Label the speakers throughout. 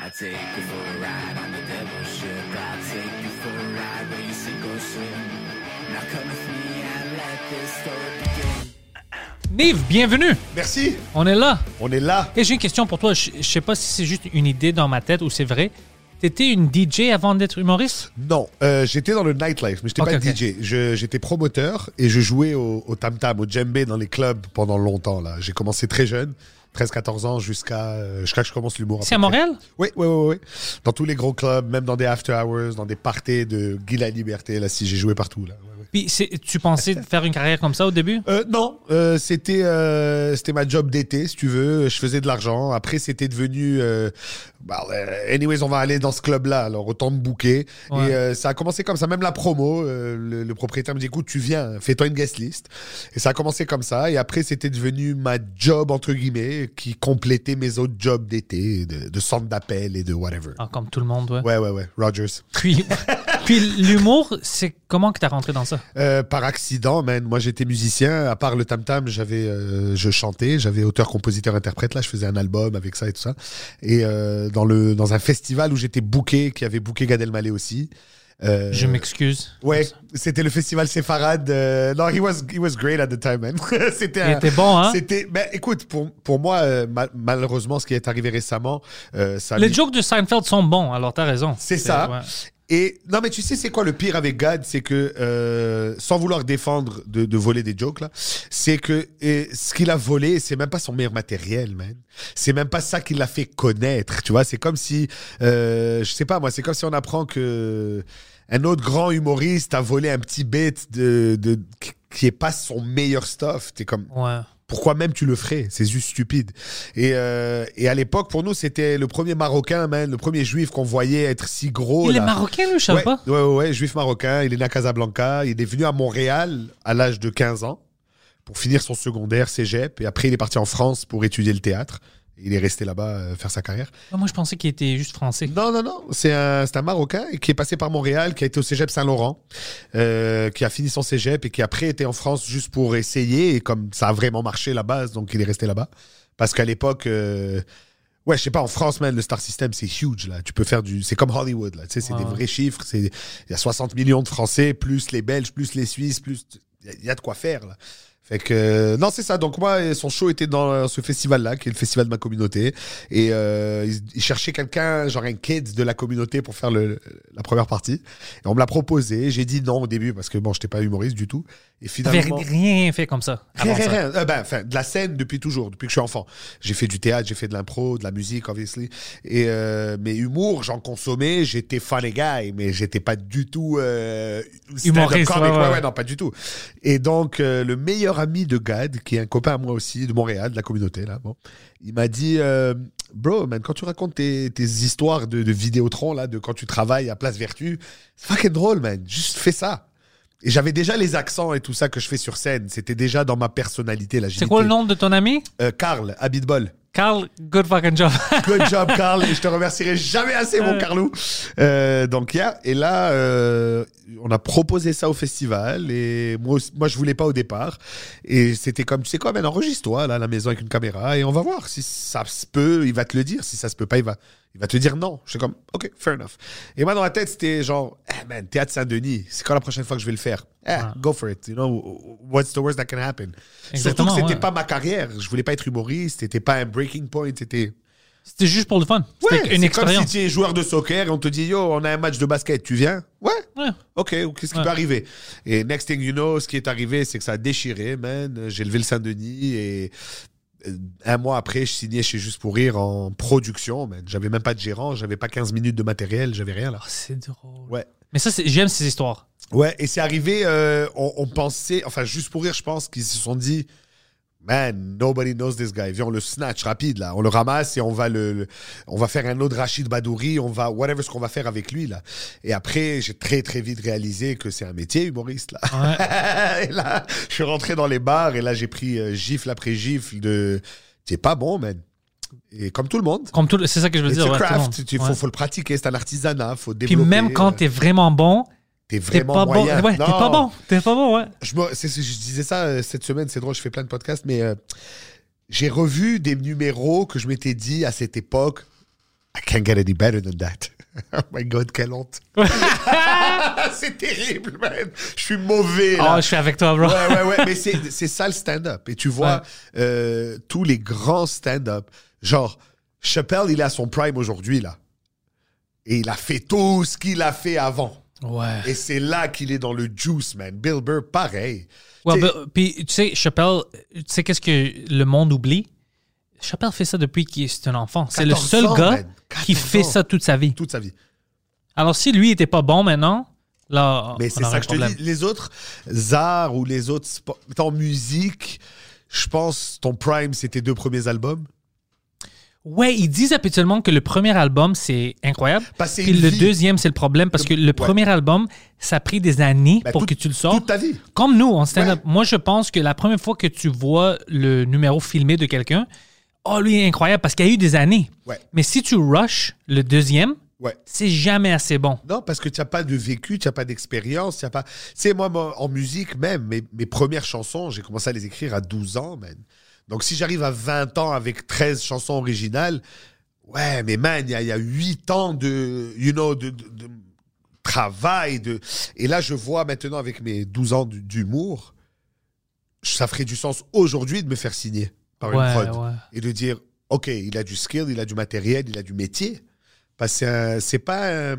Speaker 1: I take you for a ride on the devil's ship. I take you for a ride where you sink or swim. Now come with me and let this story begin.
Speaker 2: Nive, bienvenue.
Speaker 3: Merci.
Speaker 2: On est là.
Speaker 3: On est là.
Speaker 2: Et j'ai une question pour toi. Je, je sais pas si c'est juste une idée dans ma tête ou c'est vrai. T'étais une DJ avant d'être humoriste?
Speaker 3: Non, euh, j'étais dans le nightlife, mais j'étais
Speaker 2: Ok,
Speaker 3: pas
Speaker 2: ok.
Speaker 3: DJ. Je- J'étais promoteur et je jouais au, au tam tam, au djembé dans les clubs pendant longtemps. Là, j'ai commencé très jeune, 13-14 ans, jusqu'à euh, jusqu'à que je commence l'humour.
Speaker 2: C'est à
Speaker 3: peu près.
Speaker 2: Montréal?
Speaker 3: Oui, oui, oui, oui. Dans tous les gros clubs, même dans des after hours, dans des parties de Guy la Liberté. Là, si j'ai joué partout. Là. Ouais, ouais.
Speaker 2: Puis c'est- tu pensais faire une carrière comme ça au début?
Speaker 3: Euh, non, euh, c'était euh, c'était ma job d'été, si tu veux. Je faisais de l'argent. Après, c'était devenu. euh, bah, euh, anyways, on va aller dans ce club-là. Alors, autant me bouquer.
Speaker 2: Ouais.
Speaker 3: Et euh, ça a commencé comme ça. Même la promo, euh, le, le propriétaire me dit écoute, tu viens, fais-toi une guest list. Et ça a commencé comme ça. Et après, c'était devenu ma job, entre guillemets, qui complétait mes autres jobs d'été, de, de centre d'appel et de whatever.
Speaker 2: Ah, comme tout le monde, ouais.
Speaker 3: Ouais, ouais, ouais. Rogers.
Speaker 2: Puis, puis l'humour, c'est comment que t'as rentré dans ça?
Speaker 3: Euh, par accident, man. Moi, j'étais musicien. À part le tam tam, j'avais, euh, je chantais. J'avais auteur, compositeur, interprète. Là, je faisais un album avec ça et tout ça. Et euh, dans le dans un festival où j'étais booké, qui avait booké Gad Elmaleh aussi. Euh,
Speaker 2: Je m'excuse.
Speaker 3: Ouais, c'était le festival Séfarade. euh, non, he was he was great at the time, man. c'était
Speaker 2: Il
Speaker 3: un-
Speaker 2: était bon, hein?
Speaker 3: C'était, ben, écoute, pour, pour moi, euh, mal- malheureusement, ce qui est arrivé récemment, euh, ça a
Speaker 2: Les
Speaker 3: mis-
Speaker 2: jokes de Seinfeld sont bons, alors t'as raison.
Speaker 3: C'est ça.
Speaker 2: ouais.
Speaker 3: Et non, mais tu sais, c'est quoi le pire avec Gad C'est que, euh, sans vouloir défendre de, de voler des jokes, là, c'est que et ce qu'il a volé, c'est même pas son meilleur matériel, man. C'est même pas ça qui l'a fait connaître, tu vois. C'est comme si, euh, je sais pas, moi, c'est comme si on apprend que un autre grand humoriste a volé un petit bête de, de, qui- qui est pas son meilleur stuff. T'es comme,
Speaker 2: Ouais.
Speaker 3: pourquoi même tu le ferais C'est juste stupide. Et, euh, et à l'époque, pour nous, c'était le premier Marocain, man, le premier Juif qu'on voyait être si gros.
Speaker 2: Il est
Speaker 3: Oh là.
Speaker 2: marocain, lui, je savais
Speaker 3: Ouais,
Speaker 2: pas.
Speaker 3: ouais, ouais, ouais, juif marocain. Il est né à Casablanca. Il est venu à Montréal à l'âge de 15 ans pour finir son secondaire cégep. Et après, il est parti en France pour étudier le théâtre. Il est resté là-bas euh, faire sa carrière.
Speaker 2: Ah, Moi, je pensais qu'il était juste français.
Speaker 3: Non, non, non. C'est un, c'est un Marocain qui est passé par Montréal, qui a été au cégep Saint-Laurent, euh, qui a fini son cégep et qui après était en France juste pour essayer. Et comme ça a vraiment marché la base, donc il est resté là-bas. Parce qu'à l'époque, euh, ouais, je sais pas, en France, man, le star system, c'est huge, là. Tu peux faire du. C'est comme Hollywood, là. Tu sais, c'est
Speaker 2: Ouais.
Speaker 3: des vrais chiffres. c'est- Il y a 60 millions de Français, plus les Belges, plus les Suisses, plus. Il y a- il y, a de quoi faire, là. Fait que. euh, non, c'est ça. Donc, moi, son show était dans ce festival-là, qui est le festival de ma communauté. Et euh, ils, ils cherchaient quelqu'un, genre un kid de la communauté pour faire le, la première partie. Et on me l'a proposé. J'ai dit non au début parce que bon, j'étais pas humoriste du tout. Et
Speaker 2: T'avais
Speaker 3: finalement.
Speaker 2: rien fait comme ça.
Speaker 3: Rien,
Speaker 2: avant
Speaker 3: rien,
Speaker 2: ça.
Speaker 3: rien. Euh, ben, enfin, de la scène depuis toujours, depuis que je suis enfant. J'ai fait du théâtre, j'ai fait de l'impro, de la musique, obviously. Et euh, mais humour, j'en consommais. J'étais funny guy, mais j'étais pas du tout euh, stand-up
Speaker 2: Humoriste,
Speaker 3: comic.
Speaker 2: ouais,
Speaker 3: Ouais,
Speaker 2: ouais.
Speaker 3: ouais, non, pas du tout. Et donc euh, le meilleur ami de Gad, qui est un copain à moi aussi de Montréal, de la communauté là, bon, il m'a dit. euh, Bro, man, quand tu racontes tes, tes histoires de, de Vidéotron, là, de quand tu travailles à Place Vertu, c'est fucking drôle, man. Juste fais ça. Et j'avais déjà les accents et tout ça que je fais sur scène. C'était déjà dans ma personnalité, l'agilité.
Speaker 2: C'est quoi le nom de ton ami?
Speaker 3: Euh, Karl, Habitbol.
Speaker 2: Carl, good fucking job.
Speaker 3: Good job, Karl. Et je te remercierai jamais assez, mon Carlou. Euh, donc, yeah. Et là, euh, on a proposé ça au festival. Et moi, aussi- moi je voulais pas au départ. Et c'était comme, tu sais quoi, ben, enregistre-toi là, à la maison avec une caméra et on va voir. Si ça se peut, il va te le dire. Si ça se peut pas, il va, il va te dire non. J'étais comme, OK, fair enough. Et moi, dans ma tête, c'était genre, eh, man, théâtre Saint-Denis, c'est quand la prochaine fois que je vais le faire? Eh, go for it. You know, what's the worst that can happen? Surtout
Speaker 2: Exactement,
Speaker 3: que c'était
Speaker 2: ouais.
Speaker 3: pas ma carrière. Je voulais pas être humoriste. C'était pas un breaking point. C'était
Speaker 2: C'était juste pour le fun.
Speaker 3: Ouais,
Speaker 2: C'était une
Speaker 3: c'est comme si
Speaker 2: expérience.
Speaker 3: tu es joueur de soccer et on te dit yo, on a un match de basket, tu Ah, viens Ouais.
Speaker 2: Ouais.
Speaker 3: Ok, ou qu'est-ce qui
Speaker 2: Ouais.
Speaker 3: peut arriver Et next thing you know, ce qui est arrivé, c'est que ça a déchiré, man. J'ai levé le Saint-Denis et euh, un mois après, je signais chez Juste pour Rire en production, man. J'avais même pas de gérant, j'avais pas 15 minutes de matériel, j'avais rien là.
Speaker 2: Ah, c'est drôle.
Speaker 3: Ouais.
Speaker 2: Mais ça, c'est- j'aime ces histoires.
Speaker 3: Ouais, et c'est arrivé, euh, on, on pensait, enfin, Juste pour Rire, je pense qu'ils se sont dit Man, nobody knows this guy. Viens, on le snatch rapide là, on le ramasse et on va le, le- on va faire un autre Rachid Badouri, on va whatever ce qu'on va faire avec lui là. Et après, j'ai très très vite réalisé que c'est un métier humoriste là. et là, je suis rentré dans les bars et là j'ai pris euh, gifle après gifle de, t'es pas bon man. Et comme tout le monde,
Speaker 2: Comme tout, le- c'est ça que je veux
Speaker 3: c'est
Speaker 2: dire.
Speaker 3: un
Speaker 2: ouais, tout le
Speaker 3: craft,
Speaker 2: monde.
Speaker 3: il
Speaker 2: Ouais.
Speaker 3: faut, faut le pratiquer, c'est un artisanat, faut
Speaker 2: Puis
Speaker 3: développer. euh,
Speaker 2: même quand t'es vraiment bon,
Speaker 3: t'es
Speaker 2: t'es
Speaker 3: vraiment
Speaker 2: pas bon.
Speaker 3: moyen.
Speaker 2: Ouais, t'es
Speaker 3: Non.
Speaker 2: pas bon. T'es pas bon, ouais.
Speaker 3: Je, me- c'est- c'est- je disais ça euh, cette semaine, c'est drôle, je fais plein de podcasts, mais euh, j'ai revu des numéros que je m'étais dit à cette époque. I can't get any better than that. Oh my god, quelle honte. c'est terrible, man. Je suis mauvais.
Speaker 2: Oh,
Speaker 3: Là.
Speaker 2: je suis avec toi, bro.
Speaker 3: Ouais, ouais, ouais. Mais c'est c'est ça le stand-up. Et tu vois, euh, tous les grands stand-up, genre, Chappelle, il est à son prime aujourd'hui, là. Et il a fait tout ce qu'il a fait avant.
Speaker 2: Ouais.
Speaker 3: Et c'est là qu'il est dans le juice, man. Bill Burr, pareil.
Speaker 2: Ouais,
Speaker 3: T'sais-
Speaker 2: ben, puis tu sais, Chappelle, tu sais qu'est-ce que le monde oublie? Chappelle fait ça depuis qu'il est un enfant. C'est le
Speaker 3: 14
Speaker 2: seul
Speaker 3: ans,
Speaker 2: gars
Speaker 3: man.
Speaker 2: qui
Speaker 3: 14
Speaker 2: fait
Speaker 3: ans.
Speaker 2: ça toute sa vie.
Speaker 3: toute sa vie.
Speaker 2: Alors si lui était pas bon maintenant, là,
Speaker 3: Mais
Speaker 2: Ah, on
Speaker 3: c'est
Speaker 2: aurait
Speaker 3: ça
Speaker 2: un
Speaker 3: que je te
Speaker 2: problème.
Speaker 3: dis. Les autres arts ou les autres sports, en musique, je pense ton prime, c'était deux premiers albums.
Speaker 2: Ouais, ils disent habituellement que le premier album, c'est incroyable.
Speaker 3: Passer
Speaker 2: Puis
Speaker 3: une
Speaker 2: le
Speaker 3: vie.
Speaker 2: deuxième, c'est le problème parce que le premier album, ça a pris des années
Speaker 3: Ben,
Speaker 2: pour
Speaker 3: tout-
Speaker 2: que tu le sortes.
Speaker 3: toute ta vie.
Speaker 2: Comme nous, en stand-up.
Speaker 3: Ouais.
Speaker 2: Moi, je pense que la première fois que tu vois le numéro filmé de quelqu'un, oh, lui, il est incroyable parce qu'il y a eu des années.
Speaker 3: Ouais.
Speaker 2: Mais si tu rushes le deuxième,
Speaker 3: Ouais.
Speaker 2: c'est jamais assez bon.
Speaker 3: Non, parce que tu n'as pas de vécu, tu n'as pas d'expérience, tu n'as pas... Tu sais, moi, moi, en musique même, mes, mes premières chansons, j'ai commencé à les écrire à 12 ans, man. Donc, si j'arrive à 20 ans avec 13 chansons originales, ouais, mais man, il y a, il y a 8 ans de, you know, de, de- de travail. De... Et là, je vois maintenant, avec mes 12 ans d- d'humour, ça ferait du sens aujourd'hui de me faire signer par
Speaker 2: Ouais,
Speaker 3: une prod.
Speaker 2: ouais.
Speaker 3: Et de dire, OK, il a du skill, il a du matériel, il a du métier. Parce que c'est un- c'est pas... un-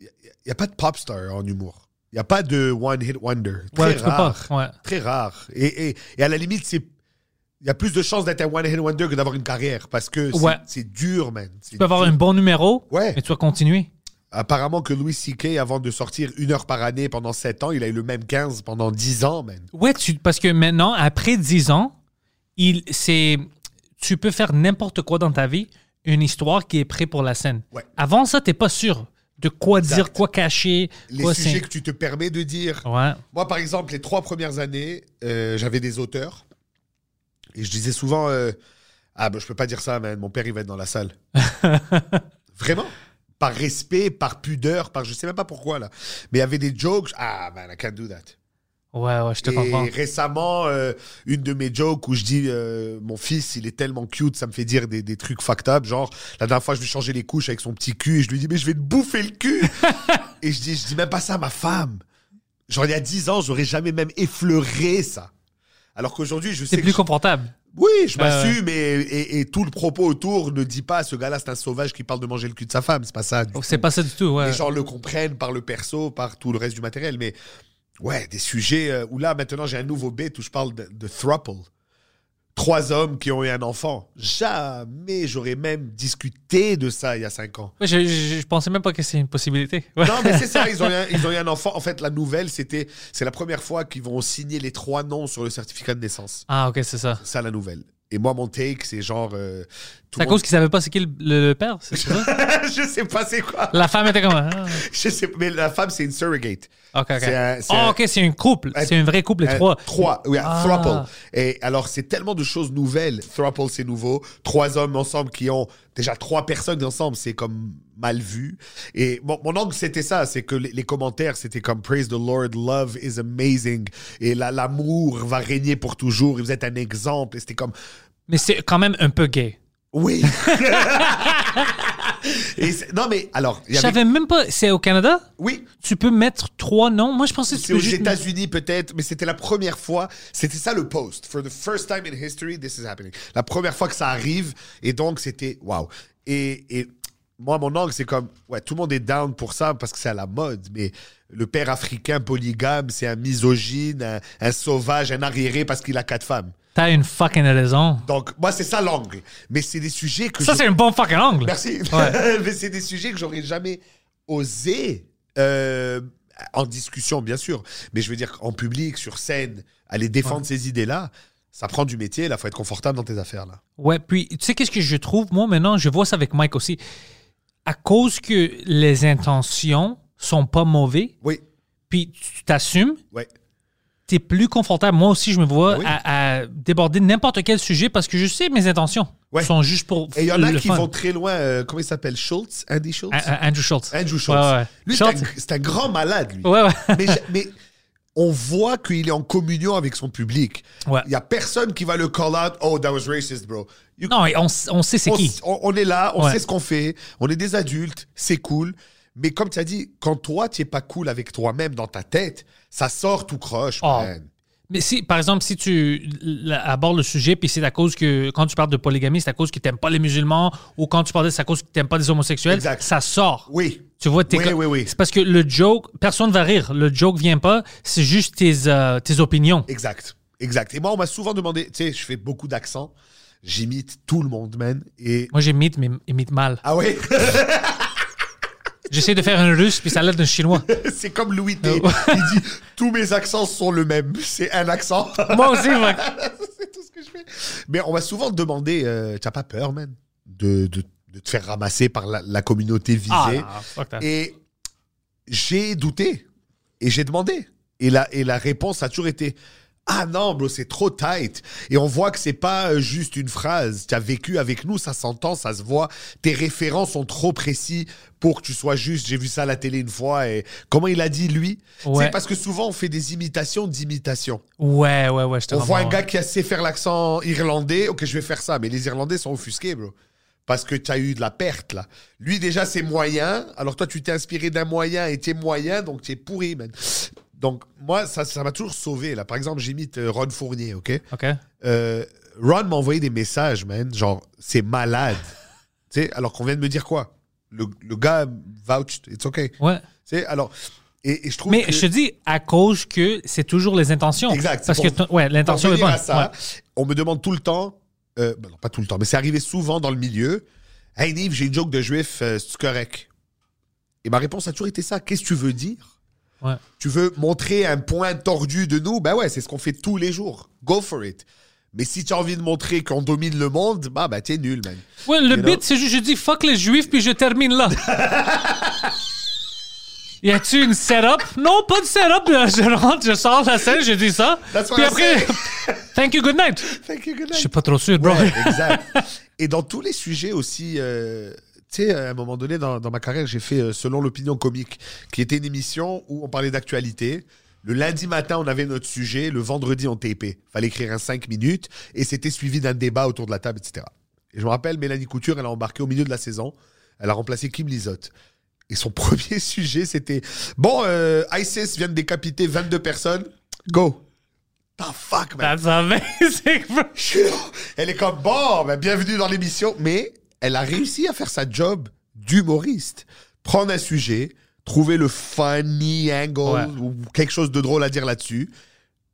Speaker 3: il n'y a pas de pop star en humour. Il n'y a pas de one hit wonder. Très
Speaker 2: Ouais, tu peux
Speaker 3: rare.
Speaker 2: pas, ouais.
Speaker 3: Très rare. Et, et- et à la limite, c'est. Il y a plus de chances d'être un one hit wonder que d'avoir une carrière parce que c'est-
Speaker 2: Ouais.
Speaker 3: c'est dur, man.
Speaker 2: Tu peux avoir un bon numéro,
Speaker 3: Ouais.
Speaker 2: mais tu vas continuer.
Speaker 3: Apparemment que Louis C.K., avant de sortir une heure par année pendant 7 ans, il a eu le même 15 pendant 10 ans, man.
Speaker 2: Ouais, tu, parce que maintenant, après 10 ans, il, c'est, tu peux faire n'importe quoi dans ta vie, une histoire qui est prête pour la scène.
Speaker 3: Ouais.
Speaker 2: Avant ça, t'es pas sûr de quoi
Speaker 3: Exact.
Speaker 2: dire, quoi cacher,
Speaker 3: Les
Speaker 2: quoi
Speaker 3: sujets
Speaker 2: c'est-
Speaker 3: que tu te permets de dire.
Speaker 2: Ouais.
Speaker 3: Moi, par exemple, les trois premières années, euh, j'avais des auteurs. Et je disais souvent euh, Ah, ben, je peux pas dire ça, man. Mon père, il va être dans la salle. Vraiment Par respect, par pudeur, par je sais même pas pourquoi, là. Mais il y avait des jokes. Ah, man, I can't do that.
Speaker 2: Ouais, ouais, je te
Speaker 3: et
Speaker 2: comprends.
Speaker 3: récemment, euh, une de mes jokes où je dis euh, Mon fils, il est tellement cute, ça me fait dire des, des trucs fucked up. Genre, la dernière fois, je lui changeais les couches avec son petit cul et je lui dis Mais je vais te bouffer le cul Et je dis, je dis même pas ça à ma femme. Genre, il y a 10 ans, j'aurais jamais même effleuré ça. Alors qu'aujourd'hui, je sais.
Speaker 2: C'est
Speaker 3: que
Speaker 2: plus
Speaker 3: je-
Speaker 2: confortable.
Speaker 3: Oui, je
Speaker 2: Ah
Speaker 3: m'assume et, et- et tout le propos autour ne dit pas ce gars-là, c'est un sauvage qui parle de manger le cul de sa femme. C'est pas ça. du
Speaker 2: Oh, C'est
Speaker 3: tout.
Speaker 2: pas ça du tout, ouais.
Speaker 3: Les gens le comprennent par le perso, par tout le reste du matériel. Mais ouais, des sujets euh, où là, maintenant, j'ai un nouveau bête où je parle de, de throuple. Trois hommes qui ont eu un enfant. Jamais j'aurais même discuté de ça il y a cinq ans.
Speaker 2: Ouais, je, je- je pensais même pas que c'est une possibilité. Ouais.
Speaker 3: Non, mais c'est ça, ils ont, eu un, ils ont eu un enfant. En fait, la nouvelle, c'était c'est la première fois qu'ils vont signer les trois noms sur le certificat de naissance.
Speaker 2: Ah, ok, c'est ça.
Speaker 3: C'est ça, la nouvelle. Et moi, mon take, c'est genre. euh, tout
Speaker 2: C'est à
Speaker 3: le
Speaker 2: cause qu'ils savaient pas c'est qui le, le- le père, c'est ça?
Speaker 3: monde- Je sais pas c'est quoi.
Speaker 2: La femme était comme. ah,
Speaker 3: Je sais, mais la femme, c'est une surrogate.
Speaker 2: ok, ok.
Speaker 3: C'est un- c'est
Speaker 2: Ah,
Speaker 3: un-
Speaker 2: ok, c'est un couple.
Speaker 3: Un-
Speaker 2: C'est un vrai couple, les
Speaker 3: Euh,
Speaker 2: trois.
Speaker 3: Trois, oui, un
Speaker 2: Ah.
Speaker 3: throuple. Et alors, c'est tellement de choses nouvelles. Throuple, c'est nouveau. Trois hommes ensemble qui ont déjà trois personnes ensemble, c'est comme mal vu. Et mon, mon angle, c'était ça. C'est que les, les commentaires, c'était comme Praise the Lord, love is amazing. Et la- l'amour va régner pour toujours. Et vous êtes un exemple. Et c'était comme,
Speaker 2: Mais c'est quand même un peu gay.
Speaker 3: oui. Et c'est- non, mais alors,
Speaker 2: Je
Speaker 3: il y avait-
Speaker 2: savais même pas. C'est au Canada?
Speaker 3: Oui,
Speaker 2: Tu peux mettre trois noms? Moi, je pensais que tu
Speaker 3: C'est
Speaker 2: peux
Speaker 3: aux
Speaker 2: juste.
Speaker 3: États-Unis peut-être, mais c'était la première fois. C'était ça le post. For the first time in history, this is happening. La première fois que ça arrive, et donc c'était waouh. Et, et moi, mon angle, c'est comme ouais, tout le monde est down pour ça parce que c'est à la mode, mais le père africain polygame, c'est un misogyne, un, un sauvage, un arriéré parce qu'il a quatre femmes.
Speaker 2: T'as une fucking raison.
Speaker 3: Donc moi, c'est ça l'angle. Mais c'est des sujets que
Speaker 2: Ça,
Speaker 3: je-
Speaker 2: c'est un bon fucking angle.
Speaker 3: Merci. Mais c'est des sujets que j'aurais jamais osé euh, en discussion, bien sûr. Mais je veux dire en public, sur scène, aller défendre ces idées-là. Ça prend du métier, là, faut être confortable dans tes affaires, là.
Speaker 2: Ouais, puis tu sais qu'est-ce que je trouve, moi maintenant, je vois ça avec Mike aussi. À cause que les intentions sont pas mauvaises,
Speaker 3: Oui,
Speaker 2: puis tu t'assumes,
Speaker 3: ouais.
Speaker 2: t'es plus confortable. Moi aussi, je me vois
Speaker 3: Oui.
Speaker 2: à, à déborder n'importe quel sujet parce que je sais mes intentions
Speaker 3: Ouais.
Speaker 2: sont juste pour
Speaker 3: Et il y en a
Speaker 2: le
Speaker 3: qui
Speaker 2: fun.
Speaker 3: vont très loin. euh, comment il s'appelle Schultz Andy Schultz
Speaker 2: A- a- Andrew Schultz.
Speaker 3: Andrew Schultz.
Speaker 2: Ouais, ouais.
Speaker 3: Lui, c'est un-
Speaker 2: Schultz.
Speaker 3: c'est un, grand malade, lui.
Speaker 2: Ouais, ouais.
Speaker 3: mais, j'ai- mais on voit qu'il est en communion avec son public. Il
Speaker 2: Ouais.
Speaker 3: y a personne qui va le call out. Oh, that was racist, bro. You-
Speaker 2: Non, et on, s- on sait c'est
Speaker 3: on,
Speaker 2: qui.
Speaker 3: s- on- on est là, on
Speaker 2: Ouais.
Speaker 3: sait ce qu'on fait, on est des adultes, c'est cool. Mais comme tu as dit, quand toi, tu n'es pas cool avec toi-même dans ta tête, ça sort tout croche,
Speaker 2: Oh.
Speaker 3: man.
Speaker 2: Mais si, par exemple, si tu l- abordes le sujet, puis c'est à cause que, quand tu parles de polygamie, c'est à cause que tu n'aimes pas les musulmans, ou quand tu parles de c'est à cause que tu n'aimes pas les homosexuels,
Speaker 3: Exact.
Speaker 2: ça sort.
Speaker 3: Oui.
Speaker 2: Tu vois, t'es
Speaker 3: Oui,
Speaker 2: co-
Speaker 3: oui, oui.
Speaker 2: C'est parce que le joke, personne va rire. Le joke vient pas, c'est juste tes, euh, tes opinions.
Speaker 3: Exact, exact. Et moi, on m'a souvent demandé, tu sais, je fais beaucoup d'accents, j'imite tout le monde, man. Et...
Speaker 2: Moi, j'imite, mais imite mal.
Speaker 3: Ah ouais
Speaker 2: J'essaie de faire un russe, puis ça l'aide d'un chinois.
Speaker 3: C'est comme Louis
Speaker 2: Ah
Speaker 3: T. Il dit tous mes accents sont le même. C'est un accent.
Speaker 2: Moi aussi, ouais.
Speaker 3: c'est tout ce que je fais. Mais on m'a souvent demandé euh, t'as pas peur, man, de, de- de te faire ramasser par la, la communauté visée
Speaker 2: Ah, là, fuck that.
Speaker 3: Et j'ai douté et j'ai demandé. Et la, et la réponse a toujours été Ah non, bro, c'est trop tight. Et on voit que c'est pas euh, juste une phrase. Tu as vécu avec nous, ça s'entend, ça se voit. Tes référents sont trop précis pour que tu sois juste. J'ai vu ça à la télé une fois. Et comment il a dit, lui
Speaker 2: Ouais.
Speaker 3: C'est parce que souvent, on fait des imitations d'imitations.
Speaker 2: Ouais, ouais, ouais, je te
Speaker 3: On voit un
Speaker 2: comprends,
Speaker 3: gars qui sait faire l'accent irlandais. Ok, je vais faire ça. Mais les Irlandais sont offusqués, bro. Parce que tu as eu de la perte, là. Lui, déjà, c'est moyen. Alors, toi, tu t'es inspiré d'un moyen et t'es moyen, donc t'es pourri, man. Donc, moi, ça ça m'a toujours sauvé, là. Par exemple, j'imite euh, Ron Fournier, ok
Speaker 2: ouais. OK.
Speaker 3: Euh, Ron m'a envoyé des messages, man. Genre, c'est malade. tu sais, alors qu'on vient de me dire quoi le, le gars vouched, it's ok. Tu
Speaker 2: Ouais.
Speaker 3: sais, alors. Et, et je trouve
Speaker 2: Mais
Speaker 3: que-
Speaker 2: je te dis, à cause que c'est toujours les intentions.
Speaker 3: Exact.
Speaker 2: Parce que,
Speaker 3: c'est pour-
Speaker 2: ton- ouais, l'intention
Speaker 3: pour
Speaker 2: est
Speaker 3: venir
Speaker 2: bonne.
Speaker 3: à ça,
Speaker 2: Ouais.
Speaker 3: On me demande tout le temps, euh, ben non, pas tout le temps, mais c'est arrivé souvent dans le milieu. Hey Nive, j'ai une joke de juif, euh, c'est correct. Et ma réponse a toujours été ça. Qu'est-ce que tu veux dire
Speaker 2: Ouais.
Speaker 3: Tu veux montrer un point tordu de nous Ben ouais, c'est ce qu'on fait tous les jours. Go for it. Mais si tu as envie de montrer qu'on domine le monde, bah bah t'es nul, man.
Speaker 2: Ouais, le
Speaker 3: You know?
Speaker 2: but, c'est juste, je dis fuck les juifs, puis je termine là. y a-tu une setup? Non, pas de setup. là. Je rentre, je sors la scène, je dis ça.
Speaker 3: That's what
Speaker 2: puis
Speaker 3: I
Speaker 2: après, thank you, good night.
Speaker 3: Thank you, good
Speaker 2: Je
Speaker 3: night.
Speaker 2: suis pas trop sûr, bro.
Speaker 3: Ouais, exact. Et dans tous les sujets aussi, euh, tu sais, à un moment donné, dans, dans ma carrière, j'ai fait euh, Selon l'opinion comique, qui était une émission où on parlait d'actualité. Le lundi matin, on avait notre sujet. Le vendredi, on tapait. Fallait écrire un 5 minutes. Et c'était suivi d'un débat autour de la table, etc. Et je me rappelle, Mélanie Couture, elle a embarqué au milieu de la saison. Elle a remplacé Kim Lizotte. Et son premier sujet, c'était Bon, euh, ISIS vient de décapiter 22 personnes. Go. The fuck, man.
Speaker 2: That's amazing, bro.
Speaker 3: Je suis là. Elle est comme bon, ben, bienvenue dans l'émission. Mais elle a réussi à faire sa job d'humoriste. Prendre un sujet, trouver le funny angle
Speaker 2: Ouais.
Speaker 3: ou quelque chose de drôle à dire là-dessus.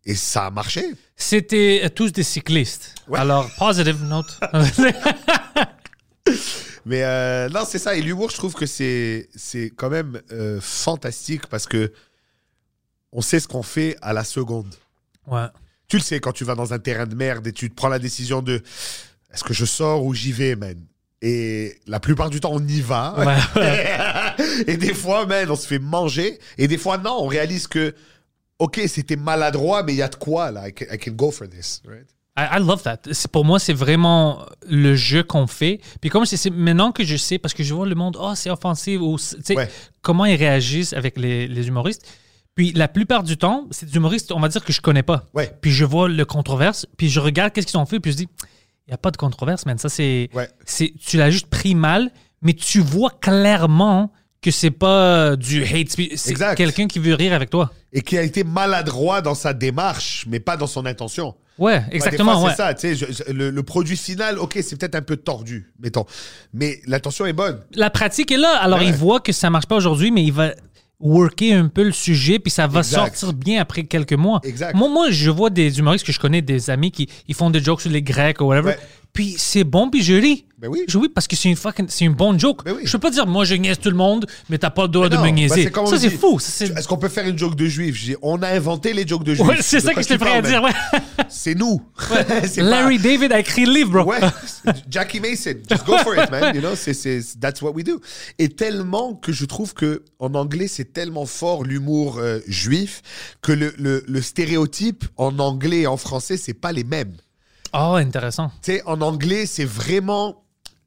Speaker 3: Et ça a marché.
Speaker 2: C'était euh, tous des cyclistes.
Speaker 3: Ouais.
Speaker 2: Alors, positive note.
Speaker 3: Mais euh, non, c'est ça. Et l'humour, je trouve que c'est c'est quand même euh, fantastique parce que on sait ce qu'on fait à la seconde.
Speaker 2: ouais.
Speaker 3: Tu le sais, quand tu vas dans un terrain de merde et tu te prends la décision de est-ce que je sors ou j'y vais, man Et la plupart du temps, on y va.
Speaker 2: Ouais, ouais.
Speaker 3: et des fois, man, on se fait manger. Et des fois, non, on réalise que, OK, c'était maladroit, mais il y a de quoi, là. I can, I can go for this. right?
Speaker 2: I, I love that. C'est- Pour moi, c'est vraiment le jeu qu'on fait. Puis comme c'est c'est- maintenant que je sais, parce que je vois le monde, oh, c'est offensif, ou c'est- tu sais,
Speaker 3: Ouais.
Speaker 2: comment ils réagissent avec les, les humoristes. Puis la plupart du temps, c'est des humoristes, on va dire que je connais pas.
Speaker 3: Ouais.
Speaker 2: Puis je vois le controverse, puis je regarde qu'est-ce qu'ils ont fait, puis je dis, il n'y a pas de controverse, man. Ça, c'est,
Speaker 3: Ouais.
Speaker 2: c'est- tu l'as juste pris mal, mais tu vois clairement que c'est pas du hate speech. C'est
Speaker 3: Exact.
Speaker 2: quelqu'un qui veut rire avec toi.
Speaker 3: Et qui a été maladroit dans sa démarche, mais pas dans son intention.
Speaker 2: Ouais, exactement.
Speaker 3: Ouais,
Speaker 2: ouais.
Speaker 3: des fois, C'est ça, tu sais. je- je- le, le produit final, OK, c'est peut-être un peu tordu, mettons. Mais l'intention est bonne.
Speaker 2: la pratique est là. Alors,
Speaker 3: Ouais.
Speaker 2: il voit que ça marche pas aujourd'hui, mais il va worker un peu le sujet, puis ça va
Speaker 3: Exact.
Speaker 2: sortir bien après quelques mois.
Speaker 3: Exact.
Speaker 2: Moi, moi, je vois des humoristes que je connais, des amis qui ils font des jokes sur les Grecs ou whatever.
Speaker 3: Ouais.
Speaker 2: Puis c'est bon, puis je ris.
Speaker 3: Ben oui.
Speaker 2: Je ris parce que c'est une, fucking- c'est une bonne joke.
Speaker 3: Ben oui.
Speaker 2: Je peux pas dire, moi, je niaise tout le monde, mais t'as pas le droit de
Speaker 3: Non,
Speaker 2: me
Speaker 3: bah,
Speaker 2: niaiser.
Speaker 3: c'est comme on
Speaker 2: ça, c'est
Speaker 3: dit.
Speaker 2: fou. Ça, c'est-
Speaker 3: Est-ce qu'on peut faire une joke de juif J'ai dit, On a inventé les jokes de juif.
Speaker 2: Ouais, c'est ça que je t'ai prêt à dire. Ouais.
Speaker 3: C'est nous. C'est pas-
Speaker 2: Larry David a écrit le livre, bro.
Speaker 3: Ouais, Jackie Mason, just go for it, man. You know, c'est- c'est- that's what we do. Et tellement que je trouve que en anglais, c'est tellement fort l'humour euh, juif que le, le- le stéréotype en anglais et en français, c'est pas les mêmes.
Speaker 2: Oh, intéressant.
Speaker 3: Tu sais, en anglais, c'est vraiment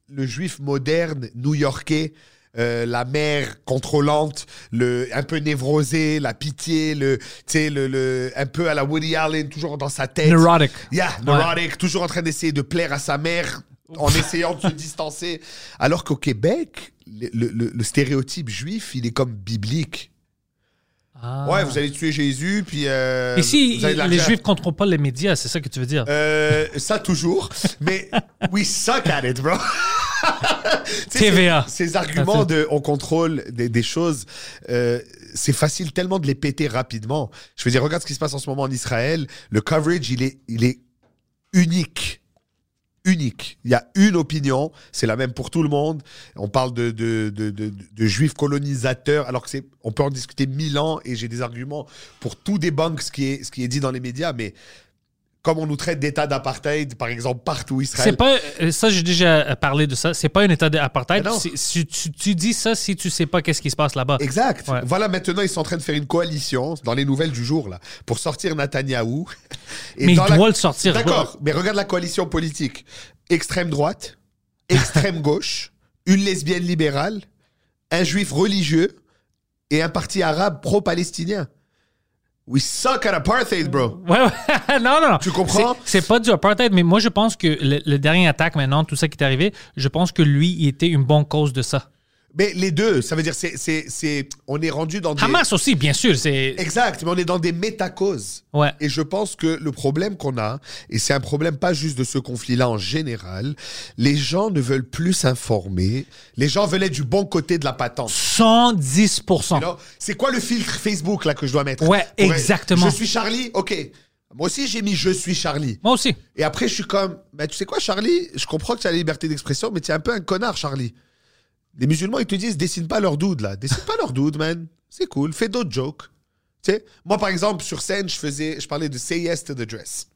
Speaker 3: le juif moderne new-yorkais. euh, la mère contrôlante, le un peu névrosé, la pitié, le, tu sais, le, le un peu à la Woody Allen, toujours dans sa tête.
Speaker 2: Neurotic.
Speaker 3: Yeah, neurotic, toujours en train d'essayer de plaire à sa mère en essayant de se distancer. Alors qu'au Québec, le, le- le- le stéréotype juif, il est comme biblique.
Speaker 2: Ah.
Speaker 3: Ouais, vous allez tuer Jésus, puis. euh,
Speaker 2: Ici,
Speaker 3: vous avez de
Speaker 2: les
Speaker 3: l'argent.
Speaker 2: Juifs ne contrôlent pas les médias, c'est ça que tu veux dire.
Speaker 3: Euh, ça toujours, mais we suck at it, bro. Tu sais,
Speaker 2: TVA.
Speaker 3: Ces, ces arguments de on contrôle des, des choses, euh, c'est facile tellement de les péter rapidement. Je veux dire, regarde ce qui se passe en ce moment en Israël. Le coverage, il est, il est unique. Unique. Il y a une opinion, c'est la même pour tout le monde. On parle de, de, de, de, de juifs colonisateurs, alors que c'est, on peut en discuter mille ans et j'ai des arguments pour tout débunk ce qui est, ce qui est dit dans les médias, mais comme on nous traite d'état d'apartheid, par exemple, partout Israël.
Speaker 2: C'est pas euh, ça, j'ai déjà euh, parlé de ça. C'est pas un état d'apartheid.
Speaker 3: Mais non.
Speaker 2: C'est- Si tu, tu dis ça, si tu sais pas qu'est-ce qui se passe là-bas.
Speaker 3: Exact.
Speaker 2: Ouais.
Speaker 3: Voilà, maintenant, ils sont en train de faire une coalition dans les nouvelles du jour, là, pour sortir Netanyahou. Et
Speaker 2: Mais il
Speaker 3: dans
Speaker 2: doit le sortir,
Speaker 3: D'accord, mais regarde la coalition politique. Extrême droite, extrême gauche, une lesbienne libérale, un juif religieux et un parti arabe pro-palestinien. We suck at apartheid, bro.
Speaker 2: Ouais, ouais. non, non, non.
Speaker 3: Tu comprends?
Speaker 2: C'est c'est pas du apartheid, mais moi, je pense que le, le dernier attaque maintenant, tout ça qui est arrivé, je pense que lui, il était une bonne cause de ça.
Speaker 3: Mais les deux, ça veut dire, c'est, c'est, c'est, on est rendu dans des...
Speaker 2: Hamas aussi, bien sûr. C'est
Speaker 3: Exact, mais on est dans des métacauses.
Speaker 2: Ouais.
Speaker 3: Et je pense que le problème qu'on a, et c'est un problème pas juste de ce conflit-là en général, les gens ne veulent plus s'informer. Les gens veulent être du bon côté de la patente.
Speaker 2: 110
Speaker 3: Alors, C'est quoi le filtre Facebook là que je dois mettre
Speaker 2: Ouais,
Speaker 3: Pour être-
Speaker 2: exactement.
Speaker 3: Je suis Charlie, ok. Moi aussi j'ai mis je suis Charlie.
Speaker 2: Moi aussi.
Speaker 3: Et après je suis comme, bah, tu sais quoi Charlie Je comprends que tu as la liberté d'expression, mais tu es un peu un connard Charlie. Les musulmans ils te disent dessine pas leur doud là, dessine pas leur doud man. C'est cool, fais d'autres jokes. Tu sais, moi par exemple sur scène je faisais, je parlais de Say Yes to the Dress,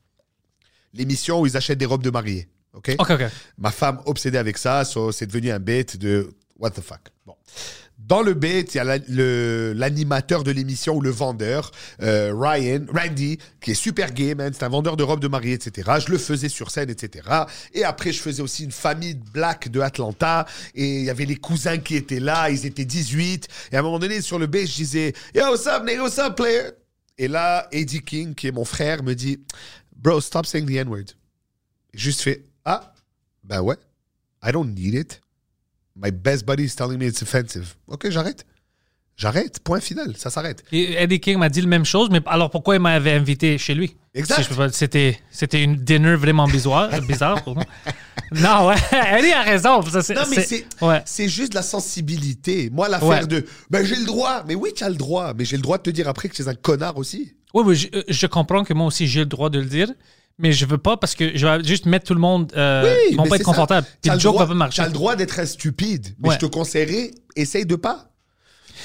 Speaker 3: l'émission où ils achètent des robes de mariée. Ok.
Speaker 2: OK, OK.
Speaker 3: Ma femme obsédée avec ça, so c'est devenu un bête de what the fuck. Bon. Dans le bête, il y a la- le- l'animateur de l'émission ou le vendeur, euh, Ryan, Randy, qui est super gay, man. C'est un vendeur de robes de mariée, etc. Je le faisais sur scène, etc. Et après, je faisais aussi une famille de black de Atlanta. Et il y avait les cousins qui étaient là. Ils étaient 18. Et à un moment donné, sur le bête, je disais, Yo, what's up, nigga? What's up, player? Et là, Eddie King, qui est mon frère, me dit, Bro, stop saying the N-word. Juste fait, Ah, ben ouais. I don't need it. My best buddy is telling me it's offensive. Ok, j'arrête. J'arrête. Point final. Ça s'arrête.
Speaker 2: Et Eddie King m'a dit la même chose, mais alors pourquoi il m'avait invité chez lui?
Speaker 3: Exact.
Speaker 2: Si je peux pas- C'était, c'était une dinner vraiment bizarre, bizarre pour moi. Non, ouais, Eddie a raison. ça, c'est-
Speaker 3: Non, mais
Speaker 2: c'est-
Speaker 3: c'est
Speaker 2: ouais.
Speaker 3: c'est juste la sensibilité. Moi, l'affaire
Speaker 2: Ouais.
Speaker 3: de. Ben, j'ai le droit. Mais oui, tu as le droit. Mais j'ai le droit de te dire après que tu es un connard aussi.
Speaker 2: Oui, oui, je, euh, je comprends que moi aussi j'ai le droit de le dire, mais je veux pas parce que je vais juste mettre tout le monde. Euh,
Speaker 3: Oui,
Speaker 2: ils vont
Speaker 3: mais
Speaker 2: pas
Speaker 3: c'est
Speaker 2: être confortables.
Speaker 3: ça.
Speaker 2: Puis
Speaker 3: T'as
Speaker 2: le
Speaker 3: le
Speaker 2: joke va
Speaker 3: droit-
Speaker 2: pas marcher.
Speaker 3: T'as le droit d'être un stupide. Mais
Speaker 2: Ouais.
Speaker 3: je te conseillerais, essaye de pas.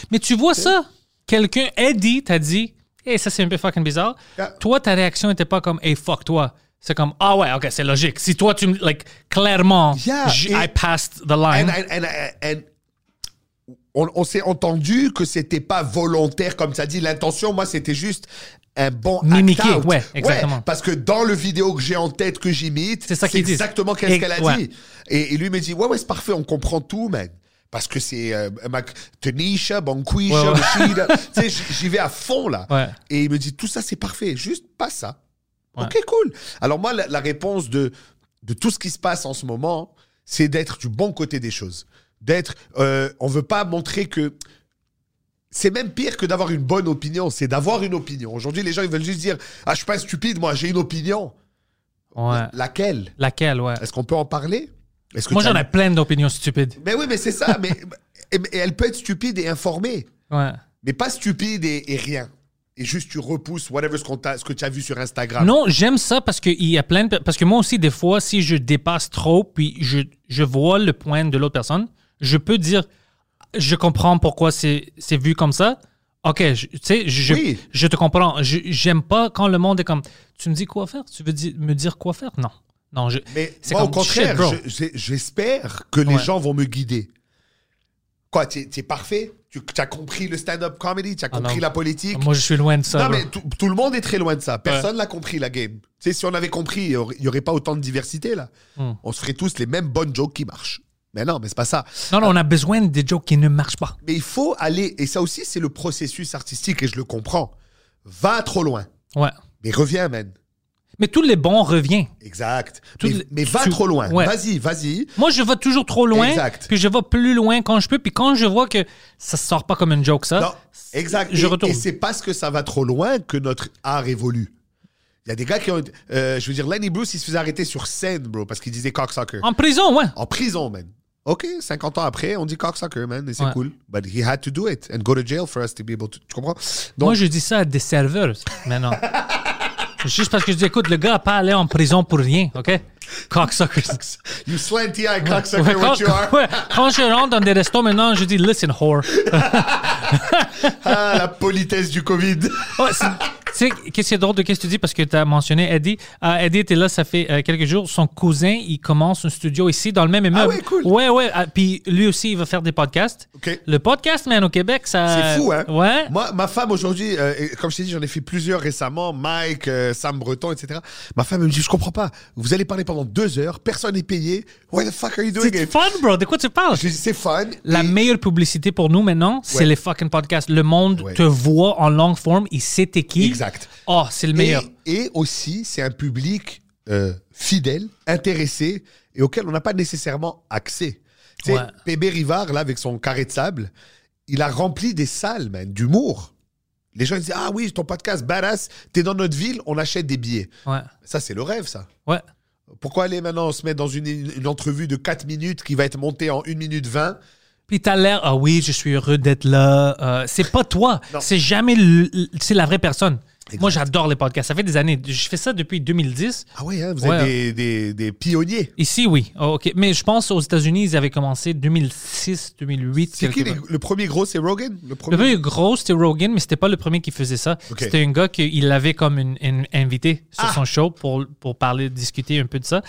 Speaker 2: Mais tu vois ça? Quelqu'un, Eddie, t'a dit, hey, ça c'est un peu fucking bizarre.
Speaker 3: Yeah.
Speaker 2: Toi, ta réaction était pas comme, hey, fuck toi. C'est comme, ah ouais, ok, c'est logique. Si toi, tu me. Like, clairement,
Speaker 3: Yeah,
Speaker 2: j-
Speaker 3: et-
Speaker 2: I passed the line.
Speaker 3: And- and- and- and- on, on s'est entendu que c'était pas volontaire, comme ça dit. L'intention, moi, c'était juste un bon
Speaker 2: Mimiquer,
Speaker 3: act-out.
Speaker 2: ouais, exactement.
Speaker 3: parce que dans le vidéo que j'ai en tête, que j'imite,
Speaker 2: C'est ça qu'ils disent.
Speaker 3: exactement qu'est-ce
Speaker 2: Et-
Speaker 3: qu'elle a
Speaker 2: ouais.
Speaker 3: dit. Et, et lui me dit, ouais, ouais, c'est parfait, on comprend tout, man. Parce que c'est euh, Mac- Tanisha, Banquisha,
Speaker 2: Ouais, ouais.
Speaker 3: Rashida. Tu sais, j- j'y vais à fond, là.
Speaker 2: Ouais.
Speaker 3: Et il me dit, tout ça, c'est parfait, juste pas ça. Ok, cool. Alors moi, la, la réponse de, de tout ce qui se passe en ce moment, c'est d'être du bon côté des choses. D'être, euh, on veut pas montrer que c'est même pire que d'avoir une bonne opinion, c'est d'avoir une opinion. Aujourd'hui, les gens ils veulent juste dire, ah, je suis pas stupide, moi, j'ai une opinion.
Speaker 2: Ouais.
Speaker 3: Laquelle
Speaker 2: Laquelle, ouais.
Speaker 3: Est-ce qu'on peut en parler Est-ce que
Speaker 2: Moi,
Speaker 3: t'as-
Speaker 2: j'en ai plein d'opinions stupides.
Speaker 3: Mais oui, mais c'est ça. mais et- et elle peut être stupide et informée,
Speaker 2: Ouais.
Speaker 3: mais pas stupide et, et rien. Et et juste tu repousses whatever ce, qu'on t'a- ce que tu as vu sur Instagram.
Speaker 2: Non, j'aime ça parce que il y a plein de... Parce que moi aussi, des fois, si je dépasse trop, puis je, je vois le point de l'autre personne, je peux dire, je comprends pourquoi c'est c'est vu comme ça. OK, je- tu sais, je,
Speaker 3: Oui.
Speaker 2: je te comprends. Je- J'aime pas quand le monde est comme, tu me dis quoi faire? Tu veux di- me dire quoi faire? Non. Non, je...
Speaker 3: Mais
Speaker 2: c'est
Speaker 3: moi, au
Speaker 2: comme, Shit,
Speaker 3: contraire,
Speaker 2: bro.
Speaker 3: je- j'ai- j'espère que les
Speaker 2: Ouais.
Speaker 3: gens vont me guider. Quoi, t'es es parfait Tu as compris le stand-up comedy Tu as
Speaker 2: Ah non.
Speaker 3: compris la politique
Speaker 2: Moi, je suis loin de ça.
Speaker 3: Non,
Speaker 2: bro.
Speaker 3: mais tout, tout le monde est très loin de ça. Personne n'a compris la game. Tu sais, si on avait compris, il n'y aurait, il y aurait pas autant de diversité, là.
Speaker 2: Hmm.
Speaker 3: On se ferait tous les mêmes bonnes jokes qui marchent. Mais non, mais c'est pas ça.
Speaker 2: Non, non, on a besoin des jokes qui ne marchent pas.
Speaker 3: Mais il faut aller, et ça aussi, c'est le processus artistique, et je le comprends. Va trop loin,
Speaker 2: Ouais.
Speaker 3: mais reviens, man.
Speaker 2: Mais tous les bons reviennent.
Speaker 3: Exact.
Speaker 2: Tout
Speaker 3: mais,
Speaker 2: le-
Speaker 3: mais va
Speaker 2: tu-
Speaker 3: trop loin.
Speaker 2: ouais.
Speaker 3: Vas-y, vas-y.
Speaker 2: Moi, je vais toujours trop loin.
Speaker 3: Exact.
Speaker 2: Puis je vais plus loin quand je peux. Puis quand je vois que ça sort pas comme une joke, ça.
Speaker 3: Non, exact.
Speaker 2: Hein? Je
Speaker 3: et,
Speaker 2: retourne.
Speaker 3: et c'est parce que ça va trop loin que notre art évolue. Il y a des gars qui ont. euh, je veux dire, Lenny Bruce, il se faisait arrêter sur scène, bro, parce qu'il disait cocksucker.
Speaker 2: En prison, ouais.
Speaker 3: En prison, man. OK, 50 ans après, on dit cocksucker, man, et c'est
Speaker 2: Ouais.
Speaker 3: cool. But he had to do it and go to jail for us to be able to. Tu comprends? Donc,
Speaker 2: Moi, je dis ça à des serveurs maintenant. Juste parce que je dis, écoute, le gars a pas allé en prison pour rien, OK? Cocksuckers.
Speaker 3: you slanty eye cocksucker,
Speaker 2: Ouais,
Speaker 3: what you are.
Speaker 2: ouais, quand je rentre dans des restos maintenant, je dis, listen, whore.
Speaker 3: Ah, la politesse du Covid.
Speaker 2: Ouais, Oh, c'est- tu sais, qu'est-ce qui est drôle de qu'est-ce que tu dis parce que tu as mentionné Eddie. Euh, Eddie était là, ça fait euh, quelques jours. Son cousin, il commence un studio ici dans le même immeuble.
Speaker 3: Ah ouais, cool.
Speaker 2: Ouais, ouais. Ah, puis lui aussi, il va faire des podcasts.
Speaker 3: OK.
Speaker 2: Le podcast, man, au Québec, ça.
Speaker 3: C'est fou, hein?
Speaker 2: Euh, Ouais.
Speaker 3: Moi, ma femme aujourd'hui, euh, et comme je t'ai dit, j'en ai fait plusieurs récemment, Mike, euh, Sam Breton, etc. Ma femme elle me dit, je comprends pas. Vous allez parler pendant deux heures, personne n'est payé. Why the fuck are you doing
Speaker 2: C'est
Speaker 3: it?
Speaker 2: fun, bro. De quoi tu parles?
Speaker 3: Je lui dis, c'est fun.
Speaker 2: La
Speaker 3: Et-
Speaker 2: meilleure publicité pour nous maintenant, c'est
Speaker 3: Ouais.
Speaker 2: les fucking podcasts. Le monde
Speaker 3: Ouais.
Speaker 2: te voit en longue forme, il sait t'es qui.
Speaker 3: Exact.
Speaker 2: Oh, c'est le meilleur.
Speaker 3: Et, et aussi, c'est un public euh, fidèle, intéressé et auquel on n'a pas nécessairement accès. Tu sais,
Speaker 2: Ouais.
Speaker 3: PB Rivard, là, avec son carré de sable, il a rempli des salles, man, d'humour. Les gens ils disent Ah oui, ton podcast, badass, t'es dans notre ville, on achète des billets.
Speaker 2: Ouais.
Speaker 3: Ça, c'est le rêve, ça.
Speaker 2: Ouais.
Speaker 3: Pourquoi aller maintenant se mettre dans une, une entrevue de 4 minutes qui va être montée en 1 minute 20
Speaker 2: Puis t'as l'air, ah oui, je suis heureux d'être là. Euh, c'est pas toi. C'est jamais le- le- c'est la vraie personne. Moi, j'adore les podcasts. Ça fait des années. Je fais ça depuis 2010.
Speaker 3: Ah oui, hein, vous
Speaker 2: Ouais.
Speaker 3: êtes des, des- des pionniers.
Speaker 2: Ici, oui. Oh, OK. Mais je pense aux États-Unis, ils avaient commencé 2006, 2008.
Speaker 3: C'est qui
Speaker 2: quelque
Speaker 3: les-
Speaker 2: part.
Speaker 3: le premier gros C'est Rogan Le premier
Speaker 2: Le premier gros, c'était Rogan, mais c'était pas le premier qui faisait ça.
Speaker 3: Ok.
Speaker 2: C'était un gars qu'il avait comme une, une invité sur
Speaker 3: Ah.
Speaker 2: son show pour, pour parler, discuter un peu de ça.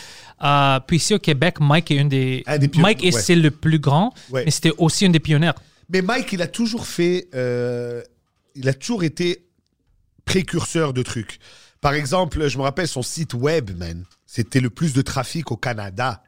Speaker 2: Euh, puis ici au Québec, Mike est un des.
Speaker 3: Un des pionniers,
Speaker 2: Mike, et
Speaker 3: ouais.
Speaker 2: c'est le plus grand,
Speaker 3: Ouais.
Speaker 2: mais c'était aussi un des pionniers.
Speaker 3: Mais Mike, il a toujours fait. euh, il a toujours été précurseur de trucs. Par exemple, je me rappelle son site web, man. C'était le plus de trafic au Canada.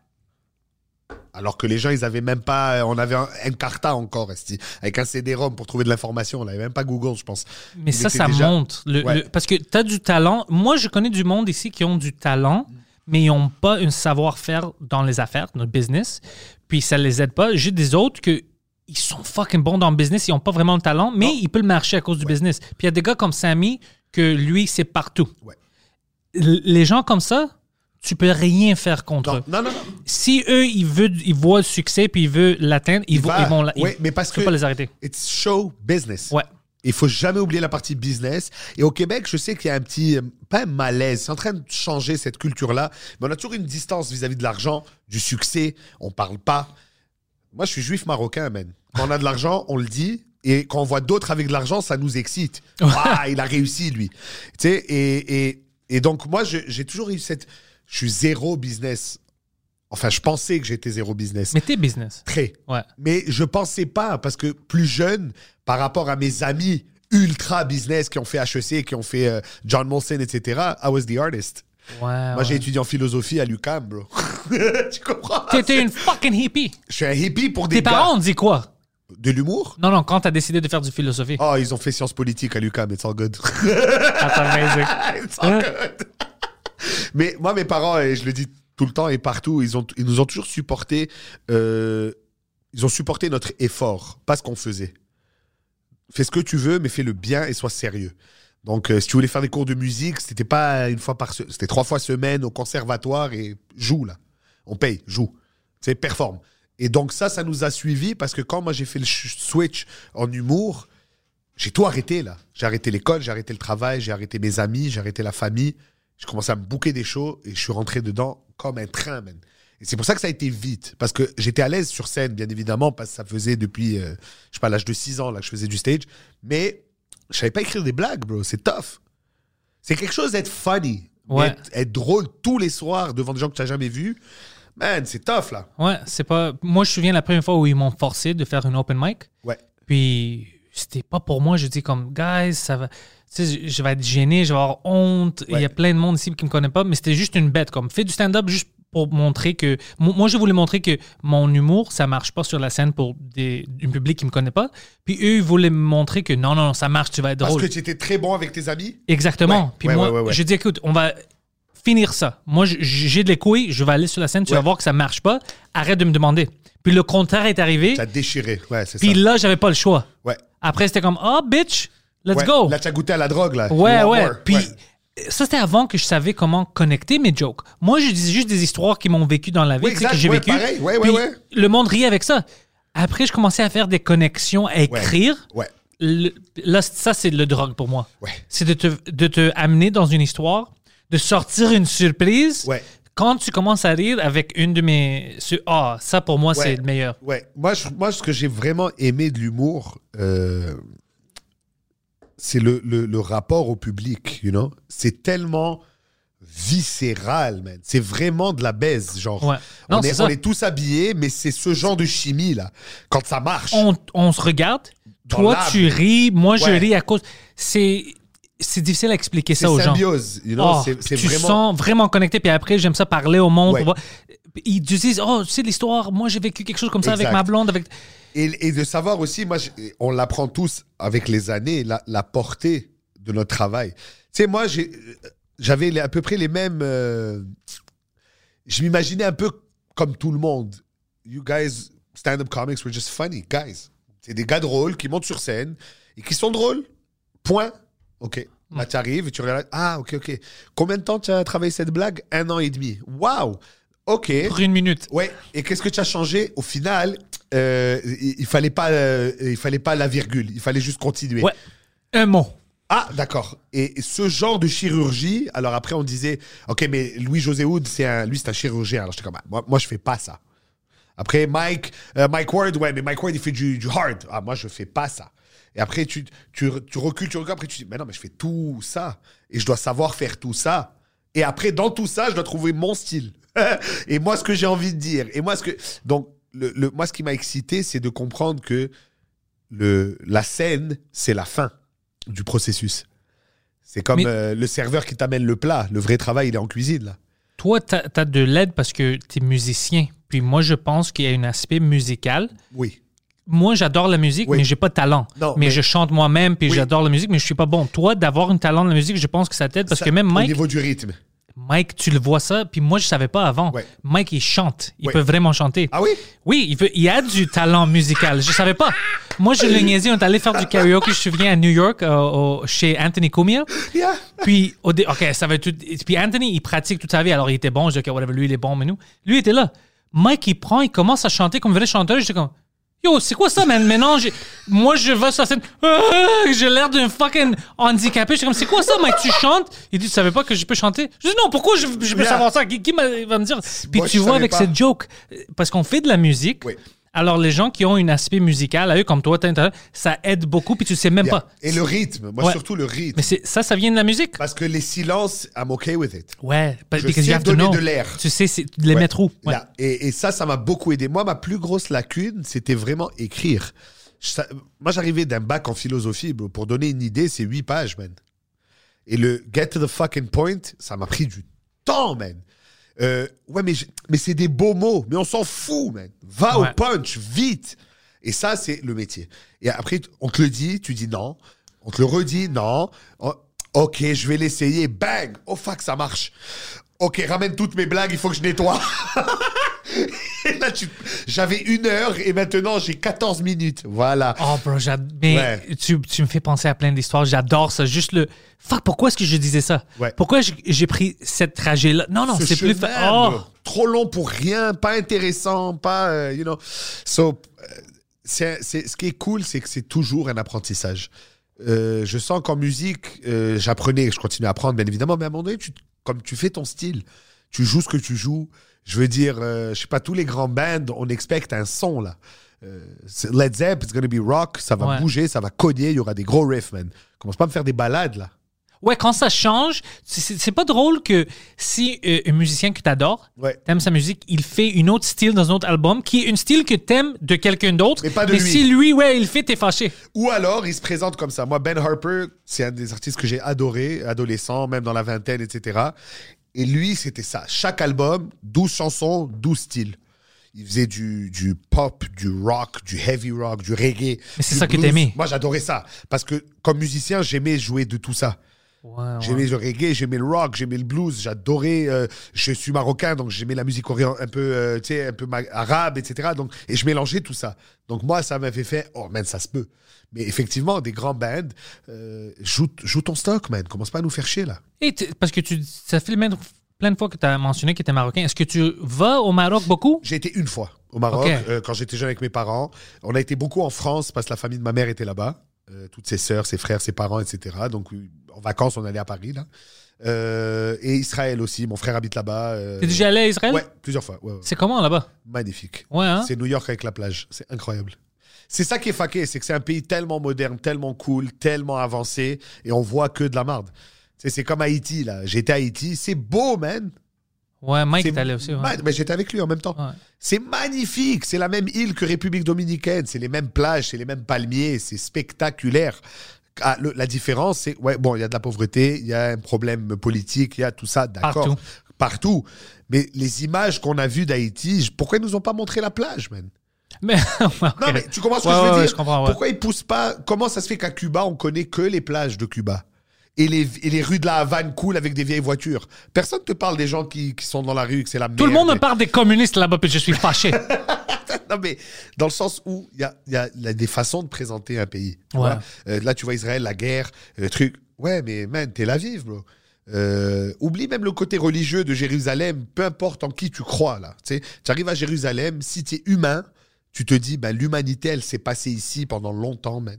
Speaker 3: Alors que les gens, ils avaient même pas. On avait un Encarta encore, esti, avec un CD-ROM pour trouver de l'information. On n'avait même pas Google, je pense.
Speaker 2: Mais
Speaker 3: Il
Speaker 2: ça,
Speaker 3: était
Speaker 2: ça
Speaker 3: déjà-
Speaker 2: monte. Le-
Speaker 3: Ouais.
Speaker 2: le- parce que tu as du talent. Moi, je connais du monde ici qui ont du talent, mais ils n'ont pas un savoir-faire dans les affaires, dans le business. Puis ça les aide pas. J'ai des autres que ils sont fucking bons dans le business, ils n'ont pas vraiment le talent, mais ils peuvent le marcher à cause du business. Puis il y a des gars comme Sammy que lui, c'est partout.
Speaker 3: Ouais.
Speaker 2: L- Les gens comme ça, tu peux rien faire contre
Speaker 3: Non,
Speaker 2: eux.
Speaker 3: non, non. non.
Speaker 2: Si eux, ils, veulent, ils voient le succès puis ils veulent l'atteindre, ils, vont-
Speaker 3: va.
Speaker 2: ils vont la- ils-
Speaker 3: Ouais, mais parce
Speaker 2: tu peux
Speaker 3: que-
Speaker 2: pas les arrêter.
Speaker 3: It's show business.
Speaker 2: Ouais.
Speaker 3: Il faut jamais oublier la partie business. Et au Québec, je sais qu'il y a un petit, euh, pas un malaise, c'est en train de changer cette culture-là. Mais on a toujours une distance vis-à-vis de l'argent, du succès. On parle pas. Moi, je suis juif marocain, man. Quand on a de l'argent, on le dit. Et quand on voit d'autres avec de l'argent, ça nous excite. Ah, il a réussi, lui. Tu sais, et, et, et donc, moi, je- j'ai toujours eu cette. Je suis zéro business. Enfin, je pensais que j'étais zéro business.
Speaker 2: Mais t'es business.
Speaker 3: Très.
Speaker 2: Ouais.
Speaker 3: Mais je pensais pas, parce que plus jeune, par rapport à mes amis ultra business qui ont fait HEC, qui ont fait euh, John Molson, etc., I was the artist.
Speaker 2: Ouais,
Speaker 3: Moi, j'ai
Speaker 2: Ah ouais.
Speaker 3: étudié en philosophie à l'UCAM, bro. tu comprends
Speaker 2: T'étais une fucking hippie.
Speaker 3: Je suis un hippie pour Ah, des
Speaker 2: Tes
Speaker 3: gars.
Speaker 2: parents ont dit quoi?
Speaker 3: De l'humour
Speaker 2: Non, non, quand t'as décidé de faire du philosophie.
Speaker 3: Oh, ils ont fait sciences politiques à l'UCAM, it's all good.
Speaker 2: That's amazing.
Speaker 3: It's all good. Mais moi, mes parents, et je le dis tout le temps et partout, ils, ont, ils nous ont toujours supporté. euh, ils ont supporté notre effort, pas ce qu'on faisait. Fais ce que tu veux, mais fais le bien et sois sérieux. Donc, euh, si tu voulais faire des cours de musique, c'était pas une fois par se- c'était trois fois semaine au conservatoire et joue là. On paye, joue. C'est performe. Et donc ça, ça nous a suivis parce que quand moi j'ai fait le ch- switch en humour, j'ai tout arrêté là. J'ai arrêté l'école, j'ai arrêté le travail, j'ai arrêté mes amis, j'ai arrêté la famille. Je commençais à me bouquer des shows et je suis rentré dedans comme un train, man. Et c'est pour ça que ça a été vite. Parce que j'étais à l'aise sur scène, bien évidemment, parce que ça faisait depuis, euh, je sais pas, l'âge de 6 ans là, que je faisais du stage. Mais je savais pas écrire des blagues, bro. C'est tough. C'est quelque chose d'être funny.
Speaker 2: Ouais.
Speaker 3: Être, être drôle tous les soirs devant des gens que tu n'as jamais vus. Man, c'est tough là.
Speaker 2: Ouais, c'est pas. Moi, je me souviens la première fois où ils m'ont forcé de faire une open mic.
Speaker 3: Ouais.
Speaker 2: Puis c'était pas pour moi. Je dis comme, guys, ça va. tu sais, je- je vais être gêné, je vais avoir honte. Il y
Speaker 3: Ouais.
Speaker 2: a plein de monde ici qui me connaît pas, mais c'était juste une bête. Comme, fais du stand-up juste pour montrer que. Mo- Moi, je voulais montrer que mon humour, ça marche pas sur la scène pour des... un public qui me connaît pas. Puis eux, ils voulaient me montrer que non, non, non, ça marche, tu vas être
Speaker 3: Parce
Speaker 2: drôle.
Speaker 3: que tu étais très bon avec tes amis.
Speaker 2: Exactement.
Speaker 3: Ouais,
Speaker 2: Puis
Speaker 3: ouais,
Speaker 2: moi,
Speaker 3: ouais, ouais, ouais.
Speaker 2: je dis, écoute, on va finir ça. Moi, j- j'ai de les couilles, je vais aller sur la scène, tu vas
Speaker 3: Ouais.
Speaker 2: voir que ça marche pas. Arrête de me demander. Puis le contraire est arrivé.
Speaker 3: Tu as déchiré. Ouais, c'est ça.
Speaker 2: Puis là, j'avais pas le choix.
Speaker 3: Ouais.
Speaker 2: Après, c'était comme, oh, bitch, let's
Speaker 3: Ouais,
Speaker 2: go.
Speaker 3: Là, tu as goûté à la drogue, là.
Speaker 2: Ouais,
Speaker 3: You want
Speaker 2: ouais.
Speaker 3: more.
Speaker 2: Puis
Speaker 3: Ouais.
Speaker 2: ça, c'était avant que je savais comment connecter mes jokes. Moi, je disais juste des histoires qui m'ont vécu dans la vie,
Speaker 3: Oui,
Speaker 2: tu sais,
Speaker 3: exact,
Speaker 2: que j'ai
Speaker 3: ouais,
Speaker 2: vécu.
Speaker 3: pareil, ouais, ouais,
Speaker 2: Puis
Speaker 3: ouais.
Speaker 2: le monde riait avec ça. Après, je commençais à faire des connexions, à
Speaker 3: Ouais.
Speaker 2: écrire.
Speaker 3: Ouais.
Speaker 2: Le- là, ça, c'est le drogue pour moi.
Speaker 3: Ouais.
Speaker 2: C'est de te, de te amener dans une histoire, de sortir une surprise.
Speaker 3: Ouais.
Speaker 2: Quand tu commences à rire avec une de mes... ce- Ah, ça, pour moi,
Speaker 3: Ouais.
Speaker 2: c'est le meilleur.
Speaker 3: Ouais. Moi, je- moi, ce que j'ai vraiment aimé de l'humour, euh, c'est le, le- le rapport au public, you know. C'est tellement viscéral, man. C'est vraiment de la baise, genre.
Speaker 2: Ouais.
Speaker 3: on,
Speaker 2: Non, c'est
Speaker 3: est,
Speaker 2: ça.
Speaker 3: on est tous habillés, mais c'est ce genre de chimie, là. Quand ça marche.
Speaker 2: On, on se regarde.
Speaker 3: Dans
Speaker 2: Toi,
Speaker 3: l'âme.
Speaker 2: tu ris. Moi, je
Speaker 3: Ouais.
Speaker 2: ris à cause... C'est... C'est difficile à expliquer
Speaker 3: C'est
Speaker 2: ça aux gens.
Speaker 3: symbiose, you know,
Speaker 2: Oh,
Speaker 3: c'est- c'est
Speaker 2: tu
Speaker 3: vraiment-
Speaker 2: sens vraiment connecté. Puis après, j'aime ça parler au monde.
Speaker 3: Ouais.
Speaker 2: on va- Ils te disent, oh, tu sais l'histoire. Moi, j'ai vécu quelque chose comme ça avec
Speaker 3: Exact.
Speaker 2: ma blonde. Avec...
Speaker 3: Et, et de savoir aussi, moi, je- on l'apprend tous avec les années, la, la portée de notre travail. Tu sais, moi, j'ai- j'avais les- à peu près les mêmes. euh, je m'imaginais un peu comme tout le monde. You guys, stand-up comics, were just funny guys. C'est des gars drôles qui montent sur scène et qui sont drôles. Point. OK. Là, tu arrives et tu regardes. Ah, OK, OK. Combien de temps tu as travaillé cette blague Un an et demi. Waouh OK.
Speaker 2: Pour une minute.
Speaker 3: Ouais. Et qu'est-ce que tu as changé au final euh, il, il fallait pas, euh, il fallait pas la virgule. Il fallait juste continuer.
Speaker 2: Ouais. Un mot.
Speaker 3: Ah, d'accord. Et ce genre de chirurgie. Alors après, on disait, ok, mais Louis José Hood, c'est un, lui, c'est un chirurgien. Alors j'étais comme, ah, moi, moi, je fais pas ça. Après, Mike, euh, Mike Ward, ouais, mais Mike Ward, il fait du, du hard. Ah, moi, je fais pas ça. Et après, tu, tu, tu recules, tu regardes, après, tu dis, mais non, mais je fais tout ça. Et je dois savoir faire tout ça. Et après, dans tout ça, je dois trouver mon style. et moi, ce que j'ai envie de dire. Et moi, ce que. Donc, le, le- moi, ce qui m'a excité, c'est de comprendre que le, la scène, c'est la fin du processus. C'est comme
Speaker 2: Mais-
Speaker 3: euh, le serveur qui t'amène le plat. Le vrai travail, il est en cuisine, là.
Speaker 2: Toi, tu as, de l'aide parce que tu es musicien. Puis moi, je pense qu'il y a un aspect musical.
Speaker 3: Oui.
Speaker 2: Moi, j'adore la musique,
Speaker 3: Oui.
Speaker 2: mais j'ai pas de talent.
Speaker 3: Non,
Speaker 2: mais,
Speaker 3: mais-
Speaker 2: je chante moi-même, puis
Speaker 3: Oui.
Speaker 2: j'adore la musique, mais je suis pas bon. Toi, d'avoir un talent de la musique, je pense que ça t'aide parce
Speaker 3: Ça,
Speaker 2: que même
Speaker 3: Au
Speaker 2: Mike,
Speaker 3: niveau du rythme.
Speaker 2: Mike, tu le vois ça, puis moi, je savais pas avant.
Speaker 3: Ouais.
Speaker 2: Mike, il chante. Il
Speaker 3: Ouais.
Speaker 2: peut vraiment chanter.
Speaker 3: Ah oui
Speaker 2: Oui, il, veut- il a du talent musical. Je savais pas. Moi, je le niaisais. On est allé faire du karaoke, je me souviens, à New York, euh, au- chez Anthony Cumia.
Speaker 3: Yeah.
Speaker 2: Puis, au dé- OK, ça va être tout. et Puis Anthony, il pratique toute sa vie. Alors, il était bon. Je dis, OK, whatever, lui, il est bon, mais nous. Lui, il était là. Mike, il prend, il commence à chanter comme vrai chanteur. J'étais comme, Yo, c'est quoi ça, man? Maintenant, j'ai- moi, je vais sur la scène. Ah, j'ai l'air d'un fucking handicapé. J'étais comme, c'est quoi ça, Mike? Tu chantes? Il dit, tu savais pas que je peux chanter? Je dis, non, pourquoi je, je peux
Speaker 3: Yeah.
Speaker 2: savoir ça? Qui, qui m'a- va me dire? Puis
Speaker 3: Moi,
Speaker 2: tu
Speaker 3: je
Speaker 2: vois
Speaker 3: savais
Speaker 2: avec
Speaker 3: pas.
Speaker 2: cette joke, euh, parce qu'on fait de la musique.
Speaker 3: Oui.
Speaker 2: Alors, les gens qui ont un aspect musical à eux, comme toi, t'as un talent, ça aide beaucoup, puis tu sais même
Speaker 3: Yeah.
Speaker 2: pas.
Speaker 3: Et le rythme. Moi,
Speaker 2: Ouais.
Speaker 3: surtout le rythme.
Speaker 2: Mais c'est- ça, ça vient de la musique.
Speaker 3: Parce que les silences, I'm okay with it.
Speaker 2: Ouais, pa-
Speaker 3: Je
Speaker 2: because
Speaker 3: sais
Speaker 2: you have to
Speaker 3: donner
Speaker 2: know.
Speaker 3: de l'air.
Speaker 2: Tu sais c'est- les
Speaker 3: Ouais.
Speaker 2: mettre où. Ouais.
Speaker 3: Là. Et, et ça, ça m'a beaucoup aidé. Moi, ma plus grosse lacune, c'était vraiment écrire. Je sa- moi, j'arrivais d'un bac en philosophie. bro. Pour donner une idée, c'est 8 pages, man. Et le get to the fucking point, ça m'a pris du temps, man. Euh, ouais, mais, je- mais c'est des beaux mots. Mais on s'en fout, man. Va
Speaker 2: Ouais.
Speaker 3: au punch, vite. Et ça, c'est le métier. Et après, on te le dit, tu dis non. On te le redit, non. Oh, ok, je vais l'essayer. Bang Oh fuck, ça marche. Ok, ramène toutes mes blagues, il faut que je nettoie. Et là, tu- J'avais une heure et maintenant j'ai 14 minutes. Voilà.
Speaker 2: Oh, bro, j'ad- mais
Speaker 3: Ouais.
Speaker 2: tu, tu me fais penser à plein d'histoires. J'adore ça. Juste le. Fuck, pourquoi est-ce que je disais ça?
Speaker 3: Ouais.
Speaker 2: Pourquoi j- j'ai pris cette trajet-là? Non, non,
Speaker 3: Ce
Speaker 2: c'est plus.
Speaker 3: chemin,
Speaker 2: fa- Oh.
Speaker 3: bro. Trop long pour rien, pas intéressant, pas. euh, you know. So, euh, c'est, c'est- ce qui est cool, c'est que c'est toujours un apprentissage. euh, je sens qu'en musique, euh, j'apprenais, je continue à apprendre, bien évidemment, mais à un moment donné, tu, comme tu fais ton style, tu joues ce que tu joues. Je veux dire, euh, je sais pas, tous les grands bands, on expecte un son, là. Euh, c'est Led Zepp, it's gonna be rock, ça va
Speaker 2: Ouais.
Speaker 3: bouger, ça va cogner, il y aura des gros riffs, man. Commence pas à me faire des balades, là.
Speaker 2: Ouais, quand ça change, c'est- c'est c'est pas drôle que si euh, un musicien que t'adores,
Speaker 3: Ouais.
Speaker 2: t'aimes sa musique, il fait une autre style dans un autre album qui est une style que t'aimes de quelqu'un d'autre.
Speaker 3: Mais pas de lui.
Speaker 2: si lui, ouais, il fait, t'es fâché.
Speaker 3: Ou alors, il se présente comme ça. Moi, Ben Harper, c'est un des artistes que j'ai adoré, adolescent, même dans la vingtaine, etc. Et lui, c'était ça. Chaque album, 12 chansons, 12 styles. Il faisait du, du pop, du rock, du heavy rock, du reggae.
Speaker 2: Mais c'est
Speaker 3: du
Speaker 2: ça que
Speaker 3: blues.
Speaker 2: t'aimais.
Speaker 3: Moi, j'adorais ça. Parce que, comme musicien, j'aimais jouer de tout ça.
Speaker 2: Ouais, Ah, ouais.
Speaker 3: J'aimais le reggae, j'aimais le rock, j'aimais le blues, j'adorais. euh, je suis marocain, donc j'aimais la musique orient, un peu, euh, tu sais, un peu ma- arabe, etc. Donc, et je mélangeais tout ça. Donc moi, ça m'avait fait, oh man, ça se peut. Mais effectivement, des grands bands, euh, joue, joue ton stock, man. Commence pas à nous faire chier là.
Speaker 2: Et t- parce que tu, ça fait le même- plein de fois que t'as mentionné que t'es marocain. Est-ce que tu vas au Maroc beaucoup?
Speaker 3: J'ai été une fois au Maroc
Speaker 2: Ok.
Speaker 3: euh, quand j'étais jeune avec mes parents. On a été beaucoup en France parce que la famille de ma mère était là-bas. Euh, toutes ses sœurs, ses frères, ses parents, etc. Donc euh, en vacances, on allait à Paris là. Euh, et Israël aussi. Mon frère habite là-bas. euh,
Speaker 2: T'es déjà allé à Israël?
Speaker 3: Ouais, plusieurs fois. ouais, ouais.
Speaker 2: C'est comment là-bas?
Speaker 3: Magnifique.
Speaker 2: Ouais, hein?
Speaker 3: C'est New York avec la plage. C'est incroyable. C'est ça qui est faqué, c'est que c'est un pays tellement moderne, tellement cool, tellement avancé, et on voit que de la marde. C'est- C'est comme Haïti, là. J'étais à Haïti, c'est beau, man.
Speaker 2: Ouais, Mike
Speaker 3: C'est
Speaker 2: est allé aussi. ouais.
Speaker 3: ma- Mais j'étais avec lui en même temps.
Speaker 2: Ouais.
Speaker 3: C'est magnifique, c'est la même île que République Dominicaine, c'est les mêmes plages, c'est les mêmes palmiers, c'est spectaculaire. Ah, le- la différence, c'est, ouais, bon, il y a de la pauvreté, il y a un problème politique, il y a tout ça, d'accord.
Speaker 2: Partout.
Speaker 3: Partout. Mais les images qu'on a vues d'Haïti, j- pourquoi ils nous ont pas montré la plage, man
Speaker 2: Mais, ouais,
Speaker 3: non,
Speaker 2: ok.
Speaker 3: mais tu comprends ce que
Speaker 2: Eh ben, Ouais,
Speaker 3: je veux
Speaker 2: ouais,
Speaker 3: dire
Speaker 2: ouais, je comprends, ouais.
Speaker 3: Pourquoi ils poussent pas Comment ça se fait qu'à Cuba, on connaît que les plages de Cuba et les, et les rues de la Havane coulent avec des vieilles voitures Personne ne te parle des gens qui, qui sont dans la rue et que c'est la
Speaker 2: Tout le monde me
Speaker 3: merde.
Speaker 2: parle des communistes là-bas, puis je suis fâché.
Speaker 3: Non, mais dans le sens où il y a, il y a- il y a des façons de présenter un pays. tu
Speaker 2: Ouais.
Speaker 3: vois. Euh, là, tu vois Israël, la guerre, le truc. Ouais, mais man, t'es la vive, bro. Euh, oublie même le côté religieux de Jérusalem, peu importe en qui tu crois là. Tu sais, tu arrives à Jérusalem, si tu es humain, tu te dis, ben, l'humanité, elle s'est passée ici pendant longtemps, man.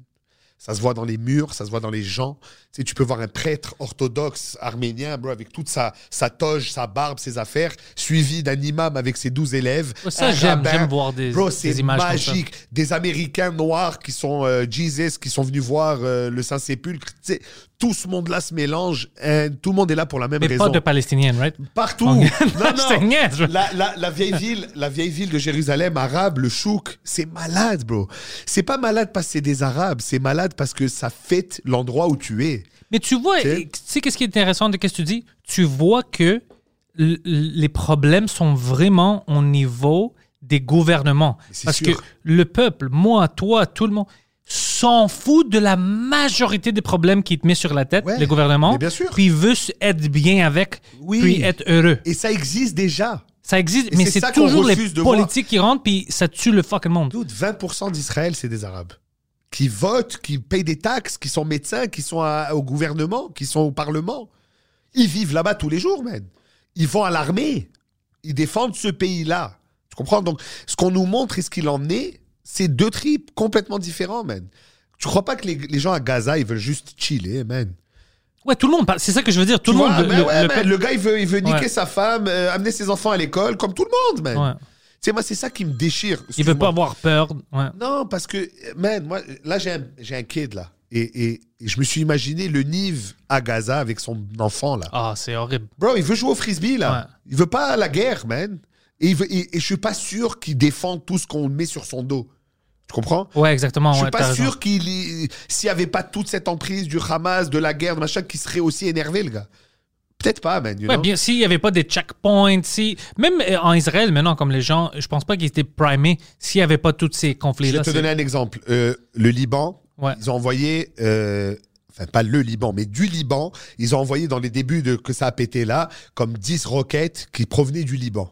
Speaker 3: Ça se voit dans les murs, ça se voit dans les gens. Tu, sais, tu peux voir un prêtre orthodoxe arménien, bro, avec toute sa, sa toge, sa barbe, ses affaires, suivi d'un imam avec ses douze élèves.
Speaker 2: Oh, Ça,
Speaker 3: un
Speaker 2: j'aime,
Speaker 3: rabbin.
Speaker 2: j'aime voir des-
Speaker 3: Bro,
Speaker 2: des
Speaker 3: c'est
Speaker 2: images comme ça.
Speaker 3: magique. Des Américains noirs qui sont euh, Jesus, qui sont venus voir euh, le Saint-Sépulcre. Tu sais, tout ce monde-là se mélange. hein, tout le monde est là pour la même
Speaker 2: mais
Speaker 3: raison.
Speaker 2: pas de palestiniennes, right?
Speaker 3: Partout.
Speaker 2: Non,
Speaker 3: Non,
Speaker 2: je te
Speaker 3: non.
Speaker 2: niaise.
Speaker 3: La, la- la vieille ville, la vieille ville de Jérusalem arabe, le chouk, c'est malade, bro. C'est pas malade parce que c'est des Arabes, c'est malade parce que ça fête l'endroit où tu es.
Speaker 2: Mais tu vois,
Speaker 3: Tu
Speaker 2: tu sais qu'est-ce qui est intéressant de qu'est-ce que tu dis? Tu vois que l- les problèmes sont vraiment au niveau des gouvernements.
Speaker 3: c'est
Speaker 2: Parce
Speaker 3: sûr.
Speaker 2: que le peuple, moi, toi, tout le monde, s'en fout de la majorité des problèmes qui te met sur la tête,
Speaker 3: Ouais,
Speaker 2: les gouvernements.
Speaker 3: mais bien sûr.
Speaker 2: Puis veut s- être bien avec,
Speaker 3: Oui.
Speaker 2: puis être heureux.
Speaker 3: Et ça existe déjà.
Speaker 2: Ça existe,
Speaker 3: Et
Speaker 2: mais
Speaker 3: c'est
Speaker 2: c'est
Speaker 3: ça qu'on
Speaker 2: toujours les
Speaker 3: refuse de voir.
Speaker 2: politiques qui rentrent, puis ça tue le fucking monde.
Speaker 3: Doute, 20% d'Israël, c'est des Arabes. Qui votent, qui payent des taxes, qui sont médecins, qui sont à- au gouvernement, qui sont au Parlement. Ils vivent là-bas tous les jours, man. Ils vont à l'armée. Ils défendent ce pays-là. Tu comprends Donc, ce qu'on nous montre et ce qu'il en est, c'est deux tripes complètement différents, man. Tu crois pas que les, les gens à Gaza, ils veulent juste chiller, man
Speaker 2: Ouais, tout le monde, parle- c'est ça que je veux dire. Tout
Speaker 3: Tu
Speaker 2: le
Speaker 3: vois,
Speaker 2: monde veut-
Speaker 3: mais ouais, man,
Speaker 2: peuple-
Speaker 3: le gars, il veut, il veut niquer
Speaker 2: Ouais.
Speaker 3: sa femme, euh, amener ses enfants à l'école, comme tout le monde, man.
Speaker 2: Ouais.
Speaker 3: Tu sais, moi, c'est ça qui me
Speaker 2: Il
Speaker 3: déchire.
Speaker 2: veut
Speaker 3: Excuse-moi.
Speaker 2: pas avoir peur. Ouais.
Speaker 3: Non, parce que, man, moi, là, j'ai un, j'ai un kid, là. Et, et- et je me suis imaginé le Nive à Gaza avec son enfant, là.
Speaker 2: Ah, c'est horrible.
Speaker 3: Bro, il veut jouer au frisbee, là.
Speaker 2: Ouais.
Speaker 3: Il veut pas la guerre, man. Et, il veut, et, et je suis pas sûr qu'il défend tout ce qu'on met sur son dos. Tu comprends
Speaker 2: Ouais, exactement.
Speaker 3: je suis
Speaker 2: Ah ouais, t'as
Speaker 3: pas
Speaker 2: raison.
Speaker 3: sûr qu'il y- s'il y avait pas toute cette emprise du Hamas, de la guerre, de machin, qu'il serait aussi énervé, le gars. Peut-être pas, man. you
Speaker 2: Ouais,
Speaker 3: know
Speaker 2: bien, s'il n'y avait pas des checkpoints, si. Même euh, en Israël, maintenant, comme les gens, je pense pas qu'ils étaient primés s'il n'y avait pas tous ces
Speaker 3: Je
Speaker 2: conflits-là.
Speaker 3: vais te
Speaker 2: c'est-
Speaker 3: donner un exemple. Euh, le Liban,
Speaker 2: Ouais.
Speaker 3: ils ont envoyé, euh, enfin pas le Liban, mais du Liban, ils ont envoyé dans les débuts de, que ça a pété là, comme 10 roquettes qui provenaient du Liban.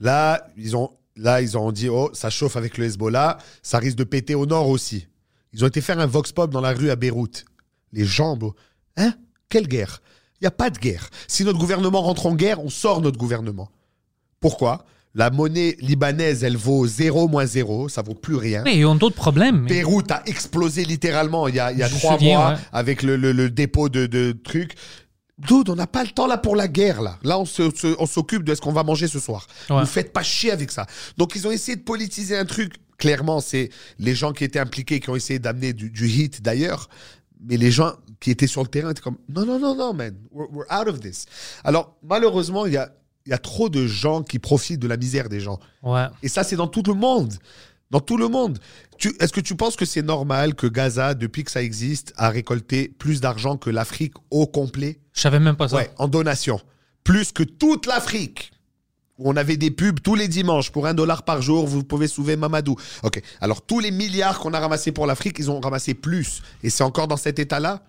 Speaker 3: Là, ils ont, là, ils ont dit, oh, ça chauffe avec le Hezbollah, ça risque de péter au nord aussi. Ils ont été faire un vox pop dans la rue à Beyrouth. Les jambes, hein Quelle guerre Il n'y a pas de guerre. Si notre gouvernement rentre en guerre, on sort notre gouvernement. Pourquoi La monnaie libanaise, elle vaut 0 moins 0, ça vaut plus rien.
Speaker 2: Oui, ils ont d'autres problèmes. mais-
Speaker 3: Beyrouth a explosé littéralement il y a, il y a
Speaker 2: Je me
Speaker 3: trois
Speaker 2: souviens,
Speaker 3: mois
Speaker 2: ouais.
Speaker 3: avec le, le- le dépôt de, de trucs. Dude, on n'a pas le temps là pour la guerre là. Là, on se- se- on s'occupe de ce qu'on va manger ce soir.
Speaker 2: Ouais.
Speaker 3: Vous faites pas chier avec ça. Donc, ils ont essayé de politiser un truc. Clairement, c'est les gens qui étaient impliqués qui ont essayé d'amener du, du hit d'ailleurs. Mais les gens qui étaient sur le terrain étaient comme non, non, non, non, man, we're, we're out of this. Alors, malheureusement, il y a, il y a trop de gens qui profitent de la misère des gens.
Speaker 2: Ouais.
Speaker 3: Et ça, c'est dans tout le monde. Dans tout le monde. Tu- Est-ce que tu penses que c'est normal que Gaza, depuis que ça existe, a récolté plus d'argent que l'Afrique au complet
Speaker 2: Je savais même pas ça.
Speaker 3: Ouais, en donation. Plus que toute l'Afrique. Où on avait des pubs tous les dimanches pour un dollar par jour, vous pouvez sauver Mamadou. Ok. Alors tous les milliards qu'on a ramassés pour l'Afrique, ils ont ramassé plus. Et c'est encore dans cet état-là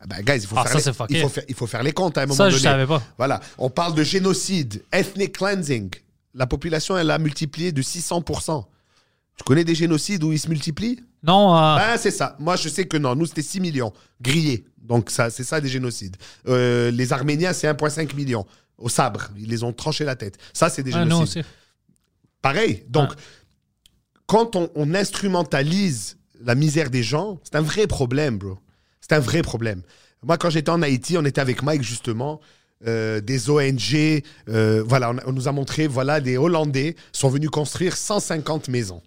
Speaker 3: Ah bah, guys, il faut,
Speaker 2: Ah,
Speaker 3: faire
Speaker 2: ça,
Speaker 3: les,
Speaker 2: c'est fucké.
Speaker 3: il, faut faire, il faut faire les comptes hein, à un moment
Speaker 2: Ça, je
Speaker 3: donné.
Speaker 2: savais pas.
Speaker 3: Voilà. On parle de génocide, ethnic cleansing. La population, elle a multiplié de 600%. Tu connais des génocides où ils se multiplient
Speaker 2: Non, euh,
Speaker 3: ah, c'est ça. Moi, je sais que non. Nous, c'était 6 millions grillés. Donc, ça, c'est ça des génocides. Euh, les Arméniens, c'est 1,5 million au sabre. Ils les ont tranché la tête. Ça, c'est des
Speaker 2: ah,
Speaker 3: génocides.
Speaker 2: non, Ah. aussi.
Speaker 3: Pareil. Donc,
Speaker 2: Ouais.
Speaker 3: quand on, on instrumentalise la misère des gens, c'est un vrai problème, bro. C'est un vrai problème. Moi, quand j'étais en Haïti, on était avec Mike, justement, euh, des ONG. euh, voilà, on, a- on nous a montré, voilà, des Hollandais sont venus construire 150 maisons.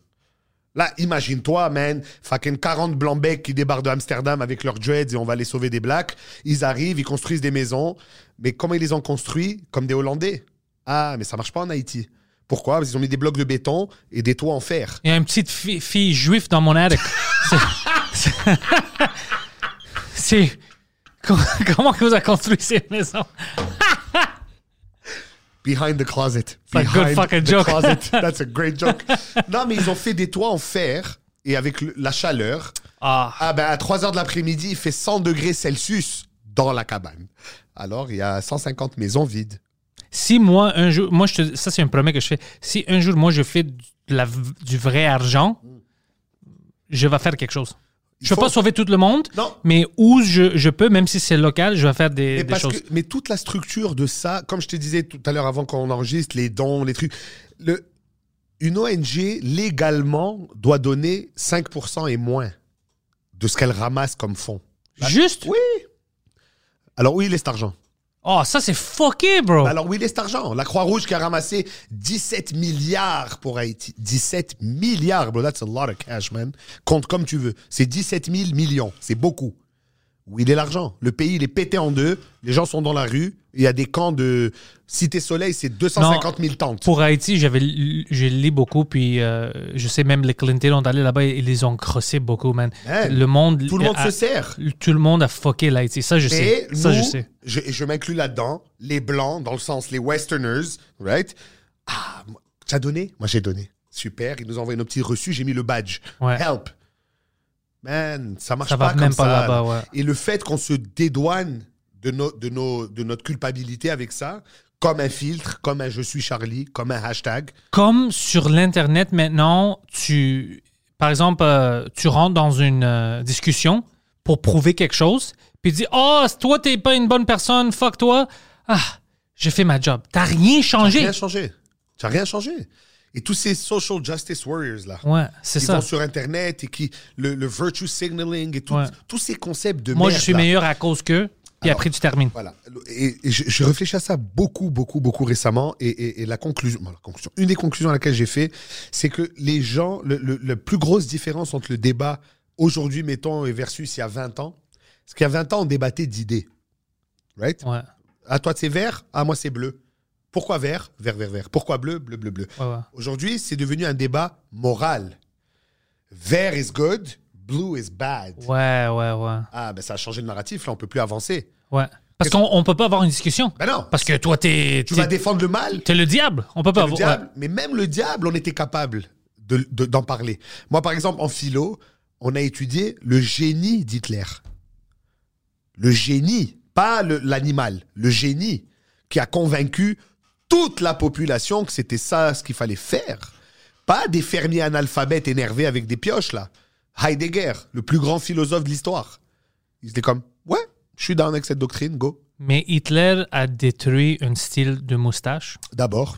Speaker 3: Là, imagine-toi, man, fucking 40 blancs becs qui débarquent de Amsterdam avec leurs dreads et on va les sauver des blacks. Ils arrivent, ils construisent des maisons. Mais comment ils les ont construits Comme des Hollandais. Ah, mais ça marche pas en Haïti. Pourquoi Parce qu'ils ont mis des blocs de béton et des toits en fer.
Speaker 2: Il y a une petite fi- fille juive dans mon attic. C'est- C'est. Comment comment que vous avez construit ces maisons?
Speaker 3: Behind the closet.
Speaker 2: a good
Speaker 3: Behind
Speaker 2: fucking
Speaker 3: the
Speaker 2: joke.
Speaker 3: closet. That's a great joke. non, mais ils ont fait des toits en fer et avec le- la chaleur.
Speaker 2: Ah.
Speaker 3: Ah ben, à 3 heures de l'après-midi, il fait 100 degrés Celsius dans la cabane. Alors, il y a 150 maisons vides.
Speaker 2: Si moi, un jour, moi, je te- ça, c'est un promesse que je fais. Si un jour, moi, je fais du- de la- du vrai argent, je vais faire quelque chose. Je ne
Speaker 3: faut-
Speaker 2: peux pas sauver tout le monde,
Speaker 3: Non.
Speaker 2: mais où je, je peux, même si c'est local, je vais faire des, des
Speaker 3: Mais, parce
Speaker 2: choses.
Speaker 3: que- mais toute la structure de ça, comme je te disais tout à l'heure avant qu'on enregistre, les dons, les trucs, le, une ONG légalement doit donner 5% et moins de ce qu'elle ramasse comme fonds.
Speaker 2: Juste?
Speaker 3: Oui. Alors où il est cet argent
Speaker 2: Oh, ça, c'est fucké, bro.
Speaker 3: Alors où il est cet argent La Croix-Rouge qui a ramassé 17 milliards pour Haïti. 17 milliards, bro, that's a lot of cash, man. Compte comme tu veux. C'est 17 000 millions, c'est beaucoup. Où il est l'argent Le pays, il est pété en deux, les gens sont dans la rue, il y a des camps de... Cité Soleil, c'est 250 000 tentes.
Speaker 2: Pour Haïti, j'avais, lu- j'ai lu beaucoup, puis euh, je sais même les Clinton ont allé là-bas et ils les ont crossés beaucoup, man.
Speaker 3: Man,
Speaker 2: le monde,
Speaker 3: Tout le monde
Speaker 2: a-
Speaker 3: se sert.
Speaker 2: Tout le monde a fucké l'Haïti. Ça, ah, je
Speaker 3: Et
Speaker 2: sais. Ça, je
Speaker 3: nous,
Speaker 2: sais.
Speaker 3: Je, je m'inclus là-dedans, les blancs, dans le sens les westerners, right? Ah, moi, t'as donné? Moi, j'ai donné. Super, ils nous envoient nos petits reçus, j'ai mis le badge.
Speaker 2: Ouais.
Speaker 3: Help. Man, ça marche
Speaker 2: Ça va
Speaker 3: pas comme
Speaker 2: même pas
Speaker 3: ça.
Speaker 2: là-bas, ouais.
Speaker 3: Et le fait qu'on se dédouane de, nos, de, nos, de notre culpabilité avec ça, comme un filtre, comme un je suis Charlie, comme un hashtag,
Speaker 2: comme sur l'internet maintenant, tu, par exemple, euh, tu rentres dans une euh, discussion pour prouver quelque chose, puis tu dis oh toi t'es pas une bonne personne, fuck toi. Ah, j'ai fait ma job. T'as rien changé.
Speaker 3: rien changé. Ça n'a rien changé. Et tous ces social justice warriors là.
Speaker 2: Ouais, c'est
Speaker 3: qui
Speaker 2: ça.
Speaker 3: vont sur Internet et qui. Le, le virtue signaling et tout-
Speaker 2: Ouais.
Speaker 3: tous ces concepts de
Speaker 2: Moi je
Speaker 3: merde,
Speaker 2: suis
Speaker 3: là.
Speaker 2: meilleur à cause que. Puis après tu termines.
Speaker 3: Voilà. Et, et je, je réfléchis à ça beaucoup, beaucoup, beaucoup récemment. Et, et- et la, conclusion, bon, la conclusion, une des conclusions à laquelle j'ai fait, c'est que les gens, le, le- la plus grosse différence entre le débat aujourd'hui, mettons, et versus il y a 20 ans, c'est qu'il y a 20 ans, on débattait d'idées. Right?
Speaker 2: Ouais,
Speaker 3: À toi, c'est vert, à moi, c'est bleu. Pourquoi vert Vert, vert, vert. Pourquoi bleu Bleu, bleu, bleu.
Speaker 2: ouais, ouais.
Speaker 3: Aujourd'hui, c'est devenu un débat moral. Vert is good, blue is bad.
Speaker 2: Ouais, ouais, ouais.
Speaker 3: Ah, ben ça a changé le narratif, là, on peut plus avancer.
Speaker 2: ouais. Parce qu'on on peut pas avoir une discussion.
Speaker 3: Ben non,
Speaker 2: Parce que toi t'es
Speaker 3: tu
Speaker 2: t'es-
Speaker 3: vas défendre le mal,
Speaker 2: t'es le diable. On peut pas
Speaker 3: le
Speaker 2: avoir.
Speaker 3: diable,
Speaker 2: ouais.
Speaker 3: mais même le diable, on était capable de- de- d'en parler. Moi, par exemple, en philo, on a étudié le génie d'Hitler. Le génie, pas le- l'animal, le génie qui a convaincu toute la population que c'était ça ce qu'il fallait faire. Pas des fermiers analphabètes énervés avec des pioches, là. Heidegger, le plus grand philosophe de l'histoire. Il était comme, ouais, je suis down avec cette doctrine, go.
Speaker 2: Mais Hitler a détruit un style de moustache.
Speaker 3: D'abord.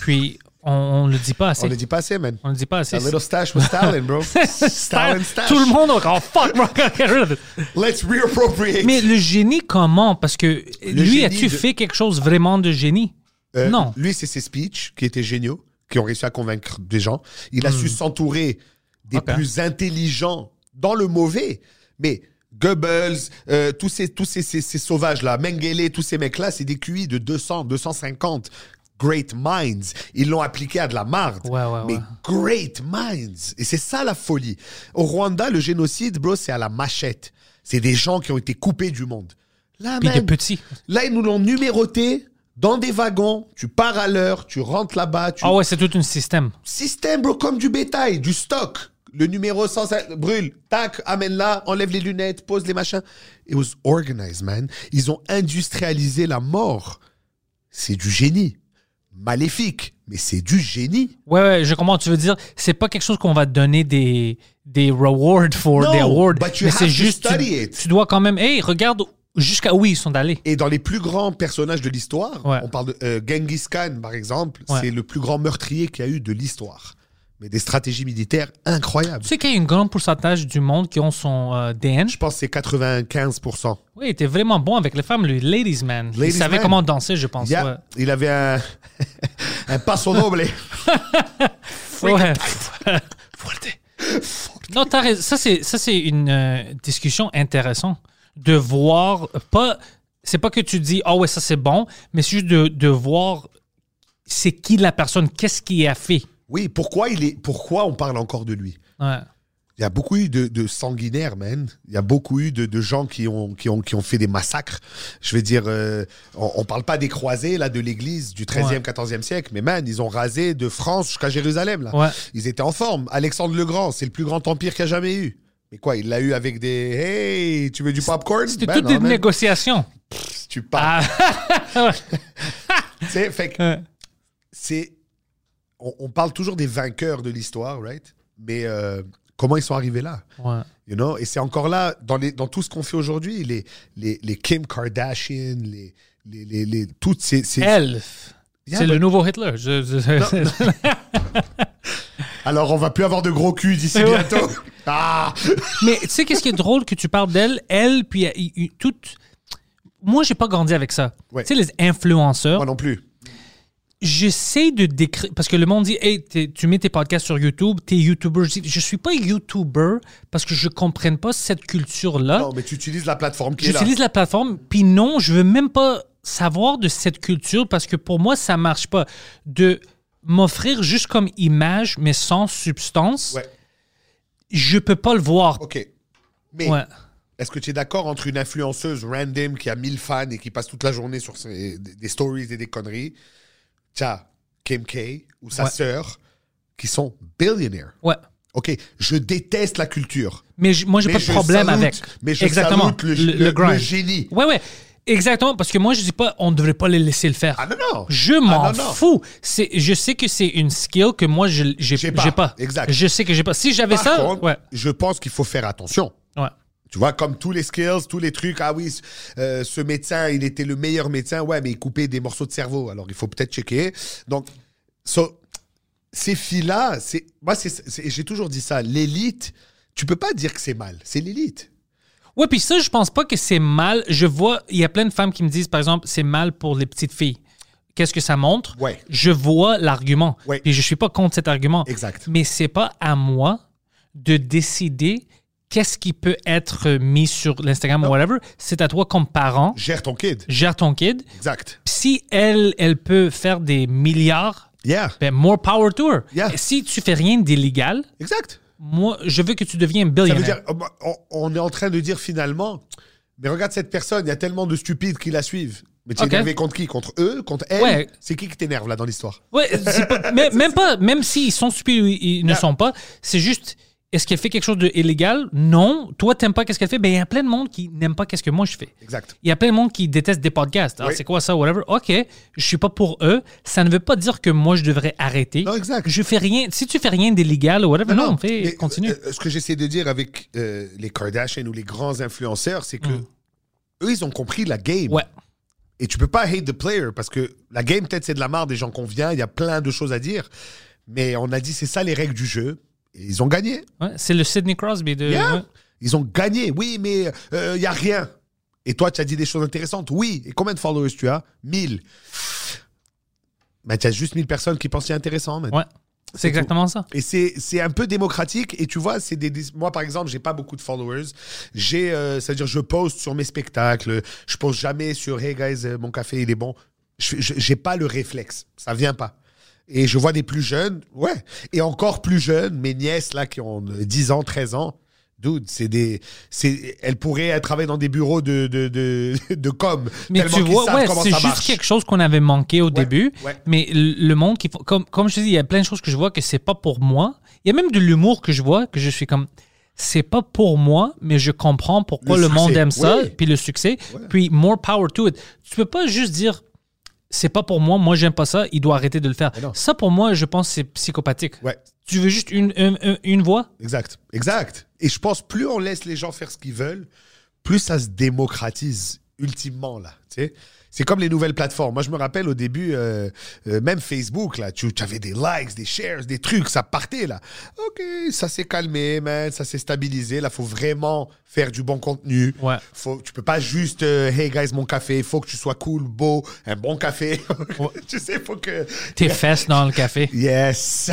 Speaker 2: Puis On, on le dit pas
Speaker 3: On
Speaker 2: assez.
Speaker 3: le dit pas assez, man.
Speaker 2: On le dit pas assez.
Speaker 3: A little stash with Stalin, bro. Stalin stash.
Speaker 2: Tout le monde, oh fuck, bro, I gotta get rid of it.
Speaker 3: Let's reappropriate.
Speaker 2: Mais le génie, comment Parce que lui,
Speaker 3: génie
Speaker 2: as-tu
Speaker 3: de-
Speaker 2: fait quelque chose vraiment de génie
Speaker 3: Euh,
Speaker 2: Non.
Speaker 3: Lui, c'est ses speeches qui étaient géniaux, qui ont réussi à convaincre des gens. Il a su s'entourer des
Speaker 2: Hmm. Ok.
Speaker 3: plus intelligents dans le mauvais. Mais Goebbels, euh, tous ces, tous ces, ces- ces sauvages-là, Mengele, tous ces mecs-là, c'est des QI de 200, 250. Great minds. Ils l'ont appliqué à de la marde.
Speaker 2: Ouais, ouais,
Speaker 3: mais
Speaker 2: ouais.
Speaker 3: great minds. Et c'est ça la folie. Au Rwanda, le génocide, bro, c'est à la machette. C'est des gens qui ont été coupés du monde. Là,
Speaker 2: Puis de
Speaker 3: man,
Speaker 2: petit.
Speaker 3: Là, ils nous l'ont numéroté dans des wagons. Tu pars à l'heure, tu rentres là-bas. Tu...
Speaker 2: Ah ouais, c'est tout un système.
Speaker 3: Système, bro, comme du bétail, du stock. Le numéro 105, brûle, tac, amène là, enlève les lunettes, pose les machins. It was organized, man. Ils ont industrialisé la mort. C'est du génie. Maléfique, mais c'est du génie.
Speaker 2: Ouais, ouais, je comprends. Tu veux dire, c'est pas quelque chose qu'on va donner des, des rewards for,
Speaker 3: No,
Speaker 2: des awards.
Speaker 3: but you
Speaker 2: mais
Speaker 3: have
Speaker 2: c'est
Speaker 3: to
Speaker 2: juste. tu-
Speaker 3: study it.
Speaker 2: Tu, dois quand même. Hey, regarde jusqu'à où ils sont allés.
Speaker 3: Et dans les plus grands personnages de l'histoire,
Speaker 2: Ouais.
Speaker 3: on parle de euh, Genghis Khan, par exemple,
Speaker 2: Ouais.
Speaker 3: c'est le plus grand meurtrier qu'il y a eu de l'histoire. Mais des stratégies militaires incroyables.
Speaker 2: Tu sais qu'il y a un grand pourcentage du monde qui ont son euh, DN.
Speaker 3: Je pense que c'est 95%.
Speaker 2: Oui, il était vraiment bon avec les femmes, le ladies man. il
Speaker 3: Ladies
Speaker 2: savait
Speaker 3: man.
Speaker 2: comment danser, je pense.
Speaker 3: Yeah.
Speaker 2: ouais.
Speaker 3: Il avait un, un passo noble.
Speaker 2: Ouais. Non, t'as raison. Ça, c'est, ça, c'est une euh, discussion intéressante de voir, pas, c'est pas que tu dis, ah ouais, ça c'est bon, mais c'est juste de, de voir c'est qui la personne, qu'est-ce qu'il a fait.
Speaker 3: oui, pourquoi, il est, pourquoi on parle encore de lui
Speaker 2: Ouais.
Speaker 3: Il y a beaucoup eu de, de sanguinaires, man. Il y a beaucoup eu de, de gens qui ont, qui, ont, qui ont fait des massacres. Je veux dire, euh, on, on parle pas des croisés, là, de l'église du 13e,
Speaker 2: Ouais.
Speaker 3: 14e siècle, mais man, ils ont rasé de France jusqu'à Jérusalem, là.
Speaker 2: Ouais.
Speaker 3: Ils étaient en forme. Alexandre le Grand, c'est le plus grand empire qu'il y a jamais eu. Mais quoi, il l'a eu avec des Hey, tu veux du popcorn
Speaker 2: C'était
Speaker 3: Ben
Speaker 2: toutes
Speaker 3: non,
Speaker 2: des
Speaker 3: man.
Speaker 2: négociations.
Speaker 3: Tu parles. Tu sais, fait que
Speaker 2: Ah. Ouais.
Speaker 3: c'est. On, on parle toujours des vainqueurs de l'histoire, right? Mais euh, comment ils sont arrivés là?
Speaker 2: Ouais.
Speaker 3: You know? Et c'est encore là, dans, les, dans tout ce qu'on fait aujourd'hui, les, les, les Kim Kardashian, les, les, les, les- toutes ces. ces-
Speaker 2: Elf.
Speaker 3: Yeah,
Speaker 2: c'est le
Speaker 3: but-
Speaker 2: nouveau Hitler. Je- je- je-
Speaker 3: Alors, on va plus avoir de gros culs d'ici
Speaker 2: Ouais.
Speaker 3: bientôt. Ah!
Speaker 2: Mais tu sais, qu'est-ce qui est drôle que tu parles d'elle, elle, puis euh, y- y- toute. Moi, j'ai pas grandi avec ça.
Speaker 3: Ouais.
Speaker 2: Tu sais, les influenceurs.
Speaker 3: Moi non plus.
Speaker 2: j'essaie de décrire parce que le monde dit hey t'es- tu mets tes podcasts sur YouTube t'es YouTuber je, dis, je suis pas YouTuber parce que je comprenne pas cette culture là
Speaker 3: Non, mais tu utilises la plateforme qui est là.
Speaker 2: Hein? j'utilise la plateforme puis non je veux même pas savoir de cette culture parce que pour moi ça marche pas de m'offrir juste comme image mais sans substance
Speaker 3: Ouais.
Speaker 2: je peux pas le voir
Speaker 3: OK. Mais
Speaker 2: ouais
Speaker 3: est-ce que tu es d'accord entre une influenceuse random qui a 1000 fans et qui passe toute la journée sur ses- des, des stories et des conneries, t'as Kim K ou sa
Speaker 2: Ouais.
Speaker 3: sœur qui sont billionaires?
Speaker 2: ouais
Speaker 3: OK, je déteste la culture.
Speaker 2: mais j- moi j'ai
Speaker 3: Mais
Speaker 2: pas de
Speaker 3: je
Speaker 2: problème
Speaker 3: salute-
Speaker 2: avec
Speaker 3: mais je
Speaker 2: exactement
Speaker 3: salute le- le-
Speaker 2: grind.
Speaker 3: le génie.
Speaker 2: ouais ouais exactement parce que moi je dis pas on devrait pas les laisser le faire
Speaker 3: Ah non, non.
Speaker 2: Je
Speaker 3: Ah
Speaker 2: m'en
Speaker 3: non, non.
Speaker 2: fous. C'est, je sais que c'est une skill que moi, je, j'ai,
Speaker 3: J'ai
Speaker 2: j'ai
Speaker 3: pas.
Speaker 2: pas.
Speaker 3: Exact.
Speaker 2: Je sais que j'ai pas. Si j'avais
Speaker 3: Par
Speaker 2: ça,
Speaker 3: contre,
Speaker 2: ouais.
Speaker 3: je pense qu'il faut faire attention.
Speaker 2: ouais.
Speaker 3: Tu vois, comme tous les skills, tous les trucs. Ah oui, euh, ce médecin, il était le meilleur médecin. Ouais, mais il coupait des morceaux de cerveau. Alors, il faut peut-être checker. Donc, so, ces filles-là, c'est, moi, c'est, c'est- j'ai toujours dit ça. L'élite, tu peux pas dire que c'est mal. C'est l'élite.
Speaker 2: Ouais, puis ça, je pense pas que c'est mal. Je vois, il y a plein de femmes qui me disent, par exemple, c'est mal pour les petites filles. Qu'est-ce que ça montre?
Speaker 3: Ouais.
Speaker 2: Je vois l'argument.
Speaker 3: Ouais.
Speaker 2: Et je suis pas contre cet argument.
Speaker 3: Exact.
Speaker 2: Mais c'est pas à moi de décider qu'est-ce qui peut être mis sur l'Instagram ou whatever. C'est à toi comme parent.
Speaker 3: Gère ton kid.
Speaker 2: Gère ton kid.
Speaker 3: Exact.
Speaker 2: Si elle, elle peut faire des milliards
Speaker 3: Yeah.
Speaker 2: Ben, more power to her.
Speaker 3: Yeah.
Speaker 2: Si tu fais rien d'illégal,
Speaker 3: Exact.
Speaker 2: moi, je veux que tu deviennes
Speaker 3: Ça
Speaker 2: billionaire.
Speaker 3: veut dire, on, on est en train de dire finalement, mais regarde cette personne, il y a tellement de stupides qui la suivent. Mais tu es
Speaker 2: Ok.
Speaker 3: énervé contre qui Contre eux Contre elle
Speaker 2: Ouais.
Speaker 3: C'est qui qui t'énerve là dans l'histoire
Speaker 2: Ouais, c'est pas- mais- même pas, même s'ils sont stupides ou ils ne
Speaker 3: Yeah.
Speaker 2: sont pas, c'est juste, est-ce qu'elle fait quelque chose d'illégal? Non. Toi, t'aimes pas qu'est-ce qu'elle fait? Ben, il y a plein de monde qui n'aime pas qu'est-ce que moi je fais.
Speaker 3: Exact.
Speaker 2: Il y a plein de monde qui déteste des podcasts. Ah,
Speaker 3: Oui.
Speaker 2: c'est quoi ça, whatever? OK, je suis pas pour eux. Ça ne veut pas dire que moi, je devrais arrêter.
Speaker 3: Non, exact.
Speaker 2: Je fais rien. Si tu fais rien d'illégal ou whatever, non, fais,
Speaker 3: Ah mais,
Speaker 2: continue.
Speaker 3: euh, ce que j'essaie de dire avec euh, les Kardashian ou les grands influenceurs, c'est que eux, ils ont compris la game.
Speaker 2: Hmm. ouais.
Speaker 3: Et tu peux pas hate the player parce que la game, peut-être, c'est de la marre, des gens qu'on vient, il y a plein de choses à dire. Mais on a dit, c'est ça les règles du jeu. Et ils ont gagné.
Speaker 2: Ouais, c'est le Sidney Crosby de.
Speaker 3: Yeah.
Speaker 2: Euh, ouais.
Speaker 3: Ils ont gagné. Oui, mais il n'y a rien. Et toi, tu as dit des choses intéressantes. Oui. Et combien de followers tu as 1000. Mais tu as juste 1000 personnes qui pensent que c'est intéressant. man.
Speaker 2: Ouais. C'est exactement ça.
Speaker 3: Et c'est c'est un peu démocratique. Et tu vois, c'est des, des- moi par exemple, j'ai pas beaucoup de followers. J'ai, euh, c'est-à-dire, je poste sur mes spectacles. Je poste jamais sur Hey guys, euh, mon café il est bon. Je- je- J'ai pas le réflexe. Ça vient pas. Et je vois des plus jeunes, ouais, et encore plus jeunes, mes nièces là qui ont euh, 10 ans, 13 ans. Dude, c'est des, c'est, elles pourraient euh, travailler dans des bureaux de de de, de com.
Speaker 2: Mais
Speaker 3: tellement
Speaker 2: tu
Speaker 3: qu'ils
Speaker 2: vois,
Speaker 3: savent
Speaker 2: ouais,
Speaker 3: comment
Speaker 2: c'est
Speaker 3: ça
Speaker 2: juste
Speaker 3: marche.
Speaker 2: quelque chose qu'on avait manqué au début.
Speaker 3: ouais.
Speaker 2: Mais le le monde qui font- comme comme je te dis, il y a plein de choses que je vois que c'est pas pour moi. Il y a même de l'humour que je vois que je suis comme c'est pas pour moi, mais je comprends pourquoi
Speaker 3: Le
Speaker 2: le,
Speaker 3: succès,
Speaker 2: monde aime ça,
Speaker 3: oui.
Speaker 2: puis le succès, puis more power to it. Tu peux pas juste dire c'est pas pour moi, moi j'aime pas ça, il doit arrêter de le faire.
Speaker 3: non.
Speaker 2: Ça pour moi, je pense c'est psychopathique.
Speaker 3: Ouais.
Speaker 2: Tu veux juste une, une, une- une voix
Speaker 3: Exact, exact. Et je pense plus on laisse les gens faire ce qu'ils veulent, plus ça se démocratise ultimement là. tu sais. C'est comme les nouvelles plateformes. Moi, je me rappelle au début, euh, euh, même Facebook, là, tu, tu avais des likes, des shares, des trucs, ça partait là. Ok, ça s'est calmé, man, ça s'est stabilisé. Là, faut vraiment faire du bon contenu.
Speaker 2: Ouais.
Speaker 3: Faut, tu peux pas juste, euh, hey guys, mon café. Faut que tu sois cool, beau, un bon café. tu sais, faut que.
Speaker 2: Tes fesses dans le café.
Speaker 3: Yes.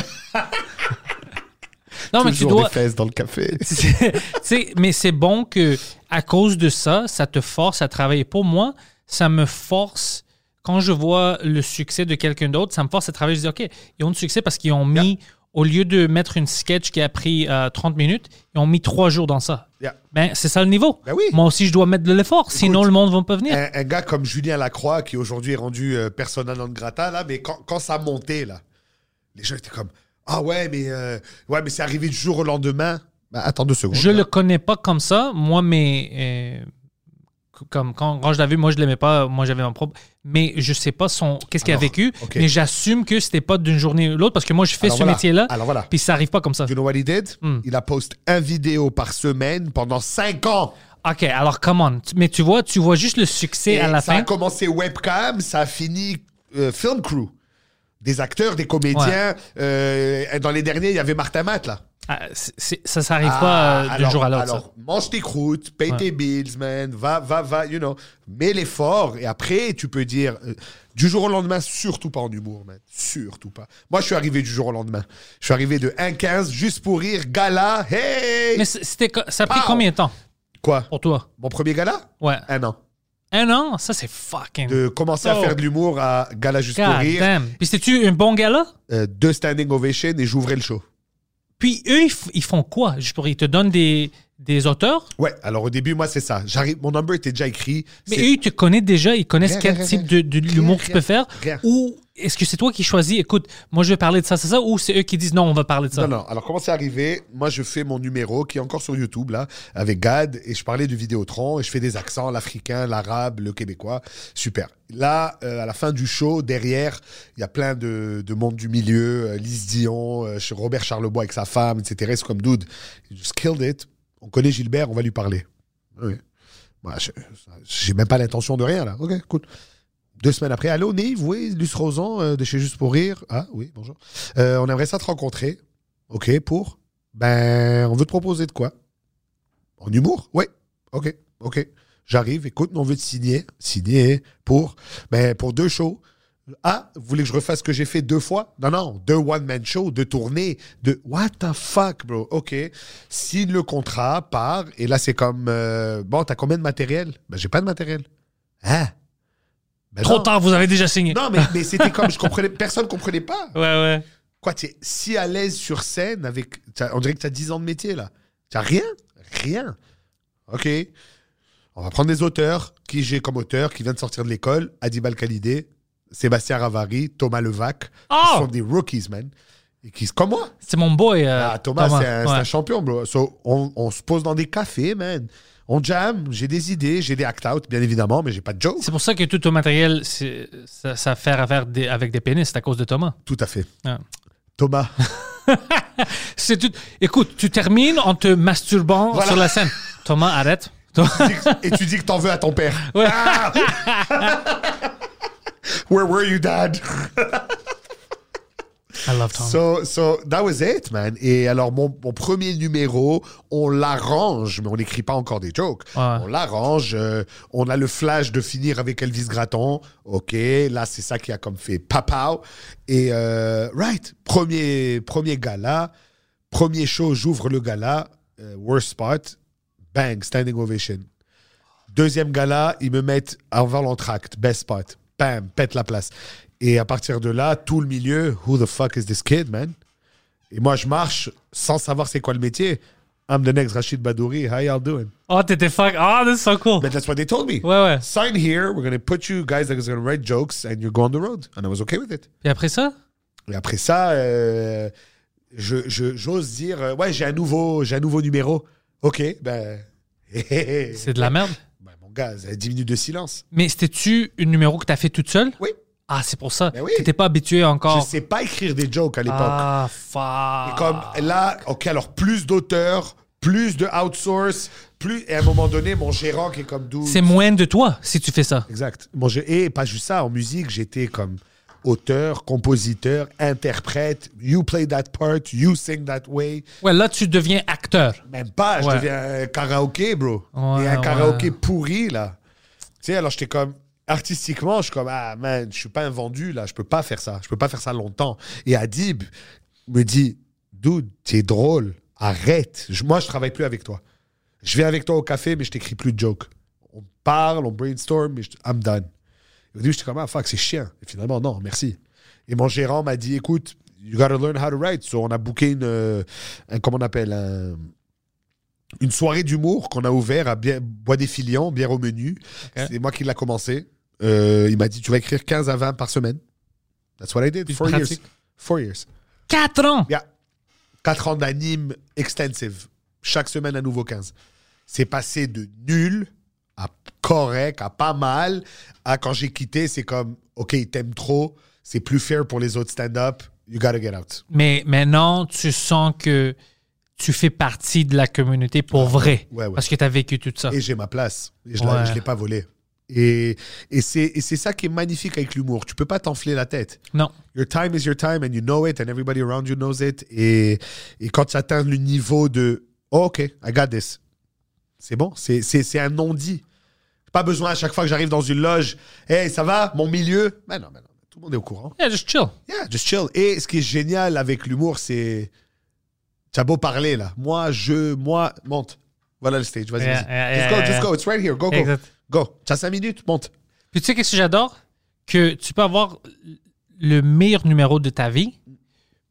Speaker 2: Non, mais tu
Speaker 3: Toujours
Speaker 2: dois.
Speaker 3: des fesses dans le café.
Speaker 2: C'est- tu sais, mais c'est bon que à cause de ça, ça te force à travailler. Pour moi, ça me force. Quand je vois le succès de quelqu'un d'autre, ça me force à travailler. Je dis, OK, ils ont du succès parce qu'ils ont mis, au lieu de mettre une sketch qui a pris euh, 30 minutes, ils ont mis trois jours dans ça.
Speaker 3: Yeah.
Speaker 2: Ben, c'est ça le niveau.
Speaker 3: Ben oui.
Speaker 2: Moi aussi, je dois mettre de l'effort, sinon le monde ne va pas venir.
Speaker 3: un, un gars comme Julien Lacroix, qui aujourd'hui est rendu euh, persona non grata, là, mais quand, quand ça montait, là, les gens étaient comme Ah ouais, mais, euh, ouais, mais c'est arrivé du jour au lendemain. Bah, attends deux secondes.
Speaker 2: Je
Speaker 3: là.
Speaker 2: le connais pas comme ça. Moi, mais euh, comme quand, quand je l'avais, moi je l'aimais pas. Moi j'avais mon propre. Mais je sais pas son qu'est-ce qu'il a
Speaker 3: Alors,
Speaker 2: vécu.
Speaker 3: ok.
Speaker 2: Mais j'assume que c'était pas d'une journée à l'autre parce que moi je fais
Speaker 3: Alors
Speaker 2: ce
Speaker 3: voilà.
Speaker 2: métier-là.
Speaker 3: Alors voilà.
Speaker 2: Puis ça arrive pas comme ça.
Speaker 3: You know what he did?
Speaker 2: Hmm.
Speaker 3: Il a posté un vidéo par semaine pendant cinq ans.
Speaker 2: Ok, alors come on. Tu- Mais tu vois, tu vois juste le succès
Speaker 3: Et
Speaker 2: à la
Speaker 3: ça a
Speaker 2: fin.
Speaker 3: commencé webcam, ça a fini euh, film crew. Des acteurs, des comédiens. euh, dans les derniers, il y avait Martin Matt, là.
Speaker 2: Ah, c'est- c'est- ça s'arrive
Speaker 3: Ah,
Speaker 2: pas euh, d'un
Speaker 3: alors-
Speaker 2: jour à l'autre. ça.
Speaker 3: Alors, mange tes croûtes, paye tes bills, man, va, va, va, you know. Mets l'effort et après, tu peux dire euh, du jour au lendemain, surtout pas en humour, man. Surtout pas. Moi, je suis arrivé du jour au lendemain. Je suis arrivé de 1,15 juste pour rire, gala, hey
Speaker 2: Mais c- c'était co- ça a pris
Speaker 3: Pow!
Speaker 2: combien de temps
Speaker 3: Quoi
Speaker 2: pour toi
Speaker 3: Mon premier gala
Speaker 2: Ouais.
Speaker 3: Un an.
Speaker 2: Un an, ça c'est fucking.
Speaker 3: De commencer à
Speaker 2: Oh.
Speaker 3: faire de l'humour à gala juste pour
Speaker 2: God
Speaker 3: rire,
Speaker 2: damn. Puis c'était-tu un bon gars là
Speaker 3: euh, deux standing ovation et j'ouvrais le show.
Speaker 2: Puis eux, ils, f- ils font quoi Je pourrais, ils te donnent des, des auteurs
Speaker 3: Ouais, alors au début, moi, c'est ça. J'arrive, mon number était déjà écrit.
Speaker 2: Mais
Speaker 3: C'est-
Speaker 2: eux, ils te connaissent déjà, ils connaissent
Speaker 3: Rien,
Speaker 2: quel
Speaker 3: rien,
Speaker 2: type de,
Speaker 3: rien.
Speaker 2: de l'humour
Speaker 3: Rien,
Speaker 2: tu peux faire.
Speaker 3: rien.
Speaker 2: Ou est-ce que c'est toi qui choisis, écoute, moi je vais parler de ça, c'est ça, ou c'est eux qui disent non, on va parler de ça.
Speaker 3: Non, non. Alors, comment c'est arrivé Moi, je fais mon numéro qui est encore sur YouTube, là, avec Gad, et je parlais du Vidéotron, et je fais des accents, l'africain, l'arabe, le québécois. Super. Là, euh, à la fin du show, derrière, il y a plein de, de monde du milieu, euh, Lise Dion, euh, Robert Charlebois avec sa femme, etc. C'est comme dude. You just killed it. On connaît Gilbert, on va lui parler. Oui. Moi, je- j'ai même pas l'intention de rien, là. Ok, cool. Deux semaines après, allô, Nive, oui, Luce Rosan euh, de chez Juste pour Rire. Ah, oui, bonjour. Euh, on aimerait ça te rencontrer. OK, pour Ben, on veut te proposer de quoi En humour Ouais. OK, OK. J'arrive, écoute, on veut te signer. Signer pour Ben, pour deux shows. Ah, vous voulez que je refasse ce que j'ai fait deux fois Non, non, deux one-man shows, deux tournées, deux... What the fuck, bro OK. Signe le contrat, part, et là, c'est comme... euh, bon, t'as combien de matériel Ben, j'ai pas de matériel. Hein Ben
Speaker 2: Trop
Speaker 3: non.
Speaker 2: tard, vous avez déjà signé.
Speaker 3: Non, mais, mais c'était comme... Je comprenais, personne comprenait pas.
Speaker 2: Ouais, ouais.
Speaker 3: Quoi, tu es si à l'aise sur scène avec. t'as- On dirait que tu as 10 ans de métier, là. Tu rien Rien. OK. On va prendre des auteurs. Qui j'ai comme auteur qui vient de sortir de l'école Adib Al-Khalidé, Sébastien Ravari, Thomas Levac.
Speaker 2: Ah
Speaker 3: Ce sont des rookies, man. Et qui, comme moi.
Speaker 2: C'est mon boy. euh,
Speaker 3: Ah, Thomas, c'est un, c'est un
Speaker 2: ouais.
Speaker 3: champion, bro. So, on on se pose dans des cafés, man. On jam, j'ai des idées, j'ai des act-out, bien évidemment, mais j'ai pas de joke.
Speaker 2: C'est pour ça que tout ton matériel, c'est- ça, ça fait affaire des- avec des pénis, c'est à cause de Thomas.
Speaker 3: Tout à fait.
Speaker 2: Ah.
Speaker 3: Thomas.
Speaker 2: C'est tout. Écoute, tu termines en te masturbant
Speaker 3: Voilà.
Speaker 2: sur la scène. Thomas, arrête.
Speaker 3: et tu dis que t'en veux à ton père. Ah Where were you, dad?
Speaker 2: I love Tom.
Speaker 3: So, so that was it, man. Et alors, mon, mon premier numéro, on l'arrange, mais on n'écrit pas encore des jokes.
Speaker 2: Ouais.
Speaker 3: On l'arrange. euh, on a le flash de finir avec Elvis Gratton. OK, là, c'est ça qui a comme fait papao. Et, euh, right, premier, premier gala, premier show, j'ouvre le gala, euh, worst spot, bang, standing ovation. Deuxième gala, ils me mettent avant l'entracte, best spot. Bam, pète la place. Et à partir de là, tout le milieu, who the fuck is this kid, man? Et moi, je marche sans savoir c'est quoi le métier. I'm the next Rachid Badouri. How y'all doing?
Speaker 2: Oh, t'étais fuck. Oh, this is so cool.
Speaker 3: But that's what they told me.
Speaker 2: Ouais, ouais.
Speaker 3: Sign here. We're going to put you guys that is going to write jokes and you go on the road. And I was okay with it.
Speaker 2: Et après ça?
Speaker 3: Et après ça, euh, je- je- j'ose dire, euh, ouais, j'ai un, nouveau- j'ai un nouveau numéro. OK, ben...
Speaker 2: C'est de la merde.
Speaker 3: Ben, mon gars, c'est 10 minutes de silence.
Speaker 2: Mais c'était-tu un numéro que t'as fait toute seule?
Speaker 3: Oui.
Speaker 2: Ah, c'est pour ça.
Speaker 3: Ben oui.
Speaker 2: T'étais pas habitué
Speaker 3: Je
Speaker 2: encore.
Speaker 3: sais pas écrire des jokes à l'époque.
Speaker 2: Oh. Ah, fuck.
Speaker 3: Et Comme là, ok, alors plus d'auteurs, plus de outsource, plus. Et à un moment donné, mon gérant qui est comme d'où.
Speaker 2: C'est moins de toi si tu fais ça.
Speaker 3: Exact. Mon gé- Et pas juste ça, en musique, j'étais comme auteur, compositeur, interprète. You play that part, you sing that way.
Speaker 2: Ouais, là, tu deviens acteur.
Speaker 3: Même pas, je
Speaker 2: Ouais.
Speaker 3: deviens un karaoké, bro.
Speaker 2: Ouais,
Speaker 3: Et un
Speaker 2: ouais.
Speaker 3: karaoké pourri, là. Tu sais, alors j'étais comme. Artistiquement, je suis comme, ah man, je suis pas invendu, là, je peux pas faire ça. Je peux pas faire ça longtemps. Et Adib me dit, dude, t'es drôle, arrête. Je- moi, je travaille plus avec toi. Je viens avec toi au café, mais je t'écris plus de jokes. On parle, on brainstorm, mais je, I'm done. Et au début, j'étais comme, ah fuck, c'est chiant. Et finalement, non, merci. Et mon gérant m'a dit, écoute, you gotta learn how to write. So, on a booké une, euh, un- comment on appelle, un- une soirée d'humour qu'on a ouvert à Bia- Bois des Filions, bière au menu.
Speaker 2: Ok.
Speaker 3: C'est moi qui l'a commencé. Euh, il m'a dit, tu vas écrire 15 à 20 par semaine. That's what I did.
Speaker 2: Puis
Speaker 3: Four
Speaker 2: pratique.
Speaker 3: years. Four years.
Speaker 2: Quatre ans.
Speaker 3: Yeah. Quatre ans d'anime extensive. Chaque semaine, à nouveau 15. C'est passé de nul à correct, à pas mal, à quand j'ai quitté, c'est comme, OK, ils t'aiment trop, c'est plus fair pour les autres stand-up, you gotta get out.
Speaker 2: Mais maintenant, tu sens que tu fais partie de la communauté pour vrai.
Speaker 3: Ah, ouais, ouais.
Speaker 2: Parce que t'as vécu tout ça.
Speaker 3: Et j'ai ma place. Et je
Speaker 2: Ouais.
Speaker 3: ne l'ai pas volée. Et, et c'est et c'est ça qui est magnifique avec l'humour. Tu peux pas t'enfler la tête.
Speaker 2: Non.
Speaker 3: Your time is your time and you know it and everybody around you knows it. Et, et quand tu atteins le niveau de oh, OK, I got this, c'est bon, c'est- c'est c'est un non-dit. Pas besoin à chaque fois que j'arrive dans une loge, hey, ça va, mon milieu Ben non, ben non, tout le monde est au courant.
Speaker 2: Yeah, just chill.
Speaker 3: Yeah, just chill. Et ce qui est génial avec l'humour, c'est. T'as beau parler là. Moi, je, moi, monte. Voilà le stage, vas-y,
Speaker 2: Yeah,
Speaker 3: vas-y.
Speaker 2: yeah,
Speaker 3: just
Speaker 2: yeah,
Speaker 3: go,
Speaker 2: yeah,
Speaker 3: just
Speaker 2: yeah.
Speaker 3: go, it's right here, go, go.
Speaker 2: Exact.
Speaker 3: Go. T'as cinq minutes, monte.
Speaker 2: Puis tu sais qu'est-ce que j'adore? Que tu peux avoir le meilleur numéro de ta vie,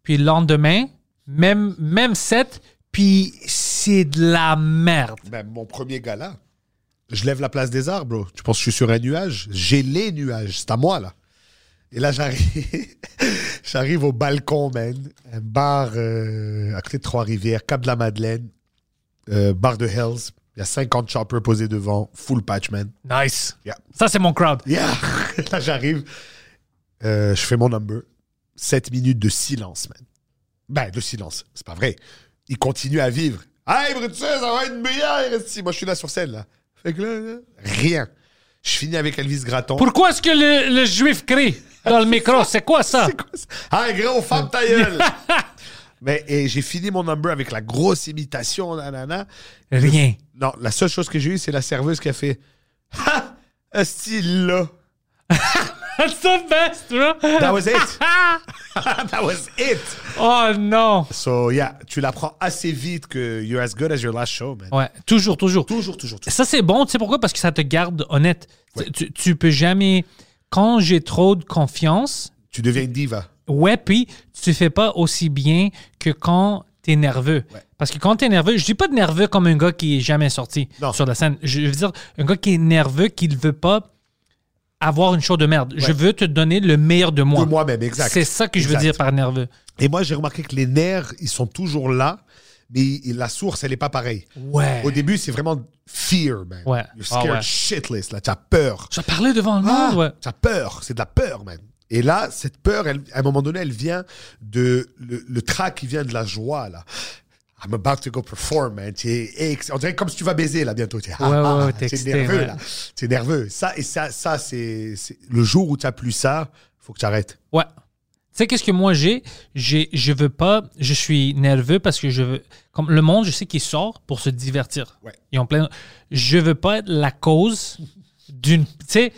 Speaker 2: puis le lendemain, même, même set, puis c'est de la merde.
Speaker 3: Ben, mon premier gala, je lève la place des arts, bro. Tu penses que je suis sur un nuage J'ai les nuages, c'est à moi, là. Et là, j'arrive j'arrive au balcon, man. Un bar euh, à côté de Trois-Rivières, Cap de la Madeleine, euh, bar de Hells. Il y a 50 choppers posés devant, full patch, man.
Speaker 2: Nice.
Speaker 3: Yeah.
Speaker 2: Ça, c'est mon crowd.
Speaker 3: Yeah! Là, j'arrive. Euh, je fais mon number. 7 minutes de silence, man. Ben, de silence. C'est pas vrai. Il continue à vivre. Hey, Brutus, ça va être bien. Si, moi, je suis là sur scène, là. Fait que là, là, rien. Je finis avec Elvis Gratton.
Speaker 2: Pourquoi est-ce que le, le juif crie dans le micro? C'est quoi ça?
Speaker 3: C'est quoi ça? Ah, gros, femme ta gueule! Mais et j'ai fini mon number avec la grosse imitation, nanana.
Speaker 2: Rien.
Speaker 3: Non, la seule chose que j'ai eue, c'est la serveuse qui a fait Ha! Style là!
Speaker 2: That's the best, bro.
Speaker 3: That was it! That was it!
Speaker 2: Oh non.
Speaker 3: So, yeah, tu l'apprends assez vite que you're as good as your last show, man.
Speaker 2: Ouais, toujours, toujours.
Speaker 3: Toujours, toujours, toujours.
Speaker 2: Ça, c'est bon. Tu sais pourquoi? Parce que ça te garde honnête. Tu- Tu, tu peux jamais. Quand j'ai trop de confiance,
Speaker 3: Tu deviens une diva.
Speaker 2: Ouais, puis tu fais pas aussi bien que quand t'es nerveux. Parce que quand t'es nerveux, je dis pas de nerveux comme un gars qui est jamais sorti
Speaker 3: Non.
Speaker 2: sur la scène. Je veux dire, un gars qui est nerveux, qui ne veut pas avoir une show de merde. Je veux te donner le meilleur de moi.
Speaker 3: De moi-même, exact.
Speaker 2: C'est ça que je veux
Speaker 3: Exact.
Speaker 2: dire par nerveux.
Speaker 3: Et moi, j'ai remarqué que les nerfs, ils sont toujours là, mais i- la source, elle n'est pas pareille.
Speaker 2: Ouais.
Speaker 3: Au début, c'est vraiment fear, man.
Speaker 2: Ouais.
Speaker 3: You're
Speaker 2: Ah,
Speaker 3: scared
Speaker 2: ouais.
Speaker 3: shitless, là. T'as peur.
Speaker 2: Je parlais devant le
Speaker 3: Ah,
Speaker 2: monde, ouais.
Speaker 3: T'as peur. C'est de la peur, man. Et là, cette peur, elle- à un moment donné, elle vient de le, le trac qui vient de la joie, là. I'm about to go perform, man. T'es ex- On dirait comme si tu vas baiser là bientôt. T'es ah,
Speaker 2: Ouais,
Speaker 3: ah,
Speaker 2: ouais, ouais, t'es
Speaker 3: t'es
Speaker 2: excité,
Speaker 3: nerveux
Speaker 2: ouais.
Speaker 3: là. T'es nerveux. Ça, et ça, ça c'est c'est- le jour où t'as plus ça, faut que tu arrêtes.
Speaker 2: Ouais. Tu sais, qu'est-ce que moi j'ai? J'ai, je veux pas, je suis nerveux parce que je veux, comme le monde, je sais qu'il sort pour se divertir.
Speaker 3: Ouais.
Speaker 2: Ils ont plein, je veux pas être la cause d'une, tu sais,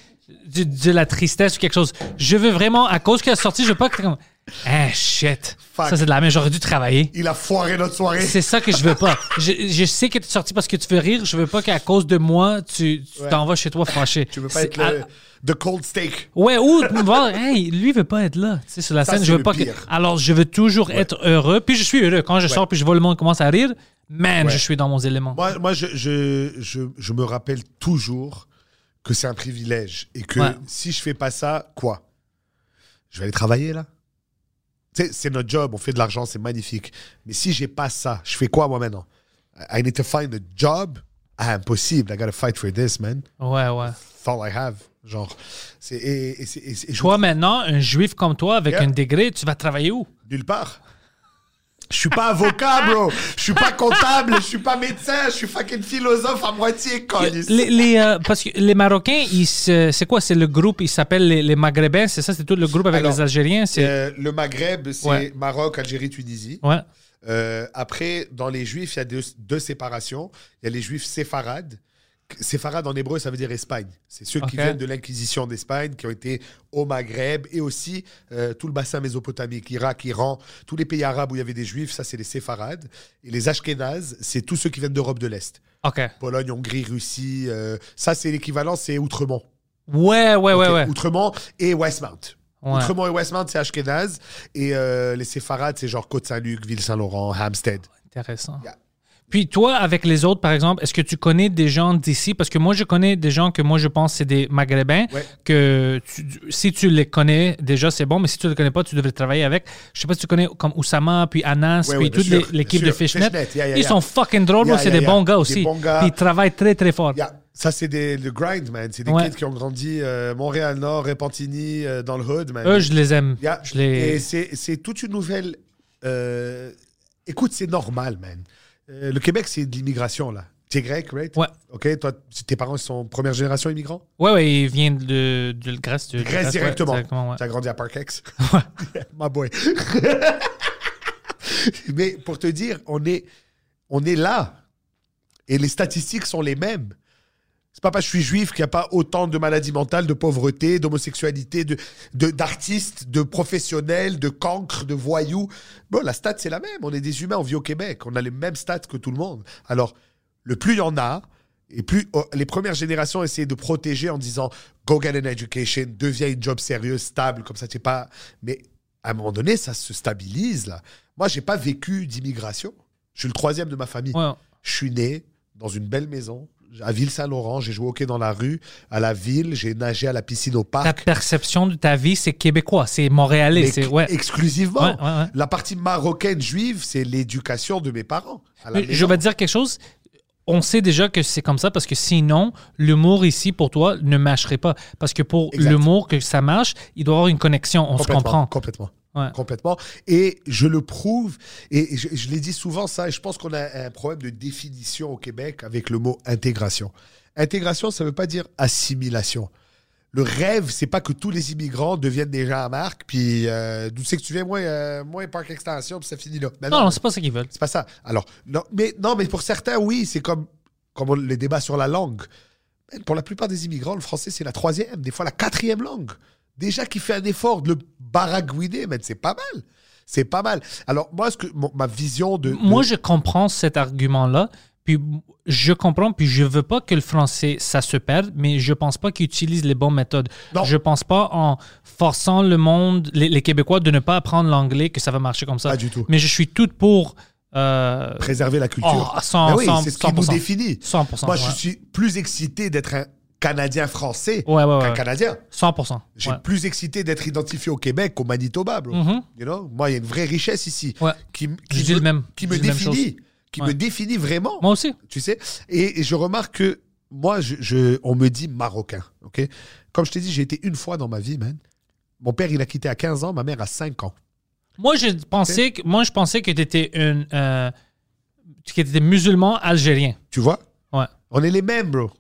Speaker 2: du- de la tristesse ou quelque chose. Je veux vraiment, à cause qu'elle est sortie, je veux pas que t'es comme, ah shit,
Speaker 3: Fuck.
Speaker 2: ça c'est de la merde, j'aurais dû travailler.
Speaker 3: Il a foiré notre soirée.
Speaker 2: C'est ça que je veux pas. Je, je sais que tu es sorti parce que tu veux rire. Je veux pas qu'à cause de moi, tu tu
Speaker 3: Ouais.
Speaker 2: t'en vas chez toi fâché.
Speaker 3: Tu veux pas
Speaker 2: C'est-
Speaker 3: être le
Speaker 2: à-
Speaker 3: the cold steak.
Speaker 2: Ouais, ou de me voir, hey, lui veut pas être là. Tu sais, sur la
Speaker 3: Ça,
Speaker 2: scène,
Speaker 3: c'est
Speaker 2: je veux
Speaker 3: le
Speaker 2: pas
Speaker 3: pire.
Speaker 2: que. Alors, je veux toujours être heureux. Puis je suis heureux. Quand je sors, puis je vois le monde commence à rire, man,
Speaker 3: Ouais.
Speaker 2: je suis dans mon élément.
Speaker 3: Moi, moi je, je, je, je me rappelle toujours que c'est un privilège et que
Speaker 2: Ouais.
Speaker 3: si je fais pas ça, quoi Je vais aller travailler là Tu sais, C'est notre job, on fait de l'argent, c'est magnifique. Mais si j'ai pas ça, je fais quoi moi maintenant I I need to find a job. Ah, impossible, I gotta fight for this, man.
Speaker 2: Ouais, ouais.
Speaker 3: That's all I have. Genre, c'est. Et, et, c'est- et c'est- et je
Speaker 2: Toi, maintenant, un juif comme toi, avec
Speaker 3: Yeah.
Speaker 2: un degré, tu vas travailler où?
Speaker 3: Nulle part. Je suis pas avocat, bro. Je suis pas comptable. Je suis pas médecin. Je suis fucking philosophe à moitié, calice.
Speaker 2: Les, les, euh, parce que les Marocains, ils se- c'est quoi? C'est le groupe, ils s'appellent les, les Maghrébins, c'est ça? C'est tout le groupe avec
Speaker 3: Alors,
Speaker 2: les Algériens? C'est.
Speaker 3: Euh, le Maghreb, c'est
Speaker 2: Ouais.
Speaker 3: Maroc, Algérie, Tunisie.
Speaker 2: Ouais.
Speaker 3: Euh, après, dans les Juifs, il y a deux, deux séparations. Il y a les Juifs séfarades. Séfarades en hébreu, ça veut dire Espagne. C'est ceux
Speaker 2: Ok.
Speaker 3: qui viennent de l'Inquisition d'Espagne, qui ont été au Maghreb et aussi euh, tout le bassin mésopotamique, Irak, Iran, tous les pays arabes où il y avait des Juifs, ça c'est les séfarades. Et les Ashkénazes, c'est tous ceux qui viennent d'Europe de l'Est.
Speaker 2: OK.
Speaker 3: Pologne, Hongrie, Russie, euh, ça c'est l'équivalent, c'est Outremont.
Speaker 2: Ouais, ouais, ouais,
Speaker 3: Ok,
Speaker 2: ouais.
Speaker 3: Outremont et Westmount.
Speaker 2: Ouais.
Speaker 3: Outremont et Westmount, c'est Ashkenaz. Et euh, les séfarades, c'est genre Côte-Saint-Luc, Ville-Saint-Laurent, Hampstead.
Speaker 2: Intéressant.
Speaker 3: Yeah.
Speaker 2: Puis toi, avec les autres, par exemple, est-ce que tu connais des gens d'ici? Parce que moi, je connais des gens que moi, je pense c'est des Maghrébins.
Speaker 3: Ouais.
Speaker 2: Que tu- tu- si tu les connais déjà, c'est bon, mais si tu les connais pas, tu devrais travailler avec. Je sais pas si tu connais comme Oussama, puis Anas,
Speaker 3: Ouais,
Speaker 2: puis
Speaker 3: ouais, bien
Speaker 2: toute
Speaker 3: sûr,
Speaker 2: l'é- l'équipe de
Speaker 3: bien sûr.
Speaker 2: Fishnet.
Speaker 3: Fishnet, yeah, yeah,
Speaker 2: Ils
Speaker 3: yeah.
Speaker 2: sont fucking drôles,
Speaker 3: Yeah,
Speaker 2: bro, c'est
Speaker 3: yeah,
Speaker 2: des
Speaker 3: yeah.
Speaker 2: bons gars
Speaker 3: Des
Speaker 2: aussi.
Speaker 3: bons gars.
Speaker 2: Puis ils travaillent très, très fort.
Speaker 3: Yeah. Ça, c'est des- le grind, man. C'est des
Speaker 2: Ouais.
Speaker 3: kids qui ont grandi euh, Montréal-Nord, Repentigny, euh, dans le hood, man.
Speaker 2: Eux, je les aime.
Speaker 3: Yeah.
Speaker 2: Je les...
Speaker 3: Et c'est c'est toute une nouvelle. euh, Écoute, c'est normal, man. Euh, le Québec, c'est de l'immigration, là. T'es grec, right?
Speaker 2: Ouais.
Speaker 3: Ok, toi, t- tes parents sont première génération immigrants?
Speaker 2: Ouais, ouais, ils viennent de, de la Grèce. de- de
Speaker 3: Grèce
Speaker 2: ouais,
Speaker 3: directement.
Speaker 2: Ah, directement, ouais.
Speaker 3: T'as grandi à Parkex. Ma boy. Mais pour te dire, on est, on est là. Et les statistiques sont les mêmes. C'est pas parce que je suis juif qu'il n'y a pas autant de maladies mentales, de pauvreté, d'homosexualité, de, de- d'artistes, de professionnels, de cancres, de voyous. Bon, la stat, c'est la même. On est des humains, on vit au Québec. On a les mêmes stats que tout le monde. Alors, le plus il y en a, et plus oh, les premières générations essayaient de protéger en disant Go get an education, deviens une job sérieuse, stable, comme ça, tu pas. Mais à un moment donné, ça se stabilise, là. Moi, j'ai pas vécu d'immigration. Je suis le troisième de ma famille.
Speaker 2: Ouais.
Speaker 3: Je suis né dans une belle maison à Ville-Saint-Laurent. J'ai joué au hockey dans la rue, à la ville. J'ai nagé à la piscine au
Speaker 2: Ta
Speaker 3: parc.
Speaker 2: perception de ta vie, c'est québécois, c'est montréalais.
Speaker 3: mais
Speaker 2: C'est, ouais.
Speaker 3: Exclusivement.
Speaker 2: Ouais, ouais, ouais.
Speaker 3: La partie marocaine juive, c'est l'éducation de mes parents. à la
Speaker 2: Mais Je
Speaker 3: maison.
Speaker 2: vais te dire quelque chose. On sait déjà que c'est comme ça parce que sinon, l'humour ici, pour toi, ne marcherait pas. Parce que pour
Speaker 3: Exact.
Speaker 2: l'humour que ça marche, il doit y avoir une connexion. On se
Speaker 3: Complètement,
Speaker 2: comprend.
Speaker 3: Complètement.
Speaker 2: Ouais.
Speaker 3: Complètement. Et je le prouve, et je, je l'ai dit souvent ça, et je pense qu'on a un problème de définition au Québec avec le mot intégration. Intégration, ça ne veut pas dire assimilation. Le rêve, c'est pas que tous les immigrants deviennent des gens à marque, puis euh, d'où c'est que tu viens, moi, euh, moi, parc extension, puis ça finit là. Ben
Speaker 2: Non, non, c'est pas ça qu'ils veulent.
Speaker 3: c'est pas ça. Alors, non, mais, non, mais pour certains, oui, c'est comme, comme on- les débats sur la langue. Mais Pour la plupart des immigrants, le français, c'est la troisième, des fois la quatrième langue. Déjà qui fait un effort de le baragouiner, mais c'est pas mal. C'est pas mal. Alors, moi, ce que, mon- ma vision de.
Speaker 2: Moi,
Speaker 3: de-
Speaker 2: je comprends cet argument-là. Puis je comprends, puis je veux pas que le français, ça se perde, mais je pense pas qu'ils utilisent les bonnes méthodes.
Speaker 3: Non.
Speaker 2: Je pense pas en forçant le monde, les, les Québécois, de ne pas apprendre l'anglais, que ça va marcher comme ça.
Speaker 3: Pas du tout.
Speaker 2: Mais je suis toute pour. euh,
Speaker 3: préserver la culture.
Speaker 2: Oh, cent-
Speaker 3: Ben oui,
Speaker 2: cent-
Speaker 3: c'est ce qui nous
Speaker 2: 100%.
Speaker 3: définit.
Speaker 2: 100%,
Speaker 3: Moi,
Speaker 2: ouais.
Speaker 3: je suis plus excité d'être un Canadien français
Speaker 2: Ouais, ouais,
Speaker 3: qu'un
Speaker 2: ouais.
Speaker 3: Canadien.
Speaker 2: 100%.
Speaker 3: J'ai
Speaker 2: ouais. Mhm.
Speaker 3: plus excité d'être identifié au Québec qu'au Manitoba, bro. You know Moi, il y a une vraie richesse ici
Speaker 2: Ouais.
Speaker 3: qui, m-
Speaker 2: Je
Speaker 3: qui
Speaker 2: dis
Speaker 3: me,
Speaker 2: le même.
Speaker 3: Qui
Speaker 2: Je
Speaker 3: me
Speaker 2: dis la même
Speaker 3: définit, qui me
Speaker 2: Ouais.
Speaker 3: définit vraiment.
Speaker 2: Moi aussi.
Speaker 3: Tu sais et, et je remarque que moi, je, je- on me dit marocain. ok Comme je t'ai dit, j'ai été une fois dans ma vie, man. Mon père, il a quitté à 15 ans, ma mère à 5 ans.
Speaker 2: Moi, je pensais que, moi, je pensais que tu étais une euh, qui étaient musulmans algériens.
Speaker 3: Tu vois
Speaker 2: Ouais.
Speaker 3: On est les mêmes, bro.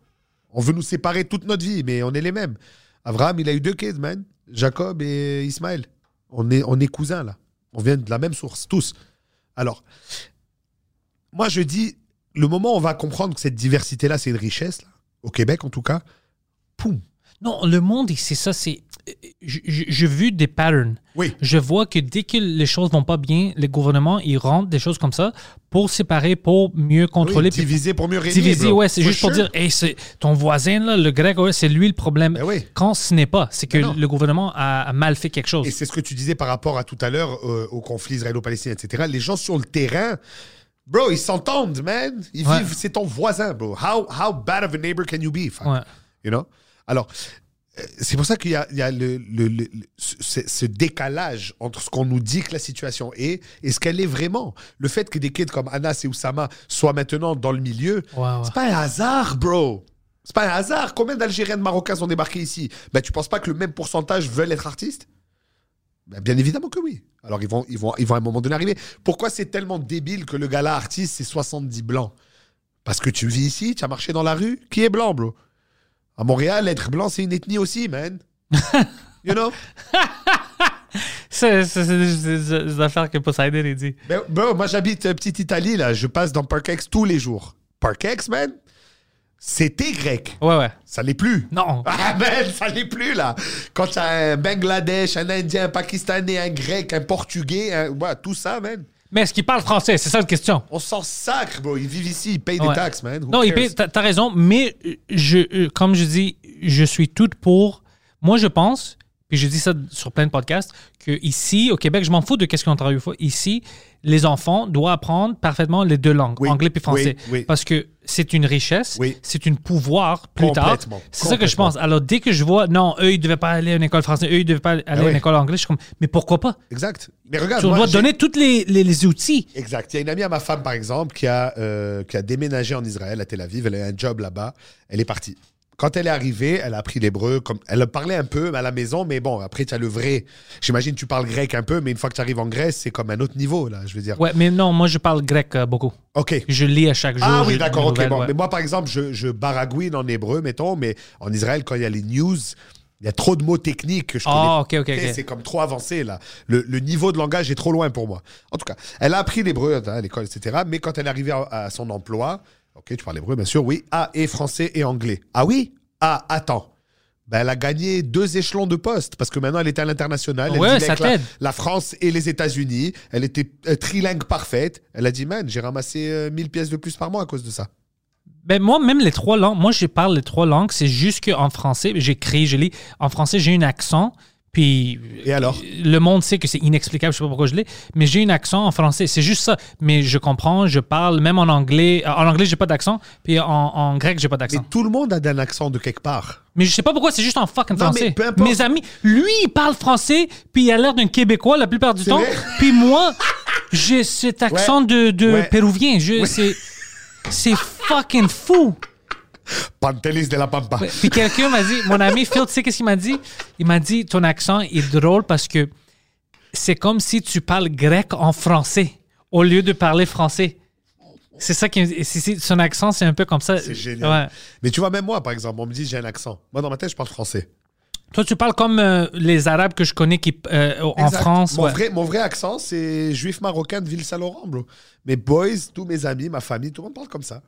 Speaker 3: On veut nous séparer toute notre vie, mais on est les mêmes. Abraham, il a eu deux kids, man. Jacob et Ismaël. On est, on est cousins, là. On vient de la même source, tous. Alors, moi, je dis, le moment où on va comprendre que cette diversité-là, c'est une richesse, là, au Québec en tout cas, poum.
Speaker 2: Non, le monde, c'est ça, c'est. Je, je, je vu des patterns.
Speaker 3: Oui.
Speaker 2: Je vois que dès que les choses vont pas bien, les gouvernements, ils rentrent des choses comme ça pour séparer, pour mieux contrôler.
Speaker 3: Oui, diviser pour mieux régner.
Speaker 2: Diviser,
Speaker 3: bro.
Speaker 2: ouais, c'est
Speaker 3: For
Speaker 2: juste pour
Speaker 3: sure.
Speaker 2: dire, hey, c'est ton voisin, là, le grec, ouais, c'est lui le problème.
Speaker 3: Ben oui.
Speaker 2: Quand ce n'est pas, c'est que
Speaker 3: Ben non.
Speaker 2: le gouvernement a, a mal fait quelque chose.
Speaker 3: Et c'est ce que tu disais par rapport à tout à l'heure euh, au conflit israélo-palestinien, etc. Les gens sur le terrain, bro, ils s'entendent, man. Ils
Speaker 2: Ouais.
Speaker 3: vivent, c'est ton voisin, bro. How, how bad of a neighbor can you be? fuck?
Speaker 2: Ouais.
Speaker 3: You know? Alors, euh, c'est pour ça qu'il y a, il y a le, le- le- le- ce- ce, ce décalage entre ce qu'on nous dit que la situation est et ce qu'elle est vraiment. Le fait que des kids comme Anas et Oussama soient maintenant dans le milieu,
Speaker 2: Ouais, Ah ouais.
Speaker 3: c'est pas un hasard, bro. C'est pas un hasard. Combien d'Algériens, de Marocains sont débarqués ici ben, Tu penses pas que le même pourcentage veulent être artistes Ben, Bien évidemment que oui. Alors, ils vont, ils, vont, ils vont à un moment donné arriver. Pourquoi c'est tellement débile que le gala artiste, c'est 70 blancs Parce que tu vis ici, tu as marché dans la rue. Qui est blanc, bro À Montréal, être blanc, c'est une ethnie aussi, man. you know
Speaker 2: C'est c'est- c'est- c'est- c'est des affaires que Poseidon il dit.
Speaker 3: Ben, bro, moi j'habite euh, Petite Italie, là. Je passe dans Parkex tous les jours. Parkex, man, c'était grec.
Speaker 2: Ouais, ouais.
Speaker 3: Ça l'est plus.
Speaker 2: Non.
Speaker 3: Ah ben, ça l'est plus là. Quand t'as un Bangladesh, un Indien, un Pakistanais, un Grec, un Portugais, un- ouais, tout ça, man.
Speaker 2: Mais est-ce qu'il parle français? C'est ça la question.
Speaker 3: On s'en sacre, bro. Ils vivent ici, ils payent
Speaker 2: Ouais.
Speaker 3: des taxes, man. Who
Speaker 2: non, il
Speaker 3: cares?
Speaker 2: paye- t'as t'as raison, mais euh, je, euh, comme je dis, je suis toute pour. Moi, je pense, puis je dis ça sur plein de podcasts, que ici, au Québec, je m'en fous de qu'est-ce qu'on travaille ou pas. Ici, les enfants doivent apprendre parfaitement les deux langues,
Speaker 3: Oui,
Speaker 2: anglais puis français,
Speaker 3: oui, oui.
Speaker 2: parce que c'est une richesse,
Speaker 3: Oui.
Speaker 2: c'est une pouvoir plus tard.
Speaker 3: Complètement,
Speaker 2: C'est ça que je
Speaker 3: complètement.
Speaker 2: pense. Alors, dès que je vois, non, eux, ils devaient pas aller à une école française, eux, ils devaient pas aller à
Speaker 3: Ah oui.
Speaker 2: une école anglaise, je suis comme, mais pourquoi pas?
Speaker 3: Exact. Mais regarde,
Speaker 2: Tu
Speaker 3: moi,
Speaker 2: dois
Speaker 3: j'ai-
Speaker 2: donner tous les, les- les outils.
Speaker 3: Exact. Il y a une amie à ma femme, par exemple, qui a, euh, qui a déménagé en Israël, à Tel Aviv. Elle a eu un job là-bas. Elle est partie. Quand elle est arrivée, elle a appris l'hébreu. Comme... Elle parlait un peu à la maison, mais bon, après, tu as le vrai. J'imagine tu parles grec un peu, mais une fois que tu arrives en Grèce, c'est comme un autre niveau, là, je veux dire.
Speaker 2: Ouais, mais non, moi, je parle grec euh, beaucoup.
Speaker 3: OK.
Speaker 2: Je lis à chaque jour.
Speaker 3: Ah
Speaker 2: je-
Speaker 3: oui,
Speaker 2: des
Speaker 3: d'accord, ok.
Speaker 2: nouvelles,
Speaker 3: Bon.
Speaker 2: ouais.
Speaker 3: Mais moi, par exemple, je, je baragouine en hébreu, mettons, mais en Israël, quand il y a les news, il y a trop de mots techniques que je connais.
Speaker 2: Ah, ok, ok,
Speaker 3: Tu sais,
Speaker 2: ok.
Speaker 3: C'est comme trop avancé, là. Le, le niveau de langage est trop loin pour moi. En tout cas, elle a appris l'hébreu hein, à l'école, etc. Mais quand elle est arrivée à, à son emploi, ok, tu parles hébreu, bien sûr, oui. Ah, et français et anglais. Ah oui Ah, attends. Ben, elle a gagné deux échelons de poste parce que maintenant elle était à l'international. Elle
Speaker 2: Ouais,
Speaker 3: dealait
Speaker 2: ça
Speaker 3: avec la-
Speaker 2: t'aide.
Speaker 3: la France et les États-Unis. Elle était euh, trilingue parfaite. Elle a dit, man, j'ai ramassé euh, 1000 pièces de plus par mois à cause de ça.
Speaker 2: Ben, moi, même les trois langues, moi, je parle les trois langues. C'est juste qu'en français, j'écris, je lis. En français, j'ai un accent. Puis
Speaker 3: Et alors
Speaker 2: le monde sait que c'est inexplicable, je sais pas pourquoi je l'ai, mais j'ai un accent en français, c'est juste ça. Mais je comprends, je parle, même en anglais. euh, En anglais, j'ai pas d'accent, puis en, en grec, j'ai pas
Speaker 3: Mais
Speaker 2: d'accent.
Speaker 3: tout le monde a un accent de quelque part.
Speaker 2: Mais je sais pas pourquoi, c'est juste en fucking
Speaker 3: Non, mais
Speaker 2: français.
Speaker 3: peu importe.
Speaker 2: Mes amis, lui, il parle français, puis il a l'air d'un Québécois la plupart du temps.
Speaker 3: vrai?
Speaker 2: Puis moi, j'ai cet accent de, de
Speaker 3: Ouais.
Speaker 2: Péruvien. Je, c'est, c'est fucking fou.
Speaker 3: Pantelis de la Pampa.
Speaker 2: Puis quelqu'un m'a dit, mon ami Phil, tu sais qu'est-ce qu'il m'a dit? Il m'a dit, ton accent est drôle parce que c'est comme si tu parles grec en français au lieu de parler français. C'est ça qui. me- c'est- c'est- Son accent, c'est un peu comme ça.
Speaker 3: C'est génial.
Speaker 2: Euh, Ouais.
Speaker 3: Mais tu vois, même moi, par exemple, on me dit j'ai un accent. Moi, dans ma tête, je parle français.
Speaker 2: Toi, tu parles comme euh, les Arabes que je connais qui, euh, en
Speaker 3: Exact.
Speaker 2: France.
Speaker 3: Mon,
Speaker 2: ouais.
Speaker 3: vrai, mon vrai accent, c'est juif marocain de Ville-Saint-Laurent, bro. Mes boys, tous mes amis, ma famille, tout le monde parle comme ça.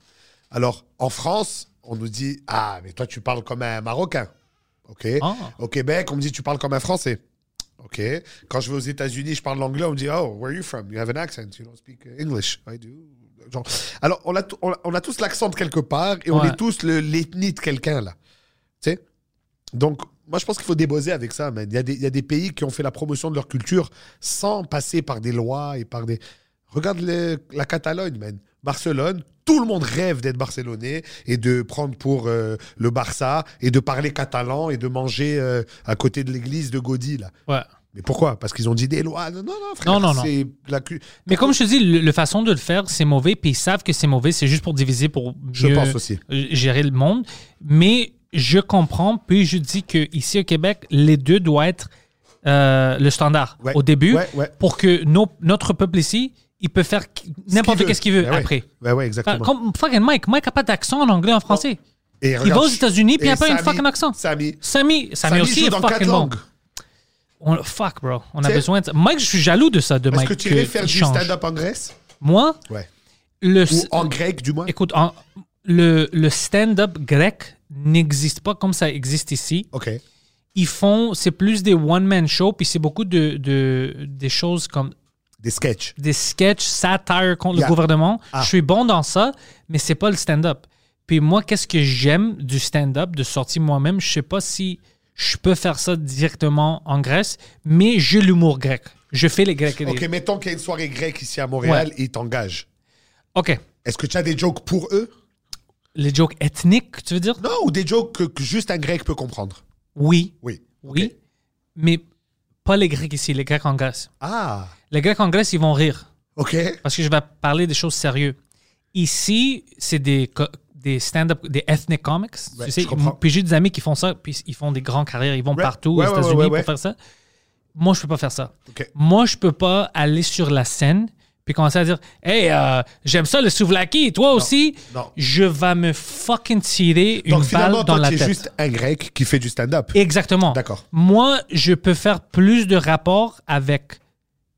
Speaker 3: Alors, en France, on nous dit Ah, mais toi, tu parles comme un Marocain. OK.
Speaker 2: Ah.
Speaker 3: Au Québec, on me dit Tu parles comme un Français. OK. Quand je vais aux États-Unis, je parle l'anglais, on me dit Oh, where are you from? You have an accent. You don't speak English. I do. Genre. Alors, on a, t- on a- on a tous l'accent de quelque part et on
Speaker 2: Ouais.
Speaker 3: est tous le- l'ethnie de quelqu'un, là. Tu sais donc, moi, je pense qu'il faut débosser avec ça. man. Il y, a des- il y a des pays qui ont fait la promotion de leur culture sans passer par des lois et par des. Regarde le- la Catalogne, man. Barcelone, tout le monde rêve d'être barcelonais et de prendre pour euh, le Barça et de parler catalan et de manger euh, à côté de l'église de Gaudi, là.
Speaker 2: Ouais.
Speaker 3: Mais pourquoi Parce qu'ils ont dit des lois. Non, non, non, frère.
Speaker 2: Non, non, non.
Speaker 3: c'est La cu-
Speaker 2: Mais comme je te dis, le, le façon de le faire, c'est mauvais, puis ils savent que c'est mauvais, c'est juste pour diviser, pour mieux euh,
Speaker 3: Je pense aussi.
Speaker 2: gérer le monde. Mais je comprends, puis je dis que ici au Québec, les deux doivent être euh, le standard
Speaker 3: Ouais.
Speaker 2: au début
Speaker 3: Ouais, ouais.
Speaker 2: pour que nos- notre peuple ici, il peut faire n'importe
Speaker 3: qu'il
Speaker 2: qu'est-ce qu'il veut
Speaker 3: Ben ouais.
Speaker 2: après.
Speaker 3: Ben ouais,
Speaker 2: Enfin,
Speaker 3: exactement.
Speaker 2: Comme fucking Mike. Mike n'a pas d'accent en anglais, en français.
Speaker 3: Et
Speaker 2: il va
Speaker 3: regarde,
Speaker 2: aux États-Unis, puis il
Speaker 3: et
Speaker 2: n'a pas un
Speaker 3: Samy-
Speaker 2: fucking accent.
Speaker 3: Samy.
Speaker 2: Samy, Samy aussi
Speaker 3: joue
Speaker 2: est
Speaker 3: dans quatre
Speaker 2: fucking bon.
Speaker 3: langues.
Speaker 2: On- fuck, bro. On a
Speaker 3: T'sais-
Speaker 2: besoin de ça. Mike, je suis jaloux de ça, de
Speaker 3: Est-ce
Speaker 2: Mike.
Speaker 3: que tu irais
Speaker 2: que-
Speaker 3: faire
Speaker 2: qu'il
Speaker 3: du
Speaker 2: change.
Speaker 3: stand-up en Grèce
Speaker 2: Moi,
Speaker 3: Ouais.
Speaker 2: le,
Speaker 3: Ou en grec, du moins
Speaker 2: écoute, en- le, le stand-up grec n'existe pas comme ça existe ici.
Speaker 3: Ok.
Speaker 2: Ils font, c'est plus des one-man shows, puis c'est beaucoup de, de- des choses comme
Speaker 3: Des sketchs.
Speaker 2: des sketchs, satire contre
Speaker 3: Yeah.
Speaker 2: le gouvernement.
Speaker 3: Ah.
Speaker 2: Je suis bon dans ça, mais c'est pas le stand-up. Puis moi, qu'est-ce que j'aime du stand-up, de sortir moi-même, je sais pas si je peux faire ça directement en Grèce, mais j'ai l'humour grec. Je fais les Grecs. et les-
Speaker 3: Ok, mettons qu'il y a une soirée grecque ici à Montréal et ils t'engagent.
Speaker 2: OK.
Speaker 3: Est-ce que tu as des jokes pour eux
Speaker 2: Les jokes ethniques, tu veux dire?
Speaker 3: Non, ou des jokes que, que juste un grec peut comprendre
Speaker 2: Oui.
Speaker 3: Oui.
Speaker 2: Oui.
Speaker 3: Ok.
Speaker 2: Mais pas les Grecs ici, les Grecs en Grèce.
Speaker 3: Ah,
Speaker 2: Les Grecs en Grèce, ils vont rire
Speaker 3: ok.
Speaker 2: parce que je vais parler des choses sérieuses. Ici, c'est des, co- des stand-up, des ethnic comics.
Speaker 3: Ouais,
Speaker 2: tu sais,
Speaker 3: je comprends.
Speaker 2: puis j'ai des amis qui font ça, puis ils font des grandes carrières, ils vont
Speaker 3: Ouais.
Speaker 2: partout
Speaker 3: Ouais,
Speaker 2: aux
Speaker 3: ouais,
Speaker 2: États-Unis
Speaker 3: ouais, ouais, ouais.
Speaker 2: pour faire ça. Moi, je peux pas faire ça.
Speaker 3: Ok.
Speaker 2: Moi, je peux pas aller sur la scène puis commencer à dire Hey, euh, j'aime ça le souvlaki, toi aussi.
Speaker 3: non.
Speaker 2: Je vais me fucking tirer
Speaker 3: Donc
Speaker 2: une balle
Speaker 3: finalement,
Speaker 2: dans
Speaker 3: toi,
Speaker 2: la
Speaker 3: tu es
Speaker 2: tête.
Speaker 3: juste un grec qui fait du stand-up.
Speaker 2: Exactement.
Speaker 3: D'accord.
Speaker 2: Moi, je peux faire plus de rapports avec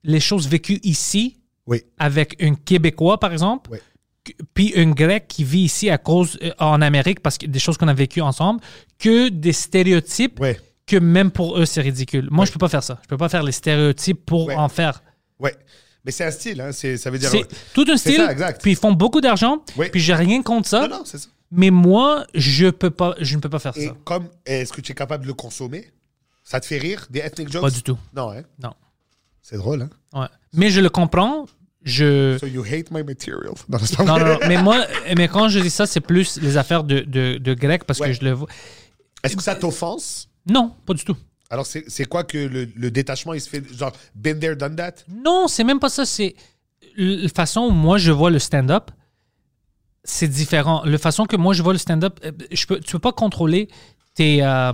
Speaker 2: les choses vécues ici,
Speaker 3: Oui.
Speaker 2: avec un Québécois, par exemple,
Speaker 3: Oui.
Speaker 2: que- puis un Grec qui vit ici à cause euh, en Amérique parce que des choses qu'on a vécues ensemble, que des stéréotypes
Speaker 3: Ouais.
Speaker 2: que même pour eux, c'est ridicule. Moi, je peux pas faire ça. Je peux pas faire les stéréotypes pour
Speaker 3: Ouais.
Speaker 2: en faire.
Speaker 3: Ouais. Mais c'est un style, hein. c'est- ça veut dire.
Speaker 2: C'est tout un
Speaker 3: C'est
Speaker 2: style,
Speaker 3: ça, exact.
Speaker 2: puis ils font beaucoup d'argent,
Speaker 3: Oui.
Speaker 2: puis j'ai rien contre ça,
Speaker 3: Non, non, c'est ça.
Speaker 2: mais moi, je peux pas, je ne peux pas faire
Speaker 3: Et
Speaker 2: ça.
Speaker 3: comme, est-ce que tu es capable de le consommer Ça te fait rire, des ethnic jokes
Speaker 2: Pas du tout.
Speaker 3: Non, hein.
Speaker 2: Non.
Speaker 3: C'est drôle, hein.
Speaker 2: Ouais. Mais je le comprends. Je...
Speaker 3: So you hate my material. Non, c'est pas
Speaker 2: Non,
Speaker 3: vrai.
Speaker 2: non, non. Mais moi, mais quand je dis ça, c'est plus les affaires de, de, de grec parce
Speaker 3: Ouais.
Speaker 2: que je le vois.
Speaker 3: Est-ce que ça t'offense
Speaker 2: Non, pas du tout.
Speaker 3: Alors, c'est c'est quoi que le, le détachement, il se fait genre, been there, done that
Speaker 2: Non, c'est même pas ça. C'est la façon où moi je vois le stand-up, c'est différent. La façon que moi je vois le stand-up, euh, je peux, tu peux pas contrôler tes, euh,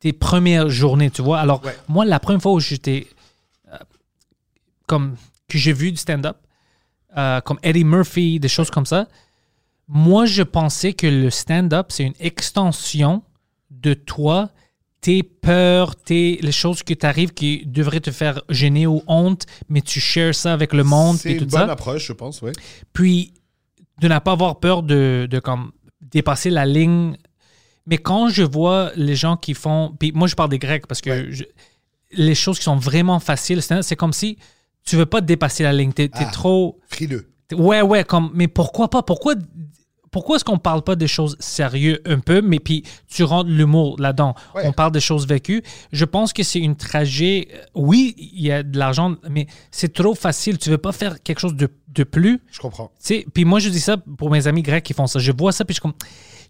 Speaker 2: tes premières journées, tu vois. Alors,
Speaker 3: Ouais.
Speaker 2: moi, la première fois où j'étais euh, comme que j'ai vu du stand-up, euh, comme Eddie Murphy, des choses comme ça, moi, je pensais que le stand-up, c'est une extension de toi, tes peurs, tes, les choses qui t'arrivent qui devraient te faire gêner ou honte, mais tu shares ça avec le monde
Speaker 3: C'est
Speaker 2: et
Speaker 3: une
Speaker 2: tout
Speaker 3: bonne
Speaker 2: ça.
Speaker 3: approche, je pense, ouais.
Speaker 2: Puis, de ne pas avoir peur de, de comme, dépasser la ligne. Mais quand je vois les gens qui font... Puis moi, je parle des Grecs parce que je- les choses qui sont vraiment faciles, c'est c'est comme si tu veux pas dépasser la ligne. Tu es,
Speaker 3: Ah.
Speaker 2: trop...
Speaker 3: Frileux.
Speaker 2: Ouais, ouais, comme, mais pourquoi pas? Pourquoi, pourquoi est-ce qu'on parle pas des choses sérieuses un peu, mais puis tu rentres l'humour là-dedans?
Speaker 3: Ouais.
Speaker 2: On parle des choses vécues. Je pense que c'est une trajet. euh, Oui, il y a de l'argent, mais c'est trop facile. Tu veux pas faire quelque chose de, de plus?
Speaker 3: Je comprends.
Speaker 2: Tu sais, puis moi, je dis ça pour mes amis grecs qui font ça. Je vois ça, puis je suis comme,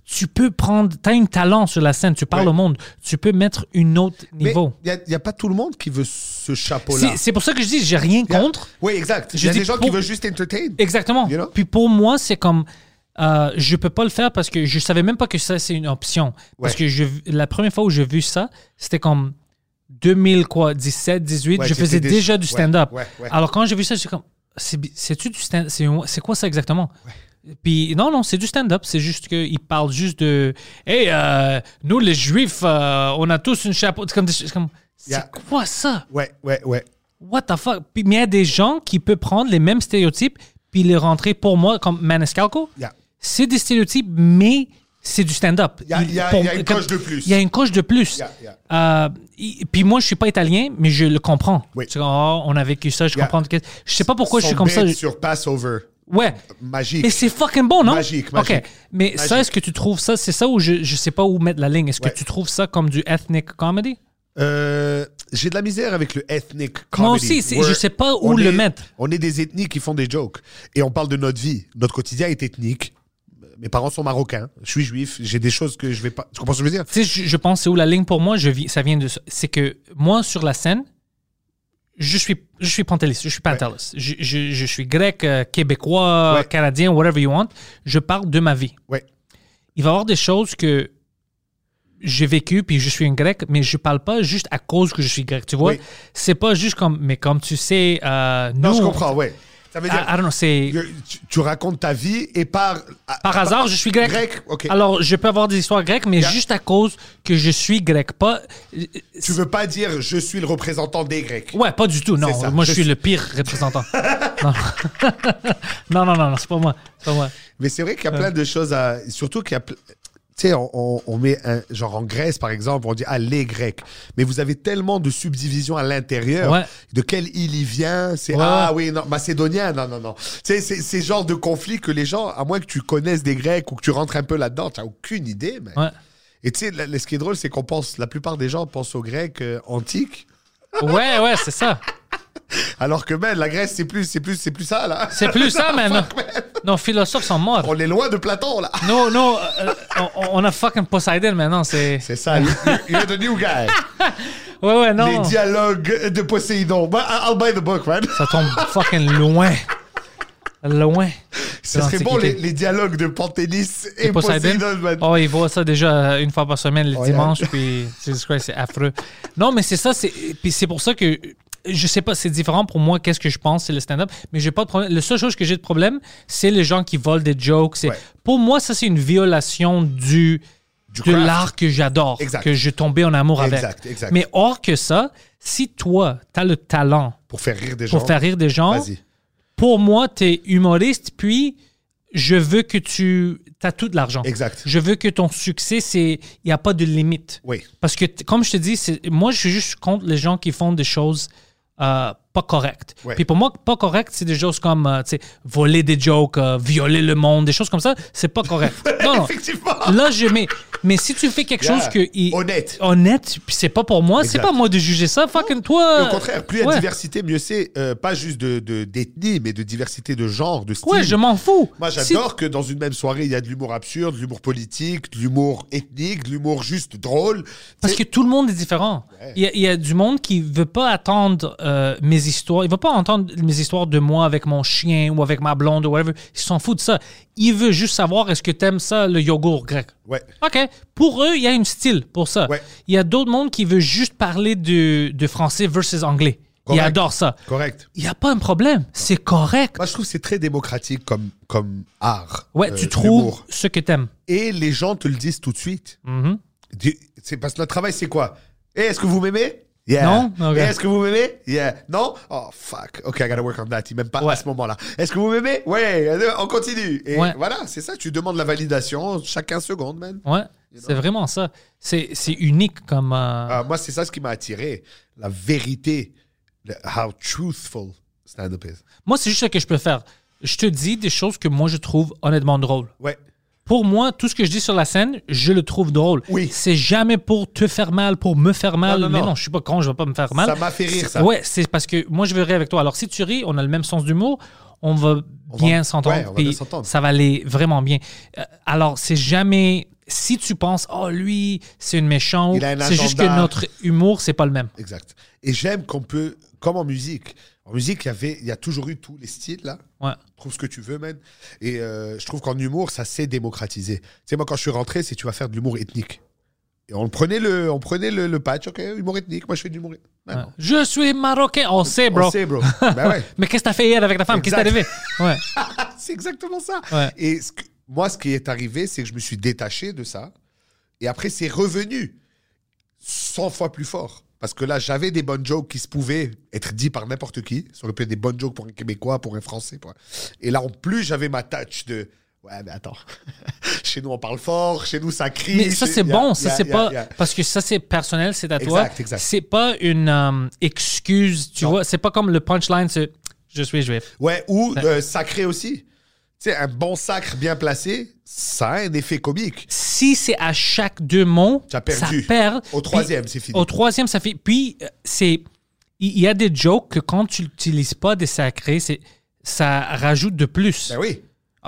Speaker 2: tu peux prendre, t'as un talent sur la scène, tu parles
Speaker 3: Ouais.
Speaker 2: au monde, tu peux mettre une autre niveau.
Speaker 3: Mais il n'y a, pas tout le monde qui veut ce chapeau-là.
Speaker 2: C'est c'est pour ça que je dis, j'ai rien contre.
Speaker 3: Oui, exact. Il
Speaker 2: Je
Speaker 3: y a
Speaker 2: dis
Speaker 3: des gens qui
Speaker 2: pour-
Speaker 3: veulent juste entertain.
Speaker 2: Exactement.
Speaker 3: You know?
Speaker 2: Puis pour moi, c'est comme. euh, je peux pas le faire parce que je savais même pas que ça, c'est une option. Parce
Speaker 3: Ouais.
Speaker 2: que je, la première fois où j'ai vu ça, c'était comme 2000, quoi, 17, 18.
Speaker 3: Ouais,
Speaker 2: je faisais
Speaker 3: t'étais
Speaker 2: déjà
Speaker 3: déjà-
Speaker 2: du
Speaker 3: ouais,
Speaker 2: stand-up.
Speaker 3: ouais, ouais.
Speaker 2: Alors quand j'ai vu ça, je suis comme. c'est bi- C'est-tu du stand C'est c'est quoi ça exactement? Puis non, non, c'est du stand-up. C'est juste qu'ils parlent juste de. Hey, euh, nous, les juifs, euh, on a tous une chapeau. C'est comme. des- C'est comme, c'est
Speaker 3: Yeah.
Speaker 2: quoi ça?
Speaker 3: Ouais, ouais, ouais.
Speaker 2: What the fuck? Puis, mais il y a des gens qui peuvent prendre les mêmes stéréotypes puis les rentrer pour moi comme Maniscalco.
Speaker 3: Yeah.
Speaker 2: C'est des stéréotypes, mais c'est du stand-up.
Speaker 3: Il y a- il y a-
Speaker 2: Pour-
Speaker 3: il y a une
Speaker 2: comme-
Speaker 3: coche de plus.
Speaker 2: Il y a une coche de plus.
Speaker 3: Yeah, yeah.
Speaker 2: Euh, il- puis moi, je suis pas italien, mais je le comprends.
Speaker 3: Oui.
Speaker 2: Je dis, oh, on a vécu ça, je
Speaker 3: Yeah.
Speaker 2: comprends. que- Je sais pas pourquoi je
Speaker 3: Son
Speaker 2: suis comme ça.
Speaker 3: bed
Speaker 2: Je-
Speaker 3: sur Passover.
Speaker 2: Ouais.
Speaker 3: Magique.
Speaker 2: Mais c'est fucking bon, non?
Speaker 3: Magique, magique.
Speaker 2: OK. Mais ça,
Speaker 3: Magique.
Speaker 2: est-ce que tu trouves ça? C'est ça où je, je sais pas où mettre la ligne. Est-ce
Speaker 3: Ouais.
Speaker 2: que tu trouves ça comme du ethnic comedy?
Speaker 3: Euh, J'ai de la misère avec le ethnic comedy.
Speaker 2: Moi aussi, c'est-
Speaker 3: Where
Speaker 2: je sais pas où
Speaker 3: on
Speaker 2: le
Speaker 3: est-
Speaker 2: mettre.
Speaker 3: On est des ethnies qui font des jokes. Et on parle de notre vie. Notre quotidien est ethnique. Mes parents sont marocains. Je suis juif. J'ai des choses que je vais pas. Tu comprends ce que je veux dire
Speaker 2: Tu sais, je, je pense c'est où la ligne pour moi, je vis, ça vient de ça. C'est que moi, sur la scène, je suis, je suis pantelis, je suis pantelis. Je, je- je suis grec, euh, québécois,
Speaker 3: Ouais.
Speaker 2: canadien, whatever you want. Je parle de ma vie.
Speaker 3: Ouais.
Speaker 2: Il va y avoir des choses que j'ai vécues, puis je suis un grec, mais je parle pas juste à cause que je suis grec, tu vois.
Speaker 3: Oui.
Speaker 2: C'est pas juste comme, mais comme tu sais, euh,
Speaker 3: Non,
Speaker 2: nous, Ah,
Speaker 3: je comprends, ouais. Ça veut
Speaker 2: I,
Speaker 3: dire
Speaker 2: I don't know, c'est.
Speaker 3: que tu, tu racontes ta vie et par
Speaker 2: Par hasard, je suis grec.
Speaker 3: Grec, ok.
Speaker 2: Alors, je peux avoir des histoires grecques, mais
Speaker 3: Yeah.
Speaker 2: juste à cause que je suis grec. Pas. euh,
Speaker 3: tu veux pas dire je suis le représentant des Grecs.
Speaker 2: Ouais, pas du tout. Non,
Speaker 3: C'est ça.
Speaker 2: moi, je,
Speaker 3: Je
Speaker 2: suis
Speaker 3: suis-
Speaker 2: le pire représentant. non. non, non, non, non, c'est pas moi. C'est pas moi.
Speaker 3: Mais c'est vrai qu'il y a plein de choses à. Surtout qu'il y a. ple- Tu sais, on, on- on met un. Genre en Grèce, par exemple, on dit ah, les Grecs. Mais vous avez tellement de subdivisions à l'intérieur.
Speaker 2: Ouais.
Speaker 3: De quelle île il vient C'est
Speaker 2: Ouais.
Speaker 3: ah oui, non, macédonien. Non, non, non. Tu sais, c'est c'est ce genre de conflit que les gens, à moins que tu connaisses des Grecs ou que tu rentres un peu là-dedans, tu aucune idée. mec.
Speaker 2: Ouais.
Speaker 3: Et tu sais, là, là, ce qui est drôle, c'est qu'on pense. La plupart des gens pensent aux Grecs euh, antiques.
Speaker 2: Ouais, ouais, c'est ça.
Speaker 3: Alors que, ben, la Grèce, c'est plus, c'est plus, c'est plus ça, là.
Speaker 2: C'est plus ça, même. Nos philosophes sont morts.
Speaker 3: On est loin de Platon, là.
Speaker 2: Non, non, euh, on, on a fucking Poseidon maintenant. C'est.
Speaker 3: C'est ça. you- You're the new guy.
Speaker 2: Ouais, ouais, non.
Speaker 3: Les dialogues de Poséidon. Bah, I- I'll buy the book, man.
Speaker 2: Ça tombe fucking loin. Loin.
Speaker 3: Ce serait bon, les,
Speaker 2: l'Antiquité.
Speaker 3: les dialogues de Pantélis et
Speaker 2: Poseidon.
Speaker 3: Poséidon, man.
Speaker 2: Oh, ils voient ça déjà euh, une fois par semaine le
Speaker 3: Ouais.
Speaker 2: dimanche, puis Jesus Christ, c'est affreux. Non, mais c'est ça, c'est puis c'est pour ça que euh, je sais pas, c'est différent pour moi. Qu'est-ce que je pense, c'est le stand-up, mais j'ai pas de problème. La seule chose que j'ai de problème, c'est les gens qui volent des jokes. C'est
Speaker 3: Ouais.
Speaker 2: pour moi, ça c'est une violation du, de
Speaker 3: craft.
Speaker 2: l'art que j'adore,
Speaker 3: Exact.
Speaker 2: que je tombais en amour
Speaker 3: Exact,
Speaker 2: avec.
Speaker 3: exact.
Speaker 2: Mais hors que ça, si toi, tu as le talent
Speaker 3: Pour faire rire des gens.
Speaker 2: pour faire rire des gens,
Speaker 3: Vas-y.
Speaker 2: pour moi, tu es humoriste, puis je veux que tu as tout de l'argent.
Speaker 3: Exact.
Speaker 2: Je veux que ton succès, c'est il n'y a pas de limite.
Speaker 3: Oui.
Speaker 2: Parce que, t- comme je te dis, c'est- moi, je suis juste contre les gens qui font des choses euh, pas correctes.
Speaker 3: Ouais.
Speaker 2: Puis pour moi, pas correct, c'est des choses comme euh, tu sais, voler des jokes, euh, violer le monde, des choses comme ça, c'est pas correct. non, non.
Speaker 3: Effectivement.
Speaker 2: Là, je mets. Mais si tu fais quelque
Speaker 3: Yeah.
Speaker 2: chose que. il-
Speaker 3: Honnête.
Speaker 2: Honnête, puis c'est pas pour moi, c'est
Speaker 3: Exact.
Speaker 2: pas à moi de juger ça, fucking toi.
Speaker 3: Et au contraire, plus il y a de
Speaker 2: ouais.
Speaker 3: diversité, mieux c'est. euh, pas juste de- de- d'ethnie, mais de diversité de genre, de style.
Speaker 2: Ouais, je m'en fous.
Speaker 3: Moi,
Speaker 2: Si-
Speaker 3: j'adore que dans une même soirée, il y a de l'humour absurde, de l'humour politique, de l'humour ethnique, de l'humour juste drôle.
Speaker 2: Parce que tout le monde est différent. Il y a- il y, a du monde qui veut pas attendre euh, mes histoires. Il veut pas entendre mes histoires de moi avec mon chien ou avec ma blonde ou whatever. Ils s'en foutent de ça. Il veut juste savoir est-ce que t'aimes ça, le yogourt grec.
Speaker 3: Ouais.
Speaker 2: OK. Pour eux, il y a une style pour ça.
Speaker 3: Ouais.
Speaker 2: Il y a d'autres mondes qui veulent juste parler de, de français versus anglais. Ils
Speaker 3: Correct.
Speaker 2: adorent ça.
Speaker 3: Correct.
Speaker 2: Il n'y a pas un problème. C'est correct.
Speaker 3: Moi, je trouve que c'est très démocratique comme, comme art.
Speaker 2: Ouais,
Speaker 3: euh,
Speaker 2: tu trouves
Speaker 3: l'humour.
Speaker 2: ce que t'aimes.
Speaker 3: Et les gens te le disent tout de suite.
Speaker 2: Mhm.
Speaker 3: Du- C'est parce que notre travail, c'est quoi Eh, Est-ce que vous m'aimez Yeah.
Speaker 2: Non? Ok.
Speaker 3: Eh, Est-ce que vous m'aimez Yeah. Non Oh, fuck. OK, I gotta work on that. Il m'aime pas à ce moment-là. Est-ce que vous m'aimez Ouais, euh, on continue. Et
Speaker 2: Ouais.
Speaker 3: voilà, c'est ça. Tu demandes la validation chacun seconde, man.
Speaker 2: Ouais. C'est vraiment ça. C'est c'est unique comme. euh,
Speaker 3: Euh, moi, c'est ça ce qui m'a attiré. La vérité. Le- how truthful stand-up is.
Speaker 2: Moi, c'est juste ce que je peux faire. Je te dis des choses que moi, je trouve honnêtement drôles.
Speaker 3: Ouais.
Speaker 2: Pour moi, tout ce que je dis sur la scène, je le trouve drôle.
Speaker 3: Oui.
Speaker 2: C'est jamais pour te faire mal, pour me faire mal.
Speaker 3: Non, non,
Speaker 2: Mais
Speaker 3: non.
Speaker 2: non, je suis pas con, je vais pas me faire mal.
Speaker 3: Ça m'a fait rire,
Speaker 2: C'est-
Speaker 3: ça.
Speaker 2: Ouais, c'est parce que moi, je veux rire avec toi. Alors, si tu ris, on a le même sens d'humour, on va
Speaker 3: va-
Speaker 2: bien
Speaker 3: ouais, on
Speaker 2: s'entendre.
Speaker 3: va
Speaker 2: puis
Speaker 3: bien s'entendre.
Speaker 2: ça va aller vraiment bien. Euh, Alors, c'est jamais. Si tu penses, oh, lui, c'est une méchant,
Speaker 3: Il a un
Speaker 2: c'est juste que
Speaker 3: agenda.
Speaker 2: notre humour, c'est pas le même.
Speaker 3: Exact. Et j'aime qu'on peut, comme en musique, en musique, il y avait, il y a toujours eu tous les styles là.
Speaker 2: Ouais.
Speaker 3: Trouve ce que tu veux, man. Et euh, je trouve qu'en humour, ça s'est démocratisé. Tu sais, moi, quand je suis rentré, c'est tu vas faire de l'humour ethnique. Et on prenait le, on prenait le, le patch, ok, humour ethnique. Moi, je fais de l'humour. ethnique.
Speaker 2: Ouais. Je suis marocain. On sait, bro.
Speaker 3: C'est bro. ben ouais.
Speaker 2: Mais qu'est-ce que t'as fait hier avec ta femme? Qu'est-ce qui t'est arrivé?
Speaker 3: Exact.
Speaker 2: Ouais.
Speaker 3: C'est exactement ça.
Speaker 2: Ouais.
Speaker 3: Et ce que- moi, ce qui est arrivé, c'est que je me suis détaché de ça. Et après, c'est revenu 100 fois plus fort. Parce que là, j'avais des bonnes jokes qui se pouvaient être dites par n'importe qui. Ça aurait pu être des bonnes jokes pour un Québécois, pour un Français. pour un- Et là, en plus, j'avais ma touch de. Ouais, mais attends. chez nous, on parle fort. Chez nous, ça crie.
Speaker 2: Mais ça,
Speaker 3: chez-
Speaker 2: c'est
Speaker 3: y a-
Speaker 2: bon.
Speaker 3: y a-
Speaker 2: Ça, c'est
Speaker 3: y a-
Speaker 2: pas.
Speaker 3: y a-
Speaker 2: Parce que ça, c'est personnel, c'est à
Speaker 3: Exact,
Speaker 2: toi.
Speaker 3: exact.
Speaker 2: C'est pas une euh, excuse, tu vois. C'est pas comme le punchline, c'est je suis juif.
Speaker 3: Ouais, ou euh, sacré aussi. Tu sais, un bon sacre bien placé, ça a un effet comique.
Speaker 2: Si c'est à chaque deux mots,
Speaker 3: T'as perdu.
Speaker 2: ça perd.
Speaker 3: Au troisième, c'est fini.
Speaker 2: Au troisième, ça fait. Puis, euh, c'est. Il y a des jokes que quand tu n'utilises pas des sacrés, c'est. Ça rajoute de plus.
Speaker 3: Ben oui.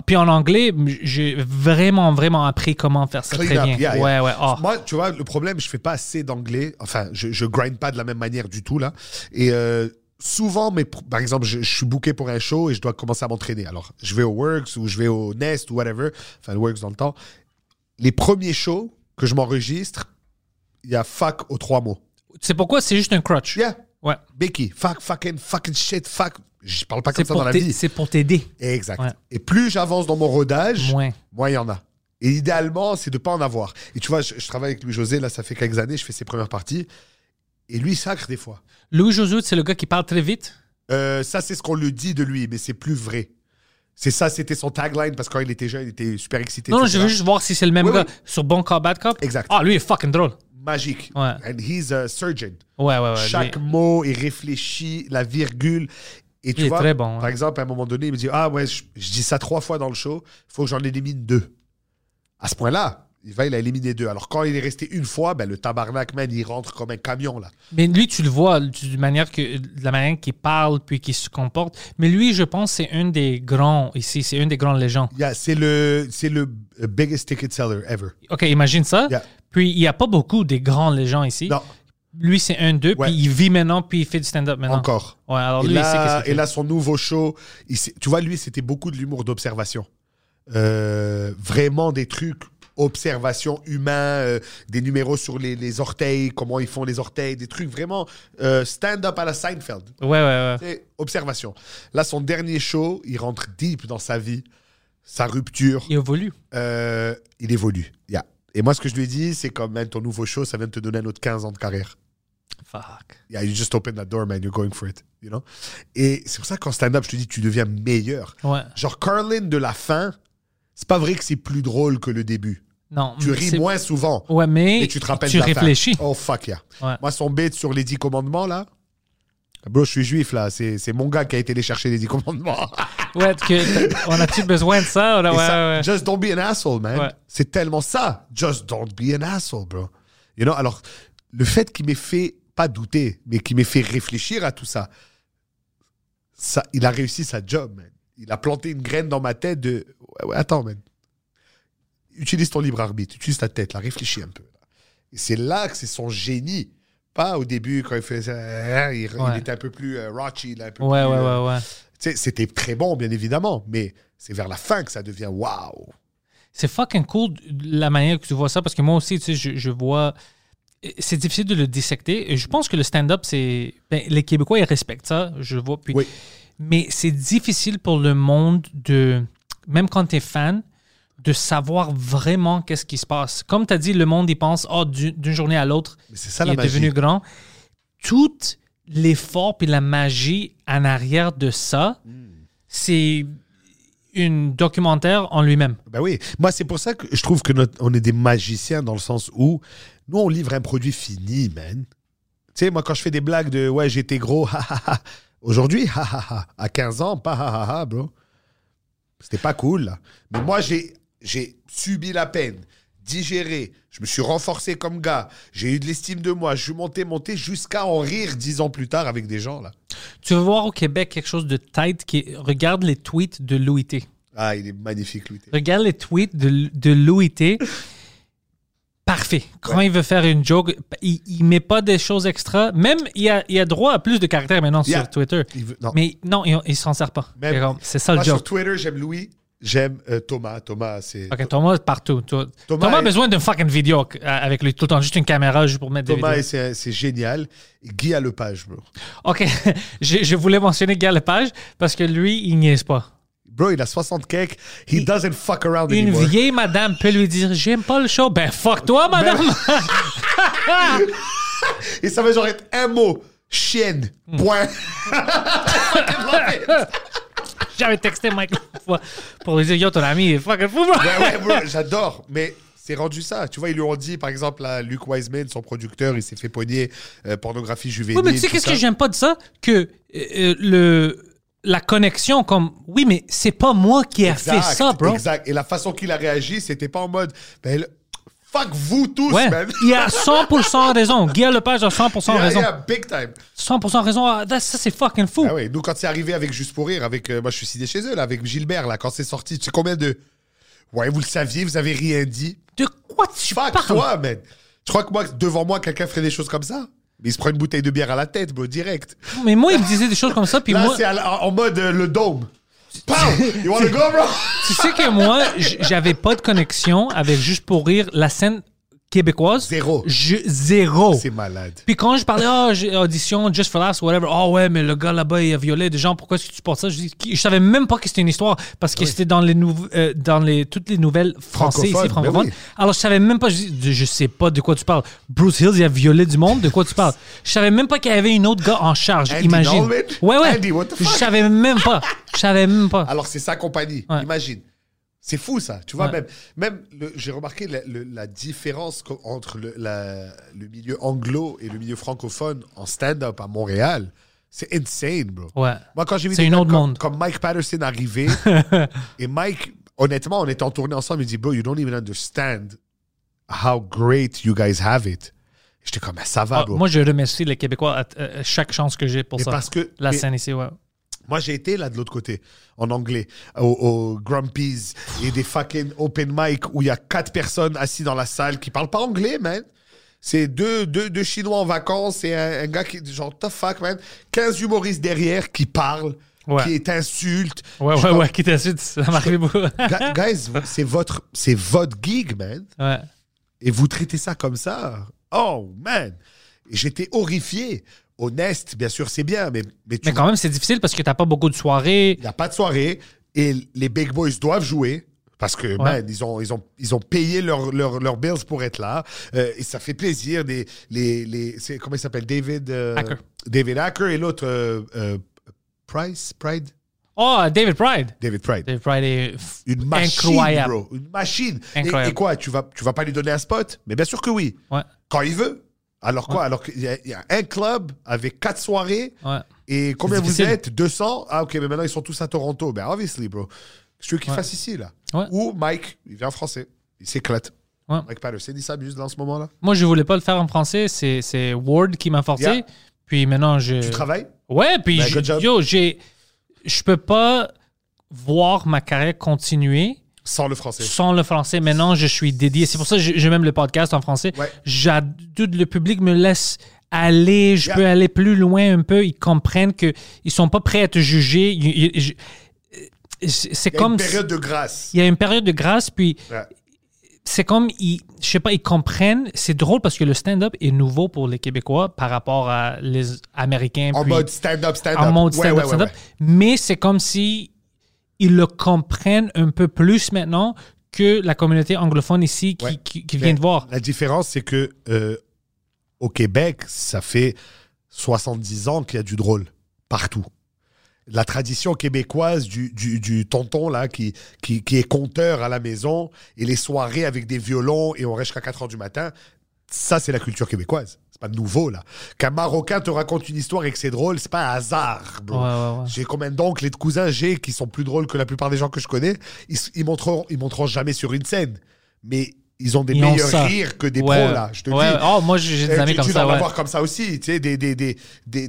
Speaker 2: Puis en anglais, j'ai vraiment, vraiment appris comment faire ça
Speaker 3: Clean
Speaker 2: très
Speaker 3: up,
Speaker 2: bien.
Speaker 3: yeah,
Speaker 2: ouais,
Speaker 3: yeah.
Speaker 2: ouais. ah.
Speaker 3: Moi, tu vois, le problème, je fais pas assez d'anglais. Enfin, je, je grind pas de la même manière du tout, là. Et euh, souvent, mais, par exemple, je, je suis booké pour un show et je dois commencer à m'entraîner. Alors, je vais au Works ou je vais au Nest ou whatever. Enfin, le Works dans le temps. Les premiers shows que je m'enregistre, il y a fuck aux trois mots.
Speaker 2: C'est pourquoi c'est juste un crutch.
Speaker 3: Yeah.
Speaker 2: Ouais.
Speaker 3: Becky, fuck, fucking, fucking shit, fuck. Je parle pas
Speaker 2: C'est
Speaker 3: comme ça
Speaker 2: pour
Speaker 3: dans la
Speaker 2: t'a-
Speaker 3: vie.
Speaker 2: c'est pour t'aider.
Speaker 3: Exact.
Speaker 2: Ouais.
Speaker 3: Et plus j'avance dans mon rodage,
Speaker 2: Moins.
Speaker 3: moins il y en a. Et idéalement, c'est de pas en avoir. Et tu vois, je, je travaille avec Louis-José, là, ça fait quelques années, je fais ses premières parties. Et lui, il sacre des fois.
Speaker 2: Louis Josué, c'est le gars qui parle très vite.
Speaker 3: Euh, ça, c'est ce qu'on lui dit de lui, mais c'est plus vrai. C'est ça, c'était son tagline, parce que quand il était jeune, il était super excité.
Speaker 2: Non, non, je
Speaker 3: etc.
Speaker 2: veux juste voir si c'est le même
Speaker 3: Oui,
Speaker 2: gars.
Speaker 3: oui.
Speaker 2: Sur Bon Cop, Bad Cop.
Speaker 3: Exact.
Speaker 2: Ah, lui, il est fucking drôle.
Speaker 3: Magique.
Speaker 2: Ouais.
Speaker 3: And he's a surgeon.
Speaker 2: Ouais, ouais, ouais.
Speaker 3: Chaque
Speaker 2: lui-
Speaker 3: mot est réfléchi, la virgule. Et tu
Speaker 2: est
Speaker 3: vois,
Speaker 2: très bon, ouais.
Speaker 3: par exemple, à un moment donné, il me dit Ah, ouais, je, je dis ça trois fois dans le show, il faut que j'en élimine deux. À ce point-là, il va, il a éliminé deux. Alors, quand il est resté une fois, ben, le tabarnak, man, il rentre comme un camion, là.
Speaker 2: Mais lui, tu le vois du- de, manière que, de la manière qu'il parle puis qu'il se comporte. Mais lui, je pense, c'est un des grands ici. C'est un des grands légendes.
Speaker 3: Il y a- c'est le, c'est le biggest ticket seller ever.
Speaker 2: OK, imagine ça.
Speaker 3: Yeah.
Speaker 2: Puis, il n'y a pas beaucoup des grands légends ici.
Speaker 3: Non,
Speaker 2: Lui, c'est un d'eux.
Speaker 3: Ouais.
Speaker 2: Puis, il vit maintenant, puis il fait du stand-up maintenant.
Speaker 3: encore.
Speaker 2: Ouais, alors
Speaker 3: et,
Speaker 2: lui, il sait qu'est-ce
Speaker 3: là,
Speaker 2: qu'il
Speaker 3: et
Speaker 2: fait.
Speaker 3: là, son nouveau show, il s'est- tu vois, lui, c'était beaucoup de l'humour d'observation. Euh, vraiment des trucs, observation humain, euh, des numéros sur les, les orteils, comment ils font les orteils, des trucs vraiment euh, stand-up à la Seinfeld.
Speaker 2: Ouais, ouais, ouais.
Speaker 3: C'est observation. Là, son dernier show, il rentre deep dans sa vie, sa rupture,
Speaker 2: Il évolue.
Speaker 3: euh, il évolue. Yeah. Et moi, ce que je lui ai dit, c'est comme, man, ton nouveau show, ça vient de te donner un autre 15 ans de carrière.
Speaker 2: Fuck.
Speaker 3: Yeah, you just open that door, man. You're going for it. You know? Et c'est pour ça qu'en stand-up, je te dis, tu deviens meilleur.
Speaker 2: Ouais.
Speaker 3: Genre, Carlin de la fin, c'est pas vrai que c'est plus drôle que le début.
Speaker 2: Non.
Speaker 3: Tu
Speaker 2: mais
Speaker 3: ris
Speaker 2: c'est-
Speaker 3: moins souvent.
Speaker 2: Ouais, mais
Speaker 3: Et tu te rappelles
Speaker 2: tu
Speaker 3: de la fin.
Speaker 2: réfléchis.
Speaker 3: Oh fuck yeah.
Speaker 2: Ouais.
Speaker 3: Moi, son bête sur les 10 commandements, là. Bro, je suis juif, là. C'est c'est mon gars qui a été les chercher les 10 commandements.
Speaker 2: Ouais, que t'as- on a-tu besoin de ça? Ouais,
Speaker 3: Et
Speaker 2: ouais,
Speaker 3: ça,
Speaker 2: ouais.
Speaker 3: Just don't be an asshole, man.
Speaker 2: Ouais.
Speaker 3: C'est tellement ça. Just don't be an asshole, bro. You know, alors, le fait qu'il m'ait fait, pas douter, mais qu'il m'ait fait réfléchir à tout ça, ça, il a réussi sa job, man. Il a planté une graine dans ma tête de. Ouais, ouais, attends, man. Utilise ton libre arbitre, utilise ta tête, là, réfléchis un peu. Et c'est là que c'est son génie. Pas au début, quand il faisait. euh, Il, il
Speaker 2: Ouais.
Speaker 3: était un peu plus euh, raunchy, il a un peu
Speaker 2: Ouais,
Speaker 3: plus,
Speaker 2: ouais,
Speaker 3: euh,
Speaker 2: ouais, ouais.
Speaker 3: tu sais, c'était très bon, bien évidemment, mais c'est vers la fin que ça devient waouh.
Speaker 2: C'est fucking cool la manière que tu vois ça parce que moi aussi, tu sais, je, je vois. C'est difficile de le dissecter. Et Je pense que le stand-up, c'est. ben, les Québécois, ils respectent ça, je vois. Puis,
Speaker 3: Oui.
Speaker 2: Mais c'est difficile pour le monde de. Même quand tu es fan, de savoir vraiment qu'est-ce qui se passe. Comme tu as dit, le monde, il pense, oh, du- d'une journée à l'autre,
Speaker 3: Mais c'est ça
Speaker 2: il
Speaker 3: la
Speaker 2: est
Speaker 3: magie.
Speaker 2: devenu grand. Tout l'effort puis la magie en arrière de ça, c'est une documentaire en lui-même.
Speaker 3: Ben oui, moi c'est pour ça que je trouve que notre- on est des magiciens dans le sens où nous on livre un produit fini, man. Tu sais, moi quand je fais des blagues de ouais j'étais gros, ha, ha, ha. aujourd'hui, ha, ha, ha. à 15 ans, pas ha, ha, ha, bro. C'était pas cool. là. Mais moi j'ai j'ai subi la peine, digéré, je me suis renforcé comme gars, j'ai eu de l'estime de moi, je suis monté, monté jusqu'à en rire dix ans plus tard avec des gens là.
Speaker 2: Tu veux voir au Québec quelque chose de tight qui est- regarde les tweets de Louis T.
Speaker 3: Ah, il est magnifique, Louis. T.
Speaker 2: Regarde les tweets de, de Louis T. Parfait. Quand il veut faire une joke, il, il met pas des choses extra. Même, il a, il a droit à plus de caractères maintenant
Speaker 3: Yeah.
Speaker 2: sur Twitter.
Speaker 3: Il veut- non.
Speaker 2: Mais non, il, il s'en sert pas.
Speaker 3: Même-
Speaker 2: C'est comme- C'est ça le
Speaker 3: Moi,
Speaker 2: joke.
Speaker 3: sur Twitter, j'aime Louis, j'aime euh, Thomas. Thomas, c'est.
Speaker 2: Ok, Thomas partout. Toi- Thomas,
Speaker 3: Thomas
Speaker 2: a
Speaker 3: est-
Speaker 2: besoin d'une fucking vidéo euh, avec lui tout le temps, juste une caméra juste pour mettre
Speaker 3: Thomas,
Speaker 2: des
Speaker 3: et
Speaker 2: vidéos.
Speaker 3: c'est c'est génial. Et Guy à Lepage, bro.
Speaker 2: Ok, je, je voulais mentionner Guy Lepage parce que lui, il niaise pas.
Speaker 3: Bro, il a 60 cakes. He doesn't fuck around
Speaker 2: Une
Speaker 3: anymore.
Speaker 2: vieille madame peut lui dire J'aime pas le show. Ben fuck toi, madame.
Speaker 3: Et ça va genre être un mot. Chienne.
Speaker 2: Hmm.
Speaker 3: Point.
Speaker 2: J'avais texté Mike une fois pour lui dire Yo, ton ami est fucking fou, bro.
Speaker 3: ouais, ouais, bro, j'adore. Mais c'est rendu ça. Tu vois, ils lui ont dit, par exemple, à Luke Wiseman, son producteur, il s'est fait pogner euh, pornographie juvénile.
Speaker 2: Oui, mais tu sais,
Speaker 3: tout
Speaker 2: qu'est-ce
Speaker 3: ça.
Speaker 2: que j'aime pas de ça Que euh, euh, le. La connexion, comme oui, mais c'est pas moi qui ai fait
Speaker 3: Exact,
Speaker 2: ça, bro.
Speaker 3: Exact. Et la façon qu'il a réagi, c'était pas en mode. Ben, le- fuck vous tous,
Speaker 2: Ouais,
Speaker 3: man.
Speaker 2: il a 100% raison. Guy Lepage a 100%
Speaker 3: Ben, Yeah,
Speaker 2: raison.
Speaker 3: yeah, big time.
Speaker 2: 100% raison. Ah, that- ça, c'est fucking fou.
Speaker 3: Ah ouais, nous, quand c'est arrivé avec Juste pour rire, avec, euh, moi je suis sidé chez eux, là, avec Gilbert, là, quand c'est sorti, tu sais combien de. Ouais, vous le saviez, vous avez rien dit.
Speaker 2: De quoi tu
Speaker 3: Fuck
Speaker 2: parles?
Speaker 3: toi, man. Tu crois que moi, devant moi, quelqu'un ferait des choses comme ça Mais il se prend une bouteille de bière à la tête, bro, direct.
Speaker 2: Mais moi, il me disait des choses comme ça, puis
Speaker 3: là,
Speaker 2: moi,
Speaker 3: c'est à la- en mode euh, le dôme. Pow You wanna go, bro
Speaker 2: tu sais que moi, j- j'avais pas de connexion avec Juste pour rire la scène québécoise.
Speaker 3: Zéro.
Speaker 2: Je- zéro.
Speaker 3: C'est malade.
Speaker 2: Puis quand je parlais, oh, j'ai audition, Just for Laughs, whatever. Oh ouais, mais le gars là-bas, il a violé des gens. Pourquoi est-ce que tu portes ça? Je, dis, Qui- je savais même pas que c'était une histoire parce que c'était dans, les nouv- euh, dans les, toutes les nouvelles françaises ici,
Speaker 3: Francophones, ben
Speaker 2: francophones.
Speaker 3: oui.
Speaker 2: Alors je savais même pas, je, dis, je sais pas de quoi tu parles. Bruce Hills, il a violé du monde, de quoi tu parles? Je savais même pas qu'il y avait une autre gars en charge,
Speaker 3: Andy
Speaker 2: imagine.
Speaker 3: Norman?
Speaker 2: Ouais, ouais.
Speaker 3: Andy, what the
Speaker 2: je
Speaker 3: fuck?
Speaker 2: savais même pas. Je savais même pas.
Speaker 3: Alors, c'est sa compagnie.
Speaker 2: Ouais.
Speaker 3: Imagine. C'est fou, ça. Tu vois,
Speaker 2: Ouais.
Speaker 3: même, même le- j'ai remarqué la, le- la différence co- entre le, la- le milieu anglo et le milieu francophone en stand-up à Montréal. C'est insane, bro.
Speaker 2: Ouais.
Speaker 3: Moi, quand j'ai vu
Speaker 2: C'est
Speaker 3: des
Speaker 2: une
Speaker 3: gars
Speaker 2: autre
Speaker 3: comme,
Speaker 2: monde.
Speaker 3: comme Mike Patterson arriver, et Mike, honnêtement, on était en tournée ensemble, il dit, bro, you don't even understand how great you guys have it. J'étais comme, Ah, ça va,
Speaker 2: Ah,
Speaker 3: bro.
Speaker 2: moi, je remercie les Québécois à, à- à chaque chance que j'ai pour
Speaker 3: Mais
Speaker 2: ça.
Speaker 3: parce que-
Speaker 2: La
Speaker 3: mais-
Speaker 2: scène ici, ouais.
Speaker 3: Moi, j'ai été là de l'autre côté, en anglais, au, au Grumpy's et des fucking open mic où il y a quatre personnes assises dans la salle qui parlent pas anglais, man. C'est deux, deux, deux Chinois en vacances et un, un gars qui est genre, the fuck, man. 15 humoristes derrière qui parlent,
Speaker 2: Ouais.
Speaker 3: qui t'insultent.
Speaker 2: Ouais,
Speaker 3: Je
Speaker 2: ouais,
Speaker 3: suis
Speaker 2: ouais, quitte à suite, ça m'arrive beaucoup.
Speaker 3: comme, Gu- Guys, vous- c'est votre, c'est votre gig, man.
Speaker 2: ouais.
Speaker 3: Et vous traitez ça comme ça. Oh, man. Et J'étais horrifié. Honeste, bien sûr, c'est bien, mais, mais tu
Speaker 2: Mais quand même, c'est difficile parce que t'as pas beaucoup de soirées.
Speaker 3: Il n'y a pas de soirée et les Big Boys doivent jouer. Parce que, man, ils ont, ils ont, ils ont payé leurs leur, leur bills pour être là. Euh, et ça fait plaisir. Des, les, les, c'est- comment il s'appelle David euh,
Speaker 2: Hacker.
Speaker 3: David Hacker et l'autre euh, euh, Price Pride
Speaker 2: Oh, David Pride!
Speaker 3: David Pride.
Speaker 2: David Pride est f-
Speaker 3: Une machine,
Speaker 2: incroyable.
Speaker 3: bro. Une machine. Et- Et,
Speaker 2: Incroyable.
Speaker 3: quoi tu vas, tu vas pas lui donner un spot Mais bien sûr que oui.
Speaker 2: Ouais,
Speaker 3: Quand il veut. Alors quoi Alors qu'il y, a- il y a un club avec quatre soirées.
Speaker 2: ouais.
Speaker 3: Et combien vous
Speaker 2: difficile.
Speaker 3: êtes 200 Ah, ok, mais maintenant ils sont tous à Toronto. Ben, obviously, bro. Je veux qu'il fasse ici, là.
Speaker 2: Ouais.
Speaker 3: Ou Mike, il vient en français. Il s'éclate.
Speaker 2: Ouais. Euh,
Speaker 3: Mike Patterson, il s'amuse, là, en ce moment-là.
Speaker 2: Moi, je voulais pas le faire en français. C'est, c'est Ward qui m'a forcé.
Speaker 3: Yeah.
Speaker 2: Puis maintenant, je.
Speaker 3: Tu travailles
Speaker 2: Ouais, puis
Speaker 3: Ben,
Speaker 2: je-
Speaker 3: good job.
Speaker 2: yo, j'ai. Je peux pas voir ma carrière continuer
Speaker 3: sans le français.
Speaker 2: sans le français. Maintenant, je suis dédié. C'est pour ça que j'ai j'ai même le podcast en français.
Speaker 3: Ouais.
Speaker 2: J'ad- tout Le public me laisse aller. Je
Speaker 3: Yeah.
Speaker 2: peux aller plus loin un peu. Ils comprennent qu'ils ne sont pas prêts à te juger. Ils- ils- je- C'est c'est
Speaker 3: Il y a une
Speaker 2: comme. si-
Speaker 3: période de grâce.
Speaker 2: Il y a une période de grâce, puis
Speaker 3: Ouais.
Speaker 2: c'est comme, ils, je sais pas, ils comprennent. C'est drôle parce que le stand-up est nouveau pour les Québécois par rapport à les Américains.
Speaker 3: En
Speaker 2: puis-
Speaker 3: mode stand-up, stand-up.
Speaker 2: en mode
Speaker 3: Ouais,
Speaker 2: stand-up,
Speaker 3: ouais, ouais,
Speaker 2: stand-up.
Speaker 3: ouais.
Speaker 2: Mais c'est comme si ils le comprennent un peu plus maintenant que la communauté anglophone ici qui,
Speaker 3: Ouais.
Speaker 2: qui- qui vient de voir.
Speaker 3: La différence, c'est que euh, au Québec, ça fait 70 ans qu'il y a du drôle partout. La tradition québécoise du, du- du tonton là qui, qui, qui est conteur à la maison et les soirées avec des violons et on reste jusqu'à 4 heures du matin, ça c'est la culture québécoise. C'est pas nouveau là. Qu'un Marocain te raconte une histoire et que c'est drôle, c'est pas un hasard. bro.
Speaker 2: Ouais, ouais, ouais.
Speaker 3: J'ai combien d'oncles et de cousins j'ai qui sont plus drôles que la plupart des gens que je connais. Ils, ils montreront, ils montreront jamais sur une scène, mais ils ont des
Speaker 2: Ils ont
Speaker 3: meilleurs
Speaker 2: ça.
Speaker 3: rires que des
Speaker 2: Ouais.
Speaker 3: pros là. Je te
Speaker 2: Ouais.
Speaker 3: dis.
Speaker 2: Oh, moi, j'ai des
Speaker 3: Eh,
Speaker 2: amis
Speaker 3: tu,
Speaker 2: comme
Speaker 3: tu
Speaker 2: ça.
Speaker 3: vas en
Speaker 2: Ouais.
Speaker 3: avoir comme ça aussi, tu sais, des des des des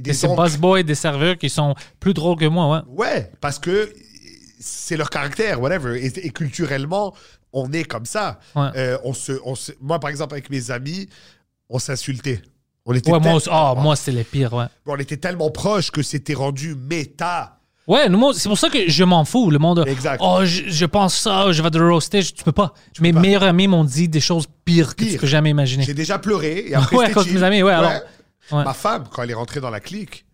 Speaker 2: Des
Speaker 3: des oncles.
Speaker 2: busboys, des serveurs qui sont plus drôles que moi. Ouais.
Speaker 3: Ouais, parce que c'est leur caractère, whatever. Et, et culturellement, on est comme ça.
Speaker 2: Ouais.
Speaker 3: Euh, on se, on se- moi par exemple avec mes amis, on s'insultait. On était,
Speaker 2: Ouais, moi,
Speaker 3: tel-
Speaker 2: aussi- oh, moi c'est les pires. Ouais.
Speaker 3: on était tellement proches que c'était rendu méta.
Speaker 2: Ouais, nous, moi, c'est pour ça que je m'en fous. Le monde.
Speaker 3: Exact.
Speaker 2: Oh, je, je pense ça, je vais te roaster. Je- tu peux pas. Mes
Speaker 3: pas.
Speaker 2: meilleurs amis m'ont dit des choses pires que tu
Speaker 3: Pire.
Speaker 2: peux jamais imaginer.
Speaker 3: J'ai déjà pleuré. Et après,
Speaker 2: Ouais,
Speaker 3: c'était
Speaker 2: à cause de
Speaker 3: chill.
Speaker 2: mes amis, ouais, alors. Ouais.
Speaker 3: Ma femme, quand elle est rentrée dans la clique,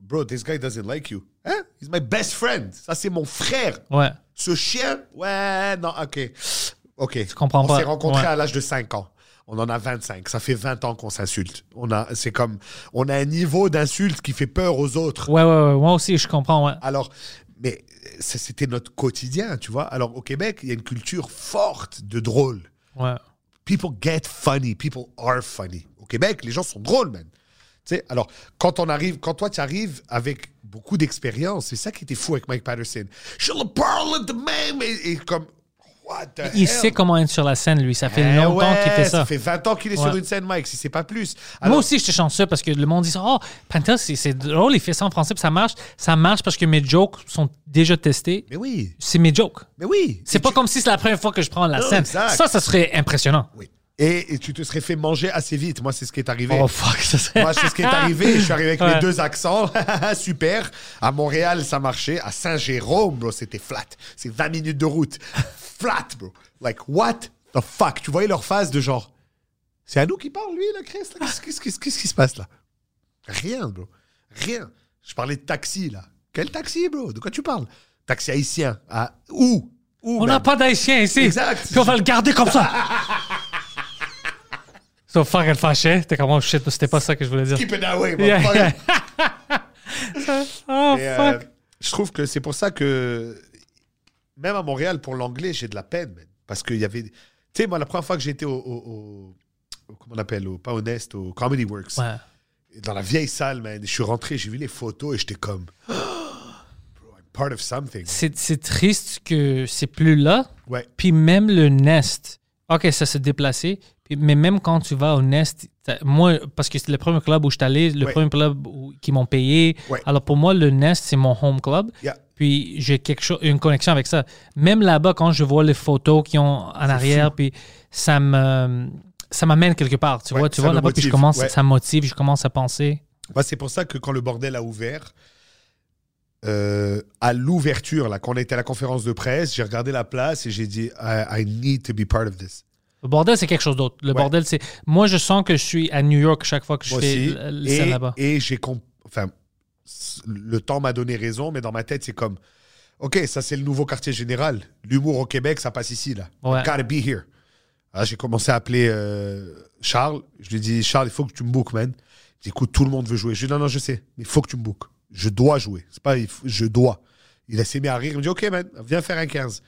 Speaker 3: bro, this guy doesn't like you. Hein? He's my best friend. Ça, c'est mon frère.
Speaker 2: Ouais.
Speaker 3: Ce chien, ouais, non, ok. Ok. Je
Speaker 2: comprends
Speaker 3: on
Speaker 2: pas.
Speaker 3: s'est rencontrés
Speaker 2: Ouais.
Speaker 3: à l'âge de 5 ans. On en a 25. Ça fait 20 ans qu'on s'insulte. On a, c'est comme, on a un niveau d'insulte qui fait peur aux autres.
Speaker 2: ouais, ouais, ouais. Moi aussi, je comprends. Ouais.
Speaker 3: Alors, mais ça, c'était notre quotidien, tu vois. Alors, au Québec, il y a une culture forte de drôle.
Speaker 2: ouais.
Speaker 3: People get funny. People are funny. Au Québec, les gens sont drôles, man. Tu sais, alors, quand on arrive, quand toi, tu arrives avec beaucoup d'expérience, c'est ça qui était fou avec Mike Patterson. Je le parle de même. Et, et comme, what the
Speaker 2: Il
Speaker 3: hell?
Speaker 2: sait comment être sur la scène, lui. Ça fait
Speaker 3: Eh
Speaker 2: longtemps
Speaker 3: ouais,
Speaker 2: qu'il fait ça.
Speaker 3: Ça fait 20 ans qu'il est sur
Speaker 2: Ouais.
Speaker 3: une scène, Mike, si c'est pas plus.
Speaker 2: Moi
Speaker 3: Alors,
Speaker 2: aussi, j'étais chanceux parce que le monde dit ça. Oh, Pantel, c'est c'est drôle, il fait ça en français, puis ça marche. Ça marche parce que mes jokes sont déjà testés.
Speaker 3: mais oui,
Speaker 2: C'est mes jokes.
Speaker 3: mais oui.
Speaker 2: C'est
Speaker 3: Et
Speaker 2: pas
Speaker 3: tu-
Speaker 2: comme si c'est la première fois que je prends la
Speaker 3: Non,
Speaker 2: scène.
Speaker 3: exact.
Speaker 2: Ça, ça serait impressionnant.
Speaker 3: Oui. Et, et tu te serais fait manger assez vite. Moi, c'est ce qui est arrivé.
Speaker 2: Oh fuck, ça serait.
Speaker 3: Moi, c'est ce qui est arrivé. Je suis arrivé avec
Speaker 2: Ouais.
Speaker 3: mes deux accents. Super. À Montréal, ça marchait. À Saint-Jérôme, bro, c'était flat. C'est 20 minutes de route. Flat, bro. Like, what the fuck Tu voyais leur face de genre. C'est à nous qui parle, lui, la Chris là Qu'est-ce qu'est-ce- qu'est-ce- qu'est-ce qui se passe là Rien, bro. Rien. Je parlais de taxi, là. Quel taxi, bro De quoi tu parles Taxi haïtien. À... Où Où
Speaker 2: On
Speaker 3: man
Speaker 2: n'a pas d'haïtien ici.
Speaker 3: Exact.
Speaker 2: Puis on va le garder comme ça. Ils sont fucking fâchés. T'es comme, oh shit, c'était pas ça que je voulais dire.
Speaker 3: Keep it that way,
Speaker 2: Yeah.
Speaker 3: motherfucker.
Speaker 2: Oh
Speaker 3: Et, euh,
Speaker 2: fuck.
Speaker 3: je trouve que c'est pour ça que même à Montréal, pour l'anglais, j'ai de la peine. man. Parce qu'il y avait. Tu sais, moi, la première fois que j'étais au, au- au- Comment on appelle au, Pas honnête, au Comedy Works.
Speaker 2: Ouais.
Speaker 3: Dans la vieille salle, man. Je suis rentré, j'ai vu les photos et j'étais comme. Bro, I'm part of something.
Speaker 2: C'est c'est triste que c'est plus là.
Speaker 3: Ouais.
Speaker 2: Puis même le Nest. OK, ça s'est déplacé. Puis- mais même quand tu vas au Nest, t'as- moi, parce que c'est le premier club où je suis allé, le
Speaker 3: Ouais.
Speaker 2: premier club où- qui m'ont payé.
Speaker 3: Ouais.
Speaker 2: Alors pour moi, le Nest, c'est mon home club.
Speaker 3: Yeah.
Speaker 2: Puis j'ai quelque chose, une connexion avec ça. Même là-bas, quand je vois les photos qui ont en arrière, puis ça me ça m'amène quelque part. Tu
Speaker 3: Ouais,
Speaker 2: vois, tu
Speaker 3: ça
Speaker 2: vois
Speaker 3: me
Speaker 2: là-bas, puis je
Speaker 3: motive,
Speaker 2: commence,
Speaker 3: ouais.
Speaker 2: ça me motive, je commence à penser.
Speaker 3: Moi, c'est pour ça que quand le bordel a ouvert, euh, à l'ouverture, là, quand on était à la conférence de presse, j'ai regardé la place et j'ai dit, I, I need to be part of this.
Speaker 2: Le bordel, c'est quelque chose d'autre. Le
Speaker 3: Ouais.
Speaker 2: bordel, c'est. Moi, je sens que je suis à New York chaque fois que je
Speaker 3: Moi
Speaker 2: fais
Speaker 3: aussi.
Speaker 2: l- l-
Speaker 3: Et-
Speaker 2: ça là-bas.
Speaker 3: Et, j'ai compris. Enfin, s- le temps m'a donné raison, mais dans ma tête, c'est comme Ok, ça, c'est le nouveau quartier général. L'humour au Québec, ça passe ici, là.
Speaker 2: Ouais.
Speaker 3: I Gotta be here. Ah, j'ai commencé à appeler euh, Charles. Je lui ai dit Charles, il faut que tu me bookes, man. Il dit Écoute, tout le monde veut jouer. Je lui ai dit Non, non, je sais, mais il faut que tu me bookes. Je dois jouer. C'est pas il faut- je dois. Il a s'est mis à rire. Il me dit Ok, man, viens faire un 15.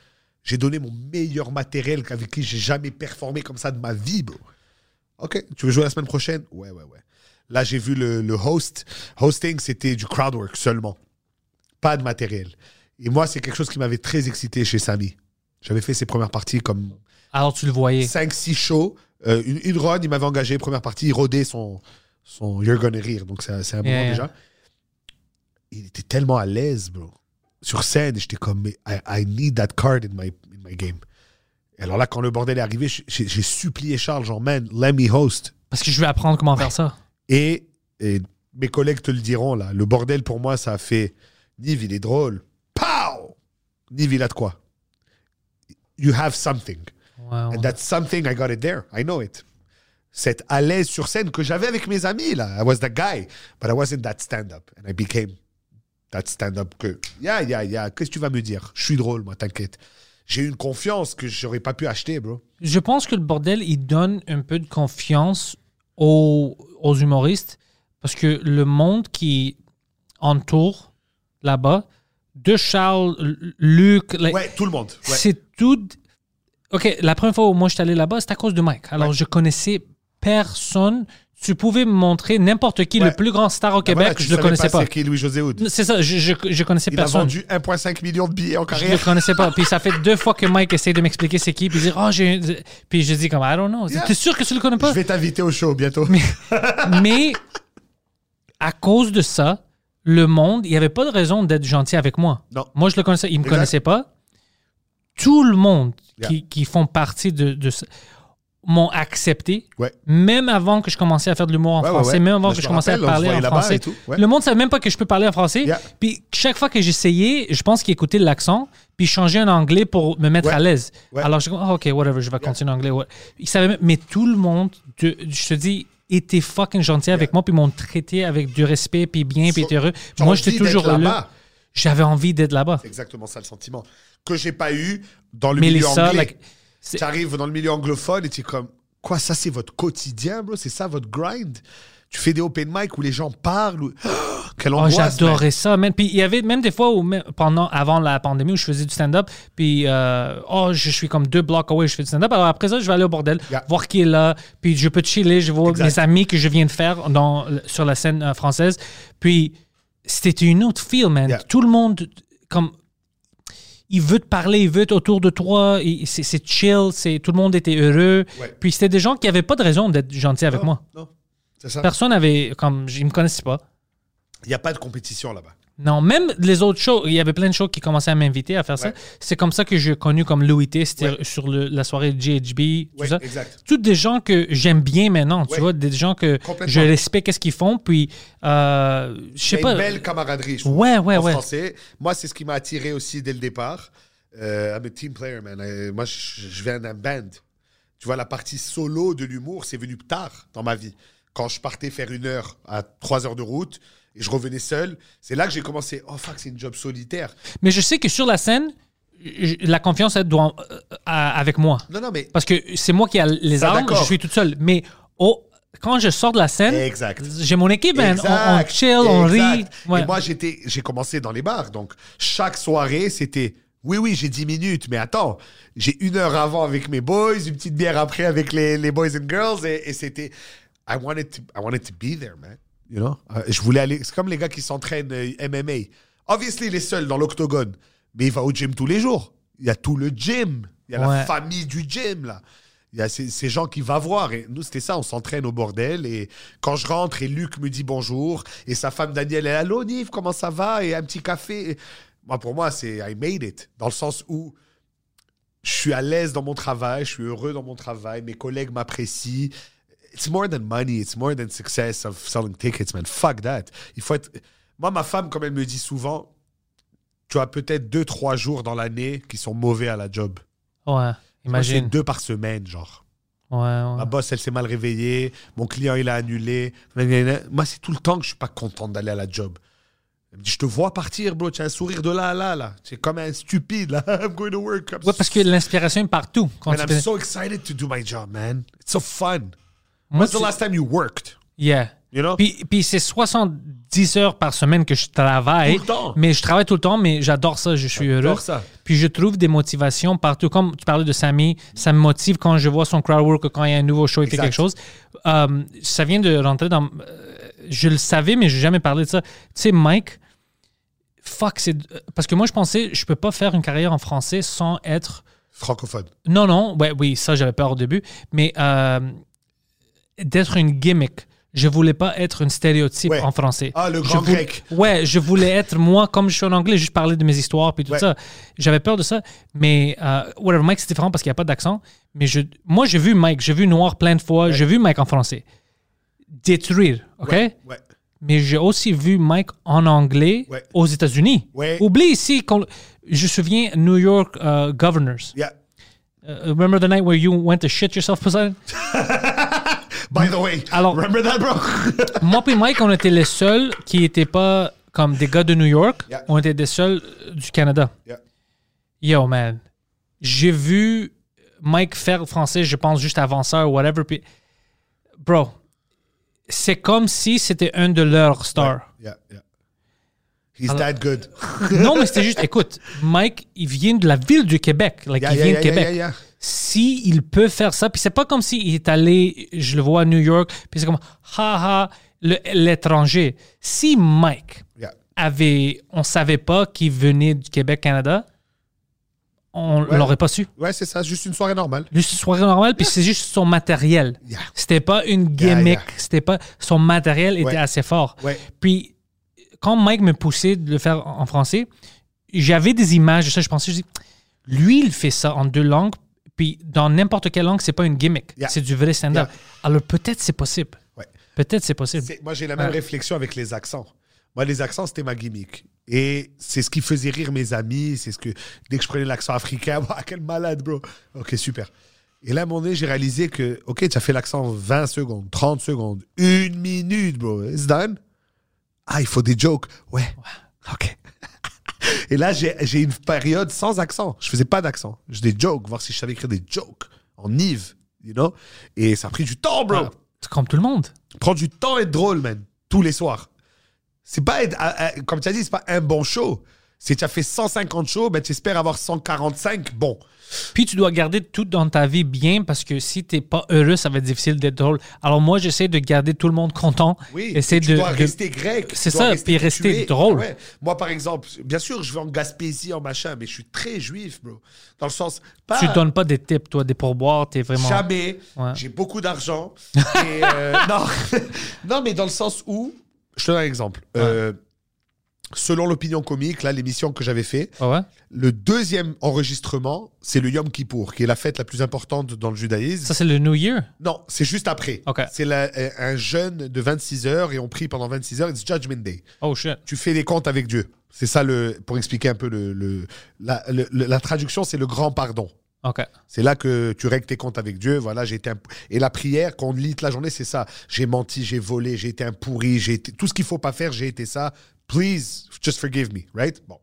Speaker 3: J'ai donné mon meilleur matériel avec qui j'ai jamais performé comme ça de ma vie, bro. Ok, tu veux jouer la semaine prochaine Ouais, ouais, ouais. Là, j'ai vu le, le host. Hosting, c'était du crowd work seulement. Pas de matériel. Et moi, c'est quelque chose qui m'avait très excité chez Samy. J'avais fait ses premières parties comme
Speaker 2: Alors tu le voyais.
Speaker 3: 5-6 shows. Euh, une, une run, il m'avait engagé, première partie, il rodait son, son You're Gonna Rire. Donc, c'est un c'est un moment
Speaker 2: Yeah.
Speaker 3: déjà. Il était tellement à l'aise, bro. Sur scène, j'étais comme, mais I, I need that card in my, in my game. Et alors là, quand le bordel est arrivé, j'ai- j'ai j'ai supplié Charles, genre, man, let me host.
Speaker 2: Parce que je vais apprendre comment faire ça.
Speaker 3: Et, et mes collègues te le diront, là, le bordel pour moi, ça a fait Niv, il est drôle. Pow Niv, il a de quoi You have something.
Speaker 2: Ouais, Ah ouais.
Speaker 3: And that's something, I got it there. I know it. Cette à l'aise sur scène que j'avais avec mes amis, là. I was that guy, but I wasn't that stand-up. And I became that stand-up que, yeah, yeah, yeah, qu'est-ce que tu vas me dire Je suis drôle, moi, t'inquiète. J'ai une confiance que j'aurais pas pu acheter, bro.
Speaker 2: Je pense que le bordel, il donne un peu de confiance aux, aux humoristes parce que le monde qui entoure là-bas, de Charles, L- Luc, like,
Speaker 3: Ouais, tout le monde. ouais.
Speaker 2: c'est tout. OK, la première fois où moi je suis allé là-bas, c'était à cause de Mike. Alors, je connaissais personne. Tu pouvais me montrer n'importe qui,
Speaker 3: Ouais.
Speaker 2: le plus grand star au
Speaker 3: Ah, voilà,
Speaker 2: Québec,
Speaker 3: tu
Speaker 2: je le
Speaker 3: savais
Speaker 2: connaissais pas.
Speaker 3: C'est qui Louis-José Hood
Speaker 2: C'est ça, je, je, je connaissais
Speaker 3: Il a
Speaker 2: personne.
Speaker 3: vendu 1,5 million de billets en
Speaker 2: Je le
Speaker 3: carrière.
Speaker 2: connaissais pas. Puis ça fait deux fois que Mike essaie de m'expliquer c'est qui. Puis il dit, oh, j'ai. un- Puis je dis, comme, I don't know.
Speaker 3: Yeah.
Speaker 2: T'es sûr que tu le connais
Speaker 3: Je
Speaker 2: pas?
Speaker 3: vais t'inviter au show bientôt.
Speaker 2: Mais à cause de ça, le monde, il n'y avait pas de raison d'être gentil avec moi.
Speaker 3: Non.
Speaker 2: Moi, je le connaissais, il ne me
Speaker 3: Exact.
Speaker 2: connaissait pas. Tout le monde
Speaker 3: Yeah.
Speaker 2: qui, qui font partie de, de ça m'ont accepté,
Speaker 3: Ouais.
Speaker 2: même avant que je commençais à faire de l'humour en
Speaker 3: Ouais, ouais,
Speaker 2: français,
Speaker 3: ouais.
Speaker 2: même avant
Speaker 3: Mais
Speaker 2: que
Speaker 3: je
Speaker 2: je
Speaker 3: me
Speaker 2: commençais à
Speaker 3: rappelle, on se
Speaker 2: parler
Speaker 3: voyait
Speaker 2: en
Speaker 3: là-bas et
Speaker 2: français.
Speaker 3: tout, ouais.
Speaker 2: Le monde ne savait même pas que je peux parler en français.
Speaker 3: Yeah.
Speaker 2: Puis chaque fois que j'essayais, je pense qu'il écoutait l'accent, puis il changeait en anglais pour me mettre
Speaker 3: Ouais.
Speaker 2: à l'aise.
Speaker 3: Ouais.
Speaker 2: Alors je dis, Ah, OK, whatever, je vais continuer en anglais. ouais. Il savait même- mais tout le monde, de- je te dis, était fucking gentil avec moi, puis m'ont traité avec du respect, puis bien, puis
Speaker 3: So-
Speaker 2: était heureux.
Speaker 3: t'as
Speaker 2: Moi,
Speaker 3: envie
Speaker 2: j'étais
Speaker 3: d'être
Speaker 2: toujours là.
Speaker 3: là-bas.
Speaker 2: J'avais envie d'être là-bas.
Speaker 3: C'est exactement ça le sentiment que j'ai pas eu dans le
Speaker 2: Mais les
Speaker 3: milieu
Speaker 2: sœurs,
Speaker 3: anglais.
Speaker 2: like, c'est-
Speaker 3: Tu arrives dans le milieu anglophone et tu es comme quoi ça c'est votre quotidien bro, c'est ça votre grind. Tu fais des open mic où les gens parlent. Ou... quelle
Speaker 2: Oh,
Speaker 3: angoisse.
Speaker 2: j'adorais ça, man. Puis il y avait même des fois où, même pendant, avant la pandémie, où je faisais du stand-up, puis euh, oh, je suis comme deux blocs away, je fais du stand-up. Alors après ça, je vais aller au bordel,
Speaker 3: Yeah.
Speaker 2: voir qui est là, puis je peux chiller, je vois
Speaker 3: Exact.
Speaker 2: mes amis que je viens de faire dans, sur la scène euh, française. Puis c'était une autre feel, man.
Speaker 3: Yeah.
Speaker 2: Tout le monde, comme, il veut te parler, il veut être autour de toi, il- c'est- c'est chill, c'est- tout le monde était heureux.
Speaker 3: Ouais.
Speaker 2: Puis c'était des gens qui n'avaient pas de raison d'être gentils avec
Speaker 3: Non,
Speaker 2: moi.
Speaker 3: Non, c'est ça.
Speaker 2: Personne n'avait, comme, ils me connaissaient pas.
Speaker 3: Il y a pas de compétition là-bas.
Speaker 2: Non, même les autres shows, il y avait plein de shows qui commençaient à m'inviter à faire ça.
Speaker 3: Ouais.
Speaker 2: C'est comme ça que j'ai connu comme Louis T, c'était
Speaker 3: Ouais.
Speaker 2: sur le- la soirée de GHB, tout
Speaker 3: Ouais,
Speaker 2: ça.
Speaker 3: exact.
Speaker 2: Toutes des gens que j'aime bien maintenant, tu
Speaker 3: Ouais.
Speaker 2: vois, des gens que
Speaker 3: Complètement.
Speaker 2: je respecte qu'est-ce qu'ils font, puis euh, je
Speaker 3: Il y
Speaker 2: sais
Speaker 3: a
Speaker 2: pas.
Speaker 3: une belle camaraderie. Je trouve,
Speaker 2: Ouais, ouais,
Speaker 3: en
Speaker 2: ouais.
Speaker 3: Français. Moi, c'est ce qui m'a attiré aussi dès le départ. Euh, I'm a team player, man. Euh, moi, je je viens d'un band. Tu vois, la partie solo de l'humour, c'est venu tard dans ma vie. Quand je partais faire une heure à trois heures de route et je revenais seul, c'est là que j'ai commencé. Oh fuck, c'est une job solitaire.
Speaker 2: Mais je sais que sur la scène, je- la confiance, elle doit euh, euh, avec moi.
Speaker 3: Non, non, mais
Speaker 2: Parce que c'est moi qui ai les
Speaker 3: Ça,
Speaker 2: armes,
Speaker 3: d'accord.
Speaker 2: je suis toute seule. Mais oh, quand je sors de la scène,
Speaker 3: Exact.
Speaker 2: j'ai mon équipe, man. ben, On- On,
Speaker 3: Exact,
Speaker 2: chill, on rit.
Speaker 3: exact.
Speaker 2: Ouais.
Speaker 3: Et moi, j'étais, j'ai commencé dans les bars. Donc, chaque soirée, c'était oui, oui, j'ai 10 minutes, mais attends, j'ai une heure avant avec mes boys, une petite bière après avec les, les boys and girls. Et, et c'était I wanted, to, I wanted to be there, man. You know? Euh, Je voulais aller. C'est comme les gars qui s'entraînent euh, MMA. Obviously, il est seul dans l'octogone, mais il va au gym tous les jours. Il y a tout le gym. Il y a
Speaker 2: Ouais.
Speaker 3: la famille du gym, là. Il y a ces, ces gens qui va voir. Et nous, c'était ça, on s'entraîne au bordel. Et quand je rentre, et Luc me dit bonjour, et sa femme Danielle, elle Allô, Nive, comment ça va Et un petit café. Et Moi, pour moi, c'est I made it. Dans le sens où je suis à l'aise dans mon travail, je suis heureux dans mon travail, mes collègues m'apprécient. It's more than money, it's more than success of selling tickets, man. Fuck that. Il faut être. Moi, ma femme, comme elle me dit souvent, tu as peut-être deux, trois jours dans l'année qui sont mauvais à la job.
Speaker 2: Ouais,
Speaker 3: Moi, c'est
Speaker 2: imagine.
Speaker 3: deux par semaine, genre.
Speaker 2: Ouais, ouais.
Speaker 3: Ma boss, elle s'est mal réveillée. Mon client, il a annulé. Blablabla. Moi, c'est tout le temps que je suis pas content d'aller à la job. Elle me dit, je te vois partir, bro. Tu as un sourire de là à là, là. C'est comme un stupide, là. I'm going to work. I'm
Speaker 2: Ouais, parce que l'inspiration est partout. Quand
Speaker 3: Man,
Speaker 2: tu
Speaker 3: I'm
Speaker 2: fais-
Speaker 3: so excited to do my job, man. It's so fun.
Speaker 2: Moi,
Speaker 3: When's the
Speaker 2: c'est-
Speaker 3: last time you worked?
Speaker 2: Yeah.
Speaker 3: You know?
Speaker 2: Puis, puis c'est 70 heures par semaine que je travaille.
Speaker 3: Tout le temps.
Speaker 2: Mais je travaille tout le temps, mais j'adore ça, je suis
Speaker 3: J'adore
Speaker 2: heureux.
Speaker 3: ça.
Speaker 2: Puis je trouve des motivations partout. Comme tu parlais de Samy, ça me motive quand je vois son crowd work, quand il y a un nouveau show, il fait
Speaker 3: Exact.
Speaker 2: quelque chose. Euh, ça vient de rentrer dans. euh, je le savais, mais je n'ai jamais parlé de ça. Tu sais, Mike, fuck, c'est. Parce que moi, je pensais, je peux pas faire une carrière en français sans être
Speaker 3: Francophone.
Speaker 2: non, non, ouais, oui, ça j'avais peur au début, mais euh, d'être une gimmick. Je voulais pas être un stéréotype
Speaker 3: Ouais.
Speaker 2: en français.
Speaker 3: Ah, le
Speaker 2: Je
Speaker 3: grand
Speaker 2: voulais-
Speaker 3: grec.
Speaker 2: Ouais, je voulais être moi comme je suis en anglais, juste parler de mes histoires puis tout
Speaker 3: Ouais.
Speaker 2: ça. J'avais peur de ça, mais euh, whatever, Mike c'est différent parce qu'il n'y a pas d'accent. Mais je, moi j'ai vu Mike, j'ai vu Noir plein de fois, j'ai vu Mike en français. Détruire, ok?
Speaker 3: Ouais.
Speaker 2: mais j'ai aussi vu Mike en anglais
Speaker 3: Ouais.
Speaker 2: aux États-Unis.
Speaker 3: Ouais.
Speaker 2: Oublie ici, qu'on- je me souviens New York euh, Governors.
Speaker 3: Yeah.
Speaker 2: Uh, remember the night where you went to shit yourself, Poseidon?
Speaker 3: By the way,
Speaker 2: Alors-
Speaker 3: remember that, bro?
Speaker 2: Moi et Mike, on était les seuls qui n'étaient pas comme des gars de New York.
Speaker 3: Yeah.
Speaker 2: On était des seuls euh, du Canada.
Speaker 3: Yeah.
Speaker 2: Yo, man. J'ai vu Mike faire le français, je pense, juste avant ça ou whatever. Puis, bro, c'est comme si c'était un de leurs stars.
Speaker 3: Yeah, yeah. He's that good.
Speaker 2: Non, mais c'était juste, écoute, Mike, il vient de la ville du Québec. Like,
Speaker 3: Yeah,
Speaker 2: il
Speaker 3: yeah,
Speaker 2: vient
Speaker 3: yeah,
Speaker 2: de Québec.
Speaker 3: yeah, yeah.
Speaker 2: si il peut faire ça, puis c'est pas comme s'il est allé, je le vois à New York, puis c'est comme, haha, le- l'étranger. Si Mike
Speaker 3: Yeah.
Speaker 2: avait, on savait pas qu'il venait du Québec, Canada, on l'aurait pas su.
Speaker 3: Ouais, c'est ça. Juste une soirée normale.
Speaker 2: Juste une soirée normale, puis c'est juste son matériel.
Speaker 3: Yeah.
Speaker 2: C'était pas une gimmick,
Speaker 3: Yeah, yeah.
Speaker 2: c'était pas, son matériel était
Speaker 3: Ouais.
Speaker 2: assez fort.
Speaker 3: Ouais.
Speaker 2: Puis quand Mike me poussait de le faire en en français, j'avais des images de ça. Je pensais, je dis, lui, il fait ça en deux langues. Puis dans n'importe quelle langue, c'est pas une gimmick.
Speaker 3: Yeah.
Speaker 2: C'est du vrai stand-up.
Speaker 3: Yeah.
Speaker 2: Alors peut-être c'est possible.
Speaker 3: Ouais.
Speaker 2: Peut-être c'est possible.
Speaker 3: C'est- Moi, j'ai la même
Speaker 2: Ouais.
Speaker 3: réflexion avec les accents. Moi, les accents, c'était ma gimmick. Et c'est ce qui faisait rire mes amis. C'est ce que dès que je prenais l'accent africain, Ah, quel malade, bro. Ok, super. Et là, à un moment donné, j'ai réalisé que, ok, tu as fait l'accent 20 secondes, 30 secondes, une minute, bro. It's done. Ah, il faut des jokes. Ouais. Ok. Et là, j'ai j'ai une période sans accent. Je faisais pas d'accent. Je des jokes, voir si je savais écrire des jokes en Yves, you know. Et ça a pris du temps, bro.
Speaker 2: Ouais. C'est Comme tout le monde.
Speaker 3: Prends du temps à être drôle, man, tous les soirs. C'est pas, être- à- à- comme tu as dit, c'est pas un bon show. Si tu as fait 150 shows, ben, tu espères avoir 145 bons.
Speaker 2: Puis tu dois garder tout dans ta vie bien parce que si t'es pas heureux, ça va être difficile d'être drôle. Alors moi, j'essaie de garder tout le monde content. Essaie
Speaker 3: tu
Speaker 2: de,
Speaker 3: dois
Speaker 2: de-
Speaker 3: rester grec. tu
Speaker 2: C'est
Speaker 3: dois
Speaker 2: ça, puis
Speaker 3: cultivé.
Speaker 2: rester drôle.
Speaker 3: Ouais. Moi, par exemple, bien sûr, je vais en Gaspésie, en machin, mais je suis très juif, bro. Dans le sens, pas...
Speaker 2: Tu donnes pas des tips, toi, des pourboires, t'es vraiment.
Speaker 3: Jamais.
Speaker 2: Ouais.
Speaker 3: J'ai beaucoup d'argent. Et, euh, non. non, mais dans le sens où. Je te donne un exemple. Euh, selon l'opinion comique, là, l'émission que j'avais fait,
Speaker 2: Ah ouais?
Speaker 3: le deuxième enregistrement, c'est le Yom Kippour, qui est la fête la plus importante dans le judaïsme.
Speaker 2: Ça, c'est le New Year.
Speaker 3: Non, c'est juste après.
Speaker 2: Ok.
Speaker 3: C'est la- euh, un jeûne de 26 heures et on prie pendant 26 heures. It's Judgment Day.
Speaker 2: Oh shit.
Speaker 3: Tu fais des comptes avec Dieu. C'est ça le pour expliquer un peu le, le- la, le- le- la traduction, c'est le grand pardon.
Speaker 2: OK.
Speaker 3: C'est là que tu règles tes comptes avec Dieu. Voilà, j'ai été un- Et la prière, qu'on lit toute la journée, c'est ça. J'ai menti, j'ai volé, j'ai été un pourri, j'ai été... tout ce qu'il faut pas faire, j'ai été ça. Please, just forgive me, right? Bon.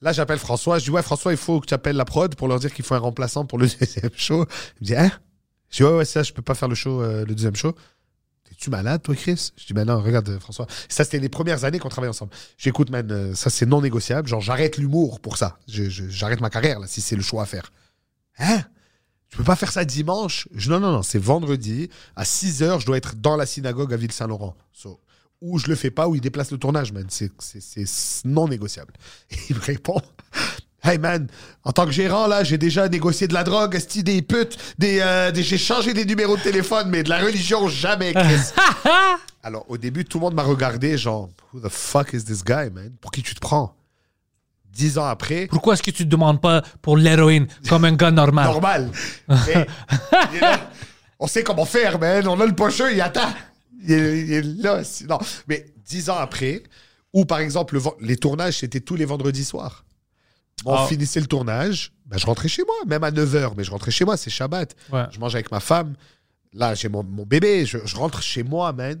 Speaker 3: Là, j'appelle François. Je dis, ouais, François, il faut que tu appelles la prod pour leur dire qu'il faut un remplaçant pour le deuxième show. Il me dit, hein? Je dis, ouais, ouais, ça, je peux pas faire le show, euh, le deuxième show. T'es-tu malade, toi, Chris Je dis, ben non, regarde, euh, François. Ça, c'était les premières années qu'on travaillait ensemble. J'écoute, man, euh, ça, c'est non négociable. Genre, j'arrête l'humour pour ça. Je- je- J'arrête ma carrière, là, si c'est le choix à faire. Hein Je peux pas faire ça dimanche Je- Non, non, non, c'est vendredi. À 6 h, je dois être dans la synagogue à Ville-Saint-Laurent. So, ou je le fais pas, ou il déplace le tournage, man. C'est- C'est c'est non négociable. Et il me répond. Hey man, en tant que gérant, là, j'ai déjà négocié de la drogue, esti, des putes, des, euh, des- j'ai changé des numéros de téléphone, mais de la religion, jamais, Chris. Alors, au début, tout le monde m'a regardé, genre, Who the fuck is this guy, man? Pour qui tu te prends? Dix ans après,
Speaker 2: Pourquoi est-ce que tu ne demandes pas pour l'héroïne comme un gars normal?
Speaker 3: normal. Mais, il est là. on sait comment faire, man. On a le pocheux, il attend. Il est, il est là. si- Non. Mais dix ans après, ou par exemple, le ven- les tournages, c'était tous les vendredis soirs. On
Speaker 2: Ah.
Speaker 3: finissait le tournage, ben, je rentrais chez moi, même à 9h, mais je rentrais chez moi, c'est Shabbat.
Speaker 2: Ouais.
Speaker 3: Je mange avec ma femme. Là, j'ai mon, mon bébé, je, je rentre chez moi, man.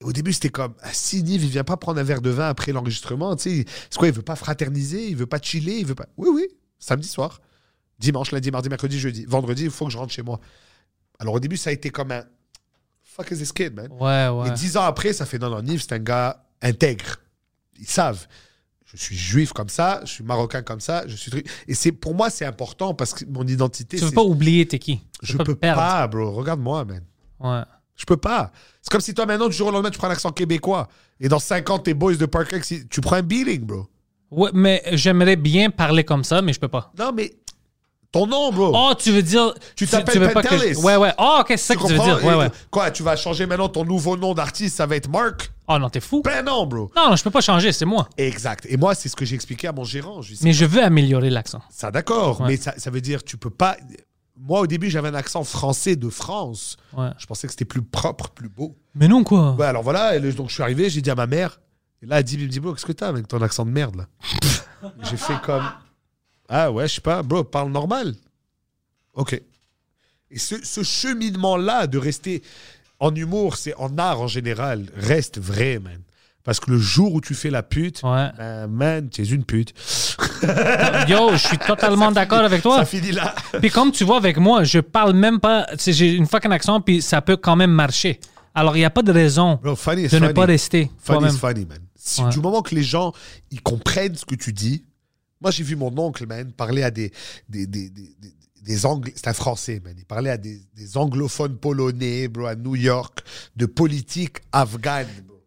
Speaker 3: Et Au début, c'était comme, ah, si Niv, il vient pas prendre un verre de vin après l'enregistrement, tu sais, c'est quoi, il veut pas fraterniser, il veut pas chiller, il veut pas. Oui, oui, samedi soir. Dimanche, lundi, mardi, mercredi, jeudi. Vendredi, il faut que je rentre chez moi. Alors au début, ça a été comme un fuck is this kid, man.
Speaker 2: Ouais, ouais.
Speaker 3: Et dix ans après, ça fait non, non, Niv, c'est un gars intègre. Ils savent. Je suis juif comme ça, je suis marocain comme ça, je suis. truc- Et c'est pour moi, c'est important parce que mon
Speaker 2: Tu
Speaker 3: identité.
Speaker 2: ne
Speaker 3: c'est-
Speaker 2: veux pas oublier t'es qui. Tu
Speaker 3: je
Speaker 2: veux
Speaker 3: peux
Speaker 2: perdre.
Speaker 3: pas, bro. Regarde-moi, man.
Speaker 2: Ouais.
Speaker 3: Je peux pas. C'est comme si toi, maintenant, du jour au lendemain, tu prends l'accent québécois. Et dans 50, tes boys de Park X, ils- tu prends un beating, bro.
Speaker 2: Ouais, mais j'aimerais bien parler comme ça, mais je peux pas.
Speaker 3: Non, mais ton nom, bro.
Speaker 2: Oh, tu veux dire.
Speaker 3: Tu t'appelles
Speaker 2: veux pas que
Speaker 3: Pentelis.
Speaker 2: je- Ouais, ouais. Oh, ok, c'est ça que tu veux dire. Ouais,
Speaker 3: Et-
Speaker 2: ouais.
Speaker 3: Quoi, tu vas changer maintenant ton nouveau nom d'artiste, ça va être Mark
Speaker 2: Oh non, t'es fou.
Speaker 3: Ben non, bro.
Speaker 2: Non, non, je peux pas changer, c'est moi.
Speaker 3: Exact. Et moi, c'est ce que j'ai expliqué à mon gérant. Je lui ai dit,
Speaker 2: Mais je veux améliorer l'accent.
Speaker 3: ça, d'accord,
Speaker 2: Ouais.
Speaker 3: mais ça, ça veut dire, tu peux pas. Moi, au début, j'avais un accent français de France.
Speaker 2: Ouais.
Speaker 3: Je pensais que c'était plus propre, plus beau.
Speaker 2: Mais non, quoi.
Speaker 3: Ouais, alors voilà, et le- donc je suis arrivé, j'ai dit à ma mère, et là, elle dit, elle me dit, bro, qu'est-ce que t'as avec ton accent de merde, là J'ai fait comme, ah ouais, je sais pas, bro, parle normal. Ok. Et ce, ce cheminement-là de rester en humour, c'est en art en général, reste vrai, man. Parce que le jour où tu fais la pute,
Speaker 2: Ouais.
Speaker 3: ben, man, tu es une pute.
Speaker 2: Yo, je suis totalement d'accord avec toi.
Speaker 3: Ben- Ça finit là.
Speaker 2: Puis comme tu vois avec moi, je parle même pas. tu sais, J'ai une fucking accent, puis ça peut quand même marcher. Alors, il n'y a pas de raison
Speaker 3: Bro, funny is
Speaker 2: de ne
Speaker 3: funny.
Speaker 2: pas rester
Speaker 3: Funny
Speaker 2: toi-même.
Speaker 3: is funny, man. Si-
Speaker 2: Ouais.
Speaker 3: Du moment que les gens ils comprennent ce que tu dis, moi j'ai vu mon oncle, man, parler à des, des, des, des, des- des Anglais, c'est un Français, man. Il parlait à des, des anglophones polonais, bro, à New York, de politique afghane, bro.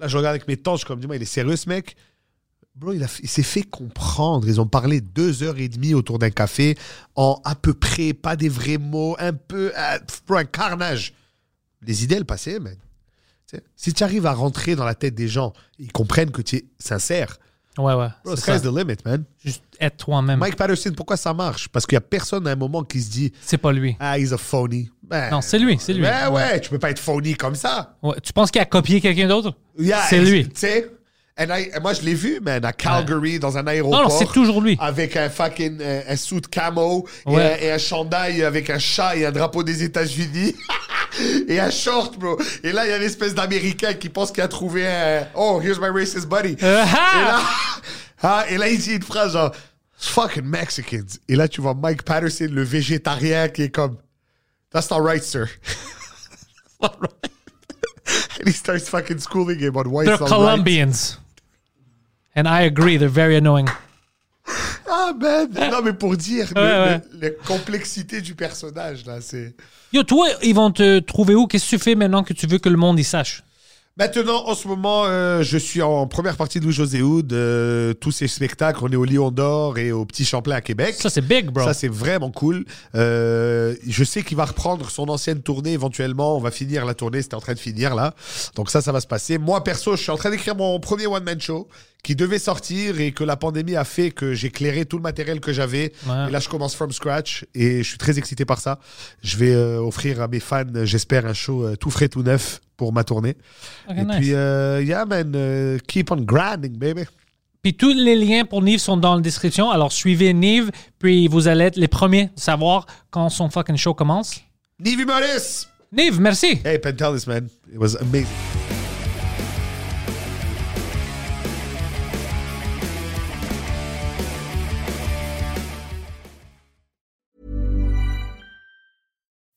Speaker 3: Là, je regarde avec mes tantes, je suis comme, dis-moi, il est sérieux, ce mec Bro, il, a f- il s'est fait comprendre. Ils ont parlé deux heures et demie autour d'un café en à peu près, pas des vrais mots, un peu, euh, pff, bro, un carnage. Les idées, elles passaient, man. Tu sais, Si tu arrives à rentrer dans la tête des gens, ils comprennent que tu es sincère.
Speaker 2: Ouais, ouais.
Speaker 3: Bro,
Speaker 2: c'est
Speaker 3: sky's
Speaker 2: ça. Hmm.
Speaker 3: the limit, man.
Speaker 2: Juste être toi-même.
Speaker 3: Mike Patterson, pourquoi ça marche Parce qu'il n'y a personne à un moment qui se dit
Speaker 2: C'est pas lui.
Speaker 3: Ah, he's a phony. Ben,
Speaker 2: Non, c'est lui, c'est lui.
Speaker 3: Ben ouais, tu peux pas être phony comme ça.
Speaker 2: Ouais, Tu penses qu'il a copié quelqu'un d'autre?
Speaker 3: Yeah,
Speaker 2: c'est lui.
Speaker 3: Tu sais And I- moi, je l'ai vu, man, à Calgary, dans un aéroport.
Speaker 2: Non, non, c'est toujours lui.
Speaker 3: Avec un fucking euh, un suit camo et,
Speaker 2: Ouais.
Speaker 3: un, et un chandail avec un chat et un drapeau des États-Unis. et un short, bro. Et là, il y a une espèce d'Américain qui pense qu'il a trouvé un. Oh, here's my racist buddy.
Speaker 2: Euh,
Speaker 3: Et
Speaker 2: ah!
Speaker 3: là, ah, et là, il dit une phrase genre fucking Mexicans. Et là, tu vois Mike Patterson, le végétarien, qui est comme That's not right, sir. Not right. And he starts fucking schooling him on why
Speaker 2: They're
Speaker 3: it's not right.
Speaker 2: Colombians. And I agree, they're very annoying.
Speaker 3: Ah, man. Non, mais pour dire le-
Speaker 2: Ouais,
Speaker 3: le- la complexité du personnage, là, c'est.
Speaker 2: Yo, toi, ils vont te trouver où? Qu'est-ce que tu fais maintenant que tu veux que le monde y sache?
Speaker 3: Maintenant, en ce moment, euh, je suis en première partie de Louis-José Hood. euh, tous ces spectacles, on est au Lion d'Or et au Petit Champlain à Québec.
Speaker 2: Ça, c'est big, bro.
Speaker 3: Ça, c'est vraiment cool. Euh, je sais qu'il va reprendre son ancienne tournée éventuellement. On va finir la tournée. C'était en train de finir là. Donc ça, ça va se passer. Moi, perso, je suis en train d'écrire mon premier one-man show qui devait sortir et que la pandémie a fait que j'ai clairé tout le matériel que j'avais.
Speaker 2: Ouais.
Speaker 3: Et là, je commence from scratch et je suis très excité par ça. Je vais euh, offrir à mes fans, euh, j'espère, un show euh, tout frais, tout neuf pour ma tournée.
Speaker 2: Ok,
Speaker 3: et
Speaker 2: nice.
Speaker 3: puis, euh, yeah, man, euh, keep on grinding, baby.
Speaker 2: Puis tous les liens pour Nive sont dans la description. Alors suivez Nive, puis vous allez être les premiers à savoir quand son fucking show commence.
Speaker 3: Nivi Morris!
Speaker 2: Nive, merci.
Speaker 3: Hey, Pentelis, man. It was amazing.